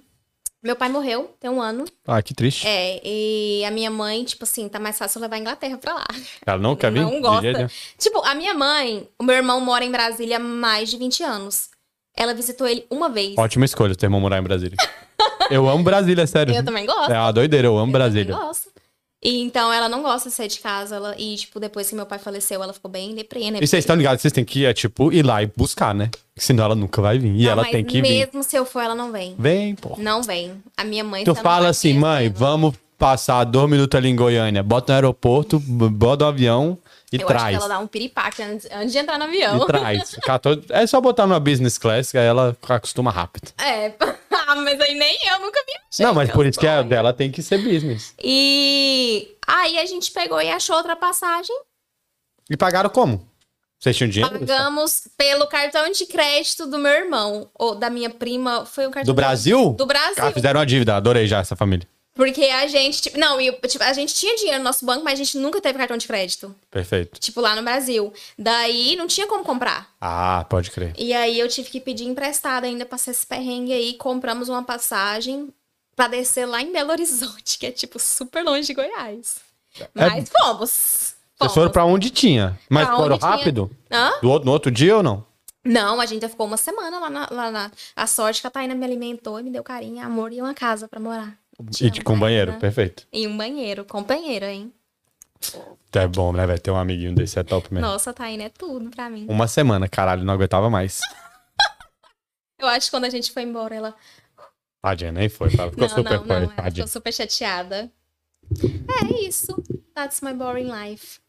Speaker 2: Meu pai morreu, tem um ano.
Speaker 1: Ah, que triste.
Speaker 2: É, e a minha mãe, tipo assim, tá mais fácil eu levar a Inglaterra pra lá.
Speaker 1: Ela não quer vir?
Speaker 2: Não
Speaker 1: De
Speaker 2: gosta.
Speaker 1: jeito nenhum.
Speaker 2: Tipo, a minha mãe, o meu irmão mora em Brasília há mais de 20 anos. Ela visitou ele uma vez.
Speaker 1: Ótima escolha ter irmão morar em Brasília. eu amo Brasília, sério.
Speaker 2: Eu também gosto.
Speaker 1: É uma doideira, eu amo
Speaker 2: Eu
Speaker 1: Brasília.
Speaker 2: gosto. E, então ela não gosta de sair de casa. Ela, e, tipo, depois que meu pai faleceu, ela ficou bem deprê, né?
Speaker 1: E vocês estão ligados, vocês têm que, é, tipo, ir lá e buscar, né? Senão ela nunca vai vir. E
Speaker 2: Não,
Speaker 1: ela
Speaker 2: Ah, mas
Speaker 1: tem que vir.
Speaker 2: Mesmo se eu for, ela não vem.
Speaker 1: Vem, pô.
Speaker 2: Não vem. A minha mãe
Speaker 1: Tu
Speaker 2: tá no
Speaker 1: fala
Speaker 2: quarto
Speaker 1: assim,
Speaker 2: mesmo.
Speaker 1: mãe, vamos passar dois minutos ali em Goiânia. Bota no aeroporto, b- bota o avião e
Speaker 2: Eu acho que
Speaker 1: traz.
Speaker 2: ela dá um piripaque antes, antes de entrar no avião.
Speaker 1: E tá- traz. Fica todo- É só botar numa business class, que aí ela acostuma rápido.
Speaker 2: É, ah, mas aí nem eu nunca vi. um
Speaker 1: Não, mas por isso que é- a dela tem que ser business.
Speaker 2: E aí a gente pegou e achou outra passagem.
Speaker 1: E pagaram como? Vocês tinham dinheiro?
Speaker 2: Pagamos pelo cartão de crédito do meu irmão ou da minha prima. Foi um cartão
Speaker 1: Do Brasil?
Speaker 2: do Brasil.
Speaker 1: Ah, fizeram uma dívida, adorei já essa família.
Speaker 2: Porque a gente, tipo, não, e, tipo, a gente tinha dinheiro no nosso banco, mas a gente nunca teve cartão de crédito.
Speaker 1: Perfeito.
Speaker 2: Tipo, lá no Brasil. Daí não tinha como comprar.
Speaker 1: Ah, pode crer.
Speaker 2: E aí eu tive que pedir emprestado ainda pra ser esse perrengue aí. Compramos uma passagem pra descer lá em Belo Horizonte, que é tipo super longe de Goiás. Mas fomos.
Speaker 1: É. Vocês
Speaker 2: fomos.
Speaker 1: foram pra onde tinha. Mas
Speaker 2: Pra
Speaker 1: foram
Speaker 2: onde tinha.
Speaker 1: rápido?
Speaker 2: Hã?
Speaker 1: Do outro, no outro dia ou não?
Speaker 2: Não, a gente já ficou uma semana lá na, lá na- A sorte que a Taina me alimentou e me deu carinho, amor e uma casa pra morar. Te
Speaker 1: E de-
Speaker 2: amo,
Speaker 1: com banheiro,
Speaker 2: Taina.
Speaker 1: perfeito.
Speaker 2: E um banheiro, companheiro, hein?
Speaker 1: É bom, né, velho? Ter um amiguinho desse é top mesmo.
Speaker 2: Nossa, a Taina é tudo pra mim.
Speaker 1: Uma semana, caralho, não aguentava mais.
Speaker 2: Eu acho que quando a gente foi embora, ela.
Speaker 1: Tadinha, nem foi, tá? Ficou
Speaker 2: não,
Speaker 1: super
Speaker 2: não, é,
Speaker 1: forte,
Speaker 2: não, ela
Speaker 1: tadinha.
Speaker 2: ficou super chateada. É isso. That's my boring life.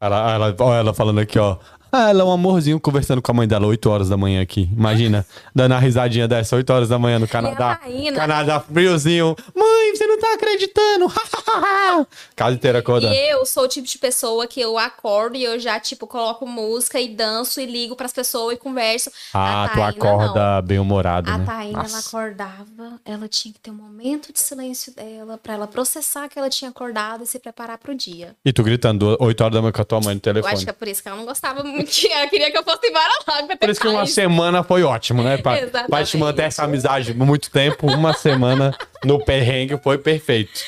Speaker 1: Ela, ela, ó, ela falando aqui, ó. Ah, ela é um amorzinho conversando com a mãe dela 8 horas da manhã aqui. Imagina, dando uma risadinha dessa, 8 horas da manhã no Canadá.
Speaker 2: rainha.
Speaker 1: Canadá friozinho. Mãe, você não tá acreditando. Casa inteira acordando.
Speaker 2: E eu sou o tipo de pessoa que eu acordo e eu já, tipo, coloco música e danço e ligo pras pessoas e converso.
Speaker 1: Ah,
Speaker 2: A
Speaker 1: tu
Speaker 2: Taina,
Speaker 1: acorda bem humorado,
Speaker 2: A
Speaker 1: né?
Speaker 2: Taina, ela
Speaker 1: Nossa.
Speaker 2: acordava, ela tinha que ter um momento de silêncio dela pra ela processar que ela tinha acordado e se preparar pro dia.
Speaker 1: E tu gritando 8 horas da manhã com a tua mãe no
Speaker 2: Eu acho
Speaker 1: telefone.
Speaker 2: que é por isso que ela não gostava muito, que ela queria que eu fosse embora logo. pra ter
Speaker 1: Por isso que uma
Speaker 2: paz.
Speaker 1: semana foi ótimo, né? Pra,
Speaker 2: Exatamente.
Speaker 1: pra te manter essa amizade por muito tempo, uma semana no perrengue foi perfeito.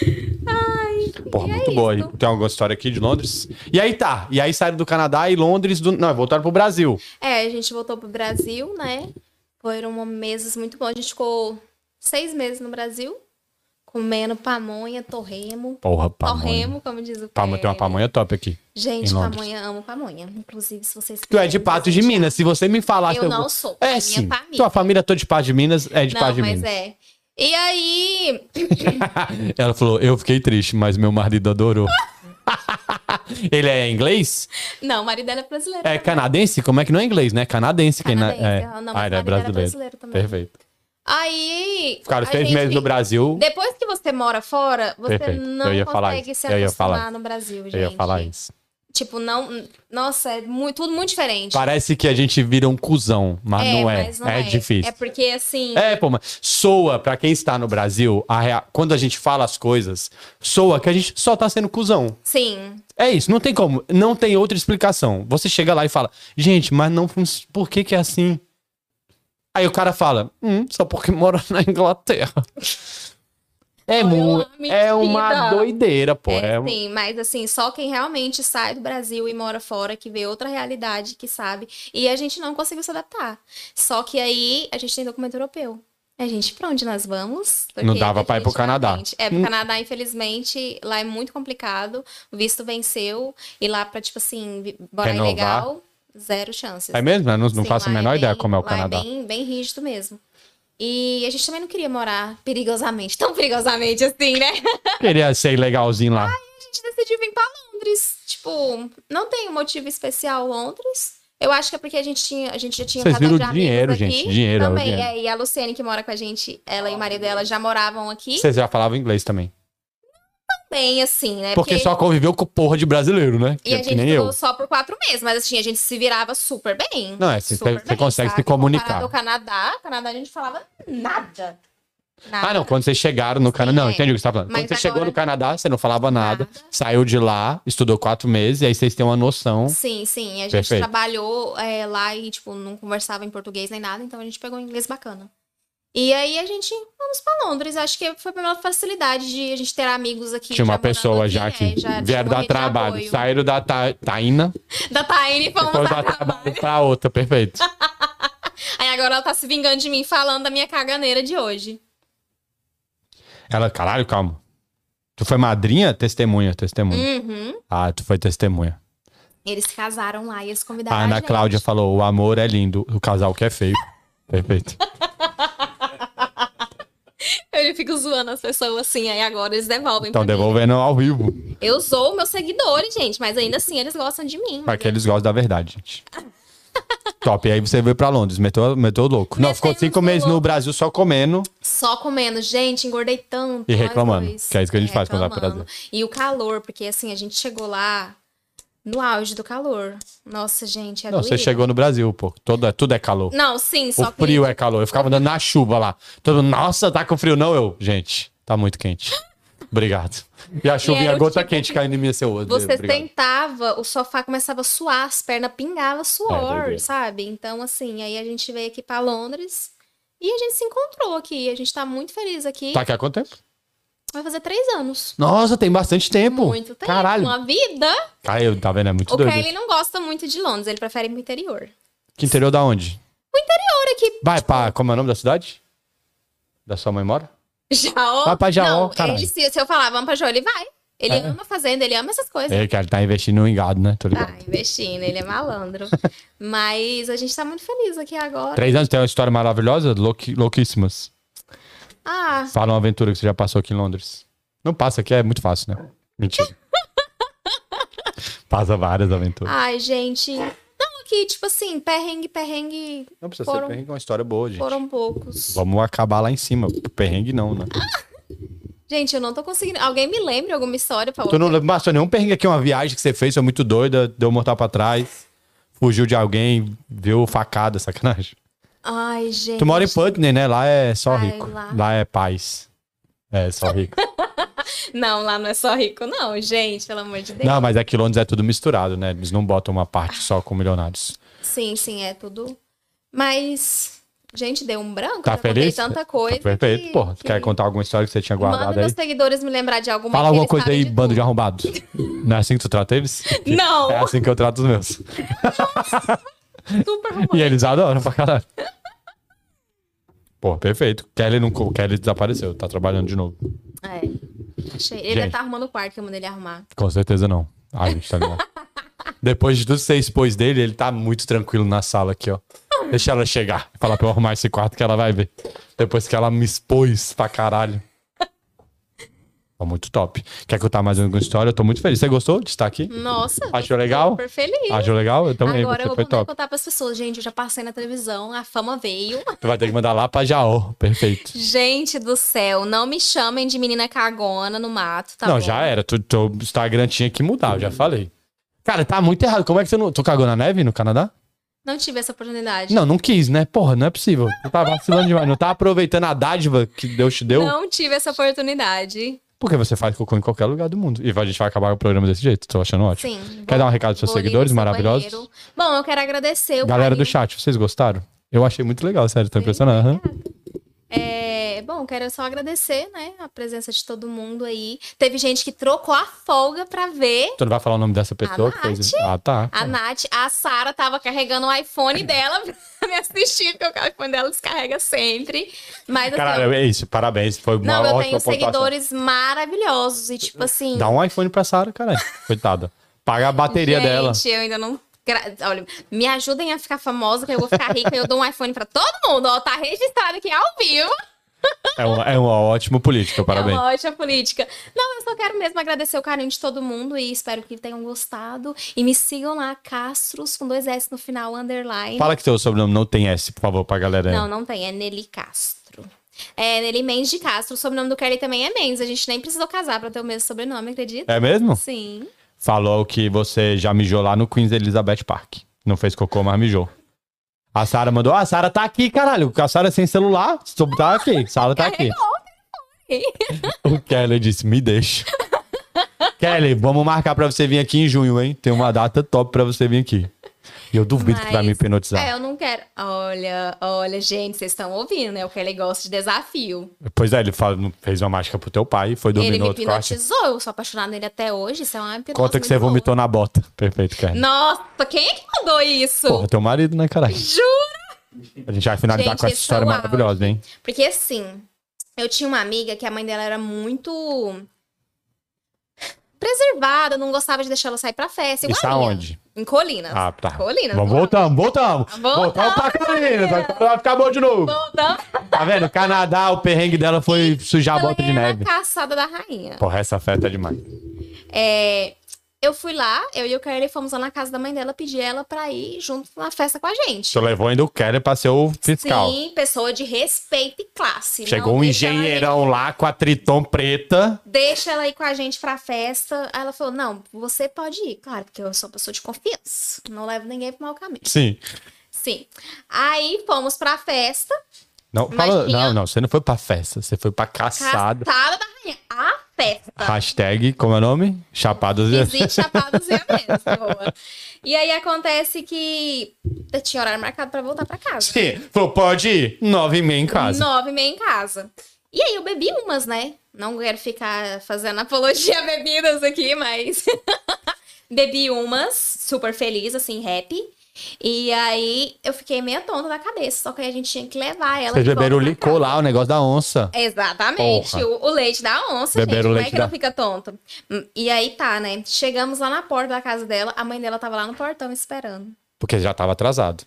Speaker 1: Porra,
Speaker 2: e é
Speaker 1: muito boa.
Speaker 2: isso.
Speaker 1: Tem alguma história aqui de Londres? E aí tá. E aí saíram do Canadá e Londres. Do... Não, voltaram pro Brasil.
Speaker 2: É, a gente voltou pro Brasil, né? Foram meses muito bons. A gente ficou seis meses no Brasil, comendo pamonha, torremo.
Speaker 1: Porra, pamonha.
Speaker 2: Torremo, como diz o
Speaker 1: Pam- tem uma
Speaker 2: Kleber.
Speaker 1: pamonha top aqui.
Speaker 2: Gente,
Speaker 1: em Londres.
Speaker 2: pamonha, amo pamonha. Inclusive, se vocês.
Speaker 1: Tu é de Pato de Minas. Se você me falasse.
Speaker 2: Eu não
Speaker 1: vou-
Speaker 2: sou.
Speaker 1: É
Speaker 2: minha
Speaker 1: sim.
Speaker 2: família.
Speaker 1: Tua família toda de Pato de Minas é de
Speaker 2: Não,
Speaker 1: Pato de
Speaker 2: mas
Speaker 1: Minas.
Speaker 2: é. E aí,
Speaker 1: Ela falou: Eu fiquei triste, mas meu marido adorou. Ele é inglês?
Speaker 2: não, o marido dela é brasileiro.
Speaker 1: É canadense? Como é que não é inglês, né? Canadense. quem
Speaker 2: Canadense,
Speaker 1: é.
Speaker 2: ela não,
Speaker 1: ah,
Speaker 2: mas
Speaker 1: ele é
Speaker 2: o marido era
Speaker 1: brasileiro.
Speaker 2: brasileiro também.
Speaker 1: Perfeito.
Speaker 2: Aí.
Speaker 1: Ficaram
Speaker 2: a
Speaker 1: seis
Speaker 2: gente-
Speaker 1: meses no Brasil.
Speaker 2: Depois que você mora fora, você
Speaker 1: Perfeito.
Speaker 2: não
Speaker 1: Eu ia falar
Speaker 2: consegue
Speaker 1: isso.
Speaker 2: se
Speaker 1: Eu ia falar
Speaker 2: acostumar
Speaker 1: isso.
Speaker 2: no Brasil, gente.
Speaker 1: Eu ia falar isso.
Speaker 2: Tipo, não. Nossa, é muito, tudo muito diferente.
Speaker 1: Parece que a gente vira um cuzão, mas não é.
Speaker 2: mas
Speaker 1: é, difícil.
Speaker 2: É porque, assim.
Speaker 1: É, pô, mas soa pra quem está no Brasil, a rea- quando a gente fala as coisas, soa que a gente só tá sendo cuzão.
Speaker 2: Sim.
Speaker 1: É isso, não tem como, não tem outra explicação. Você chega lá e fala, gente, mas não fun- por que que é assim? Aí o cara fala, hum, só porque mora na Inglaterra. É, mu-
Speaker 2: lá,
Speaker 1: é uma
Speaker 2: mentira.
Speaker 1: doideira, pô.
Speaker 2: É,
Speaker 1: É, um-
Speaker 2: Sim, mas assim, só quem realmente sai do Brasil e mora fora, que vê outra realidade, que sabe. E a gente não conseguiu se adaptar. Só que aí a gente tem documento europeu. A gente, pra onde nós vamos? Porque
Speaker 1: Não dava pra ir pro Canadá.
Speaker 2: definitivamente- É, pro
Speaker 1: Hum.
Speaker 2: Canadá, infelizmente, lá é muito complicado. O visto venceu. E lá pra, tipo assim, vi- morar
Speaker 1: Renovar.
Speaker 2: ilegal, zero chances.
Speaker 1: é mesmo? Eu não, não
Speaker 2: Sim,
Speaker 1: faço a
Speaker 2: lá é
Speaker 1: menor ideia
Speaker 2: bem-
Speaker 1: como é o
Speaker 2: lá
Speaker 1: Canadá.
Speaker 2: É bem, bem rígido mesmo. E a gente também não queria morar perigosamente, tão perigosamente assim, né?
Speaker 1: Queria ser legalzinho lá.
Speaker 2: a gente decidiu vir pra Londres. Tipo, não tem um motivo especial Londres. Eu acho que é porque a gente tinha, a gente já tinha
Speaker 1: Vocês
Speaker 2: casal
Speaker 1: viram
Speaker 2: de
Speaker 1: o
Speaker 2: amigos
Speaker 1: dinheiro,
Speaker 2: aqui.
Speaker 1: gente, dinheiro, é o
Speaker 2: também.
Speaker 1: dinheiro.
Speaker 2: É, e a Luciane que mora com a gente, ela e o marido dela já moravam aqui.
Speaker 1: Vocês já falavam inglês também.
Speaker 2: Também assim, né?
Speaker 1: Porque só conviveu com porra de brasileiro, né?
Speaker 2: E
Speaker 1: Que,
Speaker 2: a
Speaker 1: que
Speaker 2: gente
Speaker 1: nem
Speaker 2: ficou assim,
Speaker 1: eu.
Speaker 2: só por quatro meses, mas assim, a gente se virava super bem.
Speaker 1: Não, é, você-
Speaker 2: Super
Speaker 1: você
Speaker 2: bem,
Speaker 1: consegue se
Speaker 2: sabe?
Speaker 1: comunicar.
Speaker 2: Comparado ao Canadá, o Canadá a gente falava nada. Nada.
Speaker 1: Ah, não, quando vocês chegaram no Canadá. Não,
Speaker 2: é.
Speaker 1: entendi o que você tá falando.
Speaker 2: Mas
Speaker 1: quando você
Speaker 2: agora-
Speaker 1: chegou no Canadá, você não falava nada,
Speaker 2: Nada.
Speaker 1: saiu de lá, estudou quatro meses, e aí vocês têm uma noção.
Speaker 2: Sim, sim. A gente
Speaker 1: Perfeito.
Speaker 2: trabalhou é, lá e, tipo, não conversava em português nem nada, então a gente pegou um inglês bacana. E aí a gente vamos pra Londres. Acho que foi a maior facilidade de a gente ter amigos aqui.
Speaker 1: Tinha
Speaker 2: já
Speaker 1: uma
Speaker 2: morando
Speaker 1: pessoa
Speaker 2: aqui,
Speaker 1: já
Speaker 2: né?
Speaker 1: que
Speaker 2: tinha
Speaker 1: vieram
Speaker 2: uma
Speaker 1: dar
Speaker 2: rede de
Speaker 1: trabalho.
Speaker 2: apoio.
Speaker 1: Saíram da ta, Taína
Speaker 2: Da Taine,
Speaker 1: e
Speaker 2: fomos
Speaker 1: foram
Speaker 2: dar
Speaker 1: dar
Speaker 2: trabalho.
Speaker 1: trabalho pra outra, perfeito.
Speaker 2: Aí agora ela tá se vingando de mim falando da minha caganeira de hoje.
Speaker 1: Ela, caralho, calma. Tu foi madrinha? Testemunha, testemunha.
Speaker 2: Uhum.
Speaker 1: Ah, tu foi testemunha.
Speaker 2: Eles se casaram lá e eles convidaram
Speaker 1: A
Speaker 2: a
Speaker 1: Ana
Speaker 2: gente.
Speaker 1: Cláudia falou: o amor é lindo, o casal que é feio. perfeito.
Speaker 2: Eu fico zoando as pessoas assim, aí agora eles devolvem.
Speaker 1: Estão
Speaker 2: pra mim.
Speaker 1: devolvendo ao vivo.
Speaker 2: Eu sou meus seguidores, gente, mas ainda assim eles gostam de mim.
Speaker 1: Pra que eles gostam da verdade, gente. Top. E aí você veio pra Londres, meteu, meteu o louco. Não,
Speaker 2: Metemos
Speaker 1: ficou cinco
Speaker 2: o
Speaker 1: meses no
Speaker 2: louco.
Speaker 1: Brasil só comendo.
Speaker 2: Só comendo, gente, engordei tanto.
Speaker 1: E
Speaker 2: nós
Speaker 1: reclamando,
Speaker 2: dois.
Speaker 1: que é isso que a gente faz quando vai pro
Speaker 2: Reclamando. E o calor, porque assim, a gente chegou lá no auge do calor. Nossa, gente, é
Speaker 1: Não, você
Speaker 2: doído.
Speaker 1: chegou no Brasil, pô. Todo, é- tudo é calor.
Speaker 2: Não, sim,
Speaker 1: o
Speaker 2: só que.
Speaker 1: frio é calor. Eu ficava andando na chuva lá. Todo mundo, nossa, tá com frio. Não, eu, gente, tá muito quente. Obrigado. E a chuvinha,
Speaker 2: era
Speaker 1: a
Speaker 2: o
Speaker 1: gota
Speaker 2: tipo
Speaker 1: quente caindo em mim, seu outro.
Speaker 2: Você
Speaker 1: Obrigado.
Speaker 2: sentava, o sofá começava a suar, as pernas pingavam
Speaker 1: É,
Speaker 2: suor,
Speaker 1: doideira.
Speaker 2: sabe? Então, assim, aí a gente veio aqui pra Londres e a gente se encontrou aqui. A gente tá muito feliz aqui.
Speaker 1: Tá aqui há quanto tempo?
Speaker 2: Vai fazer três anos.
Speaker 1: Nossa, tem bastante tempo.
Speaker 2: Muito tempo.
Speaker 1: Caralho.
Speaker 2: Uma vida.
Speaker 1: Caiu, tá vendo? É muito
Speaker 2: O
Speaker 1: doido.
Speaker 2: Kelly não gosta muito de Londres, ele prefere ir pro interior.
Speaker 1: Que interior da onde?
Speaker 2: Olha que
Speaker 1: Vai pra. Como é o nome da cidade? Da sua mãe mora?
Speaker 2: Jaó.
Speaker 1: Vai pra Jaó,
Speaker 2: não,
Speaker 1: caralho.
Speaker 2: ele, se, se eu falar, vamos pra Jaó, ele vai. Ele ama fazenda, ele ama essas coisas.
Speaker 1: É, cara, tá investindo no engado, né? Tô ligado.
Speaker 2: Tá investindo, ele é malandro. Mas a gente tá muito feliz aqui agora.
Speaker 1: Três anos tem uma história maravilhosa, louqui- louquíssimas.
Speaker 2: Ah,
Speaker 1: Fala uma aventura que você já passou aqui em Londres. Não passa aqui, é muito fácil, né? Mentira. passa várias aventuras.
Speaker 2: ai, gente. Não, aqui, tipo assim, perrengue, perrengue
Speaker 1: Não precisa
Speaker 2: foram-
Speaker 1: ser perrengue, é uma história boa, gente.
Speaker 2: foram poucos.
Speaker 1: Vamos acabar lá em cima. Perrengue não, né?
Speaker 2: Gente, eu não tô conseguindo. Alguém me lembre alguma história pra
Speaker 1: Tu não passou nenhum perrengue aqui, uma viagem que você fez, foi muito doida, deu um mortal pra trás, fugiu de alguém, viu facada, sacanagem.
Speaker 2: Ai, gente.
Speaker 1: Tu mora em Putney, né? Lá é só
Speaker 2: Ai,
Speaker 1: rico.
Speaker 2: lá.
Speaker 1: Lá é paz. É, só rico.
Speaker 2: Não, lá não é só rico, não, gente, pelo amor de Deus.
Speaker 1: Não, mas aqui Londres é tudo misturado, né? Eles não botam uma parte só com milionários.
Speaker 2: Sim, sim, é tudo. Mas, gente, deu um branco.
Speaker 1: Tá
Speaker 2: eu já contei
Speaker 1: feliz?
Speaker 2: tanta coisa.
Speaker 1: tá perfeito,
Speaker 2: que-
Speaker 1: porra. Tu
Speaker 2: que-
Speaker 1: quer contar alguma história que você tinha
Speaker 2: Manda
Speaker 1: guardado aí?
Speaker 2: meus seguidores me lembrar de alguma
Speaker 1: Fala
Speaker 2: é que
Speaker 1: alguma
Speaker 2: eles
Speaker 1: coisa
Speaker 2: sabem
Speaker 1: aí,
Speaker 2: de
Speaker 1: bando de
Speaker 2: tudo.
Speaker 1: arrombado. Não é assim que tu trata eles?
Speaker 2: Não,
Speaker 1: É assim que eu trato os meus.
Speaker 2: super
Speaker 1: E
Speaker 2: romântico.
Speaker 1: eles adoram pra caralho. Pô, perfeito. Kelly, não, co- Kelly desapareceu, tá trabalhando de novo.
Speaker 2: É. Achei. Ele
Speaker 1: Gente.
Speaker 2: deve estar arrumando o quarto que eu mandei ele arrumar.
Speaker 1: Com certeza não. Ai, gente, tá ligado. Depois de tudo que você expôs dele, ele tá muito tranquilo na sala aqui, ó. Deixa ela chegar. Falar pra eu arrumar esse quarto que ela vai ver. Depois que ela me expôs pra caralho. Tá muito top. Quer contar mais alguma história? Eu tô muito feliz. Você gostou de estar aqui?
Speaker 2: Nossa, eu tô
Speaker 1: Achou legal?
Speaker 2: super feliz.
Speaker 1: Achou legal? Eu também.
Speaker 2: Agora eu
Speaker 1: você
Speaker 2: vou
Speaker 1: foi
Speaker 2: poder
Speaker 1: top.
Speaker 2: contar pras pessoas, gente, eu já passei na televisão, a fama veio.
Speaker 1: Tu vai ter que mandar lá pra Jaó. Perfeito.
Speaker 2: Gente do céu, não me chamem de menina cagona no mato, tá
Speaker 1: não, é.
Speaker 2: bom?
Speaker 1: já era. Tu, teu Instagram tinha que mudar, eu já falei. Cara, tá muito errado. Como é que você não. Tu cagou na neve no Canadá?
Speaker 2: Não tive essa oportunidade.
Speaker 1: Não, não quis, né? Porra, não é possível. Tu tá vacilando demais. Não tá aproveitando a dádiva que Deus te deu?
Speaker 2: Não tive essa oportunidade.
Speaker 1: Porque você faz cocô em qualquer lugar do mundo. E vai- a gente vai acabar o programa desse jeito. Tô achando ótimo.
Speaker 2: Sim.
Speaker 1: Quer dar um recado pros seus
Speaker 2: Vou ali no
Speaker 1: seguidores
Speaker 2: seu
Speaker 1: maravilhosos?
Speaker 2: banheiro. Bom, eu quero agradecer o
Speaker 1: Galera do
Speaker 2: carinho.
Speaker 1: chat, vocês gostaram? Eu achei muito legal, sério. Tô impressionado. Aham.
Speaker 2: É, bom, quero só agradecer, né, a presença de todo mundo aí. Teve gente que trocou a folga pra ver.
Speaker 1: Tu não vai falar o nome dessa pessoa que fez. Ah, tá.
Speaker 2: A Nath, a Sara tava carregando o iPhone dela pra me assistir, porque o iPhone dela descarrega sempre. Mas assim,
Speaker 1: Caralho, é isso. Parabéns. Foi
Speaker 2: eu-
Speaker 1: uma
Speaker 2: não, eu
Speaker 1: ótima
Speaker 2: tenho
Speaker 1: pontuação.
Speaker 2: seguidores maravilhosos e tipo assim,
Speaker 1: Dá um iPhone pra Sara, caralho. Coitada. Paga a bateria
Speaker 2: gente,
Speaker 1: dela.
Speaker 2: eu ainda não gra- Olha, me ajudem a ficar famosa, que eu vou ficar rica e eu dou um iPhone pra todo mundo. Ó, tá registrado aqui ao vivo.
Speaker 1: É uma, é uma ótima política, parabéns.
Speaker 2: É uma ótima política. Não, eu só quero mesmo agradecer o carinho de todo mundo e espero que tenham gostado. E me sigam lá, Castros, com dois S no final, underline.
Speaker 1: Fala que teu sobrenome não tem S, por favor, pra galera.
Speaker 2: Não, não tem, é Nelly Castro. É Nelly Mendes de Castro, o sobrenome do Kelly também é Mendes. A gente nem precisou casar pra ter o mesmo sobrenome, acredita?
Speaker 1: É mesmo?
Speaker 2: Sim.
Speaker 1: Falou que você já mijou lá no Queens Elizabeth Park. Não fez cocô, mas mijou. A Sara mandou, ah, a Sara tá aqui, caralho. A Sara sem celular, só tá aqui. Sara tá aqui. O Kelly disse, me deixa. Kelly, vamos marcar pra você vir aqui em junho, hein? Tem uma data top pra você vir aqui. E eu duvido que tu vai
Speaker 2: Mas-
Speaker 1: me hipnotizar.
Speaker 2: É, eu não quero. Olha, olha, gente, vocês estão ouvindo, né? O Kelly gosta de desafio.
Speaker 1: Pois é, ele fala- fez uma mágica pro teu pai, foi dormir
Speaker 2: Ele
Speaker 1: no
Speaker 2: me
Speaker 1: outro quarto.
Speaker 2: hipnotizou, eu sou apaixonada nele até hoje. Isso é uma hipnose
Speaker 1: Conta que
Speaker 2: muito
Speaker 1: você
Speaker 2: boa.
Speaker 1: vomitou na bota. Perfeito, Kelly.
Speaker 2: Nossa, quem é que mandou isso?
Speaker 1: Porra, teu marido, né, caralho?
Speaker 2: Jura?
Speaker 1: A gente vai finalizar
Speaker 2: Gente,
Speaker 1: com essa
Speaker 2: esse
Speaker 1: história
Speaker 2: é o
Speaker 1: maravilhosa, hein?
Speaker 2: Porque assim, eu tinha uma amiga que a mãe dela era muito preservada, não gostava de deixar ela sair pra festa. igual
Speaker 1: Isso
Speaker 2: a minha.
Speaker 1: aonde?
Speaker 2: Em Colinas.
Speaker 1: Ah, tá.
Speaker 2: Colinas.
Speaker 1: Vamos,
Speaker 2: não.
Speaker 1: voltamos, voltamos.
Speaker 2: Voltamos,
Speaker 1: Voltamos pra Carolina. Acabou de novo.
Speaker 2: Voltamos.
Speaker 1: Tá vendo? Canadá, o perrengue dela foi sujar a
Speaker 2: Ela
Speaker 1: bota de
Speaker 2: era
Speaker 1: neve.
Speaker 2: a caçada da rainha.
Speaker 1: Porra, essa festa é demais.
Speaker 2: É, eu fui lá, eu e o Kelly fomos lá na casa da mãe dela pedir ela pra ir junto na festa com a gente.
Speaker 1: Você levou ainda o Kelly pra ser o fiscal.
Speaker 2: Sim, pessoa de respeito e classe.
Speaker 1: Chegou
Speaker 2: não
Speaker 1: um
Speaker 2: deixa ela ir
Speaker 1: engenheirão lá com a Triton preta.
Speaker 2: deixa ela ir com a gente pra festa. Aí ela falou: não, você pode ir, claro, porque eu sou uma pessoa de confiança. Não levo ninguém pro mau caminho.
Speaker 1: Sim.
Speaker 2: Sim. Aí fomos pra festa,
Speaker 1: Não,
Speaker 2: Mas
Speaker 1: fala-
Speaker 2: tinha-
Speaker 1: não, não, você não foi pra festa, você foi pra caçada.
Speaker 2: castada da rainha. A festa.
Speaker 1: Hashtag, como é o nome? Chapadas e
Speaker 2: Visite Chapados e Amenas, boa. E aí acontece que eu tinha horário marcado pra voltar pra casa.
Speaker 1: Sim, falou, pode ir. Nove e meia em casa.
Speaker 2: Nove e meia em casa. E aí eu bebi umas, né? Não quero ficar fazendo apologia a bebidas aqui, mas. bebi umas, super feliz, assim, happy. E aí eu fiquei meio tonta da cabeça, só que aí a gente tinha que levar ela.
Speaker 1: Vocês
Speaker 2: de
Speaker 1: beberam o
Speaker 2: volta pra
Speaker 1: licor lá, o negócio da onça.
Speaker 2: Exatamente,
Speaker 1: Porra.
Speaker 2: o, o leite da onça,
Speaker 1: Beberam
Speaker 2: gente.
Speaker 1: o
Speaker 2: Como
Speaker 1: leite
Speaker 2: é que
Speaker 1: da-
Speaker 2: não fica tonto? Hum, E aí tá, né? Chegamos lá na porta da casa dela, a mãe dela tava lá no portão esperando.
Speaker 1: Porque já tava atrasado.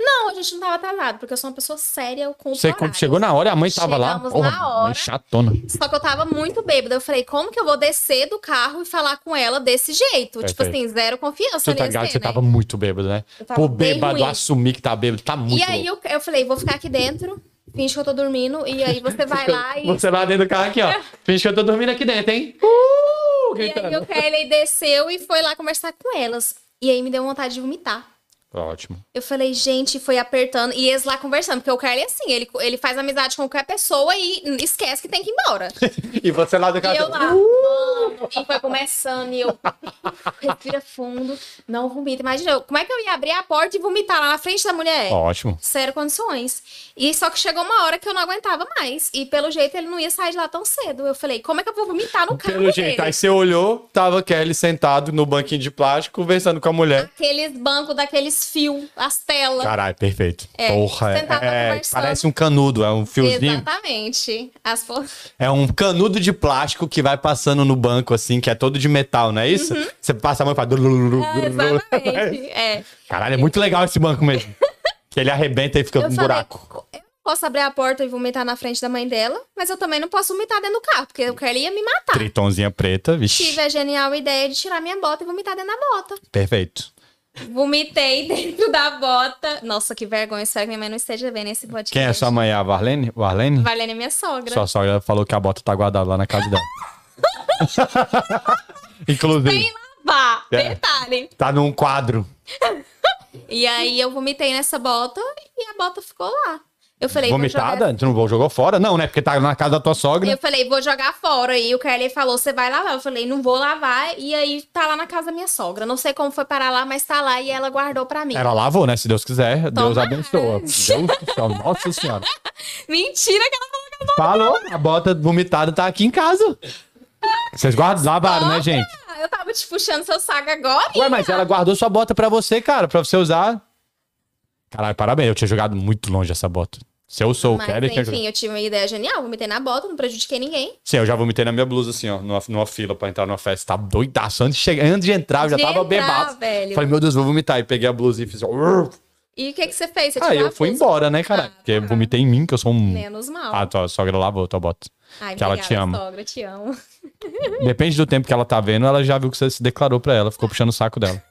Speaker 2: Não, a gente não tava atrasado, porque eu sou uma pessoa séria, eu cumpro
Speaker 1: Você
Speaker 2: Um horário.
Speaker 1: chegou na hora e a mãe tava lá.
Speaker 2: Chegamos
Speaker 1: Porra,
Speaker 2: na hora.
Speaker 1: mãe chatona.
Speaker 2: Só que eu tava muito bêbada. Eu falei, como que eu vou descer do carro e falar com ela desse jeito? Tipo
Speaker 1: Perfeito.
Speaker 2: assim, zero confiança
Speaker 1: Você tá
Speaker 2: nesse,
Speaker 1: ligado que você
Speaker 2: né?
Speaker 1: tava muito bêbado, né?
Speaker 2: Eu tava
Speaker 1: Pô,
Speaker 2: bem
Speaker 1: bêbado,
Speaker 2: ruim.
Speaker 1: assumir que tá bêbado, tá muito
Speaker 2: E aí eu, eu falei, vou ficar aqui dentro, finge que eu tô dormindo, e aí você vai lá e.
Speaker 1: Você lá dentro do carro aqui, ó. Finge que eu tô dormindo aqui dentro, hein? Uh,
Speaker 2: E aí
Speaker 1: gritando.
Speaker 2: o Kelly desceu e foi lá conversar com elas. E aí me deu vontade de vomitar.
Speaker 1: Ótimo.
Speaker 2: Eu falei, gente, foi apertando. E eles lá conversando, porque o Carly é assim, ele, ele faz amizade com qualquer pessoa e esquece que tem que ir embora.
Speaker 1: E você lá do
Speaker 2: E
Speaker 1: carro.
Speaker 2: eu lá, mano, e foi começando, e eu respira fundo, não vomita. Imagina, eu- como é que eu ia abrir a porta e vomitar lá na frente da mulher?
Speaker 1: Ótimo.
Speaker 2: Sério condições. E só que chegou uma hora que eu não aguentava mais. E pelo jeito ele não ia sair de lá tão cedo. Eu falei, como é que eu vou vomitar no carro
Speaker 1: Pelo jeito, aí
Speaker 2: dele?
Speaker 1: você olhou, tava Kelly sentado no banquinho de plástico, conversando com a mulher.
Speaker 2: Aqueles bancos daqueles fios, as telas.
Speaker 1: Caralho, perfeito.
Speaker 2: É,
Speaker 1: Porra, é,
Speaker 2: sentado
Speaker 1: é-
Speaker 2: conversando.
Speaker 1: parece um canudo, é um fiozinho.
Speaker 2: Exatamente. As fo-
Speaker 1: É um canudo de plástico que vai passando no banco, assim, que é todo de metal, não é isso? Você passa a mão e faz.
Speaker 2: Exatamente. É.
Speaker 1: Caralho, é muito legal esse banco mesmo. que ele arrebenta e fica
Speaker 2: Eu
Speaker 1: um
Speaker 2: falei,
Speaker 1: buraco.
Speaker 2: eu não posso abrir a porta e vomitar na frente da mãe dela, mas eu também não posso vomitar dentro do carro, porque o Kelly ia me matar.
Speaker 1: Tritonzinha preta,
Speaker 2: Tive
Speaker 1: vixi.
Speaker 2: a genial ideia de tirar minha bota e vomitar dentro da bota.
Speaker 1: Perfeito.
Speaker 2: Vomitei dentro da bota. Nossa, que vergonha. Espero que minha mãe não esteja vendo esse podcast.
Speaker 1: Quem é sua mãe? É A Varlene? Varlene?
Speaker 2: Valene é minha sogra.
Speaker 1: Sua sogra falou que a bota tá guardada lá na casa dela. Inclusive,
Speaker 2: Sem lavar. Detalhe.
Speaker 1: Tá num quadro.
Speaker 2: E aí eu vomitei nessa bota e a bota ficou lá. Eu falei, vou jogar...
Speaker 1: Vomitada? Tu não jogou fora? Não, né? Porque tá na casa da tua sogra.
Speaker 2: Eu falei, vou jogar fora. E o Kelly falou, você vai lavar. Eu falei, não vou lavar. E aí tá lá na casa da minha sogra. Não sei como foi parar lá, mas tá lá e ela guardou pra mim.
Speaker 1: Ela lavou, né? Se Deus quiser. Deus
Speaker 2: Tomara.
Speaker 1: abençoa. Deus do céu. Nossa senhora.
Speaker 2: Mentira que ela falou que eu
Speaker 1: Falou. A bota vomitada tá aqui em casa. Vocês guardam, lavaram, né,
Speaker 2: Olha,
Speaker 1: gente?
Speaker 2: Eu tava te puxando seu saco agora.
Speaker 1: Ué, mas ela guardou sua bota pra você, cara, pra você usar. Caralho, parabéns. Eu tinha jogado muito longe essa bota. Se eu sou o
Speaker 2: Mas,
Speaker 1: Kelly, eu tinha jogado.
Speaker 2: enfim, eu tive uma ideia genial. Vomitei na bota, não prejudiquei ninguém.
Speaker 1: Sim, eu já vomitei na minha blusa, assim, ó, numa, numa fila pra entrar numa festa. Tava doidaço. Antes de, chegar, antes de entrar, eu já
Speaker 2: De
Speaker 1: tava
Speaker 2: entrar,
Speaker 1: bebado.
Speaker 2: velho.
Speaker 1: Falei, meu Deus, vou vomitar. E peguei a blusa e fiz. ó, urr.
Speaker 2: E o que, que você fez? Você
Speaker 1: Aí
Speaker 2: tirou
Speaker 1: Ah, eu
Speaker 2: a
Speaker 1: fui
Speaker 2: blusa?
Speaker 1: embora, né, cara?
Speaker 2: Ah,
Speaker 1: Porque eu
Speaker 2: tá.
Speaker 1: vomitei em mim, que eu sou um.
Speaker 2: Menos mal.
Speaker 1: Ah, tua sogra lavou tua bota.
Speaker 2: Ai,
Speaker 1: que ela
Speaker 2: obrigada,
Speaker 1: te ama.
Speaker 2: sogra, te amo.
Speaker 1: Depende do tempo que ela tá vendo, ela já viu que você se declarou pra ela, ficou puxando o saco dela.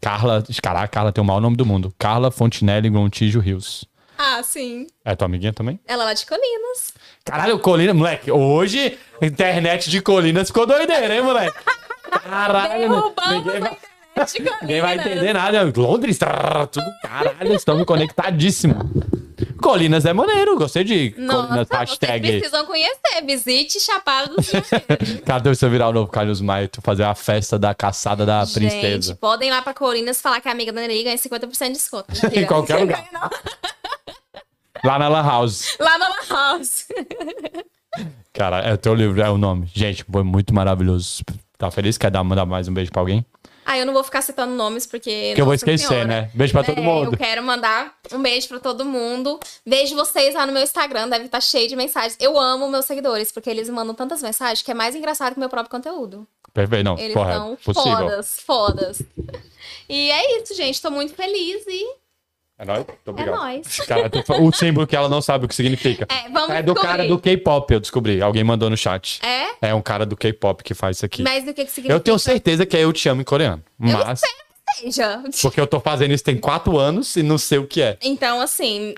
Speaker 1: Carla, caraca, Carla tem o maior nome do mundo. Carla Fontinelli Gontijo Rios.
Speaker 2: Ah, sim.
Speaker 1: É tua amiguinha também?
Speaker 2: Ela lá de Colinas.
Speaker 1: Caralho, Colina, moleque, hoje a internet de Colinas ficou doideira, hein, moleque? Caralho, né?
Speaker 2: Derrubando
Speaker 1: ninguém,
Speaker 2: a
Speaker 1: vai,
Speaker 2: internet de Colinas.
Speaker 1: ninguém vai entender nada. Londres, trrr, tudo caralho, estamos conectadíssimos. Colinas é maneiro, gostei de
Speaker 2: Nossa,
Speaker 1: Colinas,
Speaker 2: vocês
Speaker 1: hashtag.
Speaker 2: precisam conhecer. Visite Chapada do Cruzeiro.
Speaker 1: Cadê o seu virar o novo Carlos Maia? Tu fazer a festa da caçada da
Speaker 2: Gente,
Speaker 1: princesa.
Speaker 2: podem ir lá pra Colinas falar que a amiga da Nelly ganha 50% de desconto.
Speaker 1: Em qualquer lugar. Lá na Lan House.
Speaker 2: Lá na La House.
Speaker 1: Cara, é o teu livro, é o nome. Gente, foi muito maravilhoso. Tá feliz? Quer dar, mandar mais um beijo pra alguém?
Speaker 2: Ah, eu não vou ficar citando nomes porque.
Speaker 1: Que eu vou
Speaker 2: Nossa
Speaker 1: esquecer,
Speaker 2: Senhora.
Speaker 1: né? Beijo pra todo
Speaker 2: É,
Speaker 1: mundo.
Speaker 2: Eu quero mandar um beijo pra todo mundo. Vejo vocês lá no meu Instagram, deve estar cheio de mensagens. Eu amo meus seguidores, porque eles me mandam tantas mensagens que é mais engraçado que o meu próprio conteúdo.
Speaker 1: Perfeito, não.
Speaker 2: Eles
Speaker 1: Correto.
Speaker 2: são
Speaker 1: é Possível.
Speaker 2: fodas, fodas. E é isso, gente. Tô muito feliz e
Speaker 1: É nóis? Muito obrigado.
Speaker 2: nóis.
Speaker 1: Cara, tu fa- o símbolo que ela não sabe o que significa.
Speaker 2: É, vamos
Speaker 1: É do
Speaker 2: descobrir.
Speaker 1: cara do K-pop, eu descobri. Alguém mandou no chat.
Speaker 2: É?
Speaker 1: É um cara do K-pop que faz isso aqui.
Speaker 2: Mas do que que significa?
Speaker 1: Eu tenho certeza que é Eu Te Amo em coreano.
Speaker 2: Eu
Speaker 1: Mas,
Speaker 2: espero que seja.
Speaker 1: porque eu tô fazendo isso tem quatro anos e não sei o que é.
Speaker 2: Então, assim,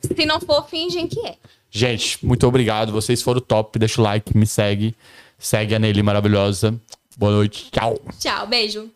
Speaker 2: se não for, fingem que é.
Speaker 1: Gente, muito obrigado. Vocês foram top. Deixa o like, me segue. Segue a Nelly maravilhosa. Boa noite. Tchau.
Speaker 2: Tchau, beijo.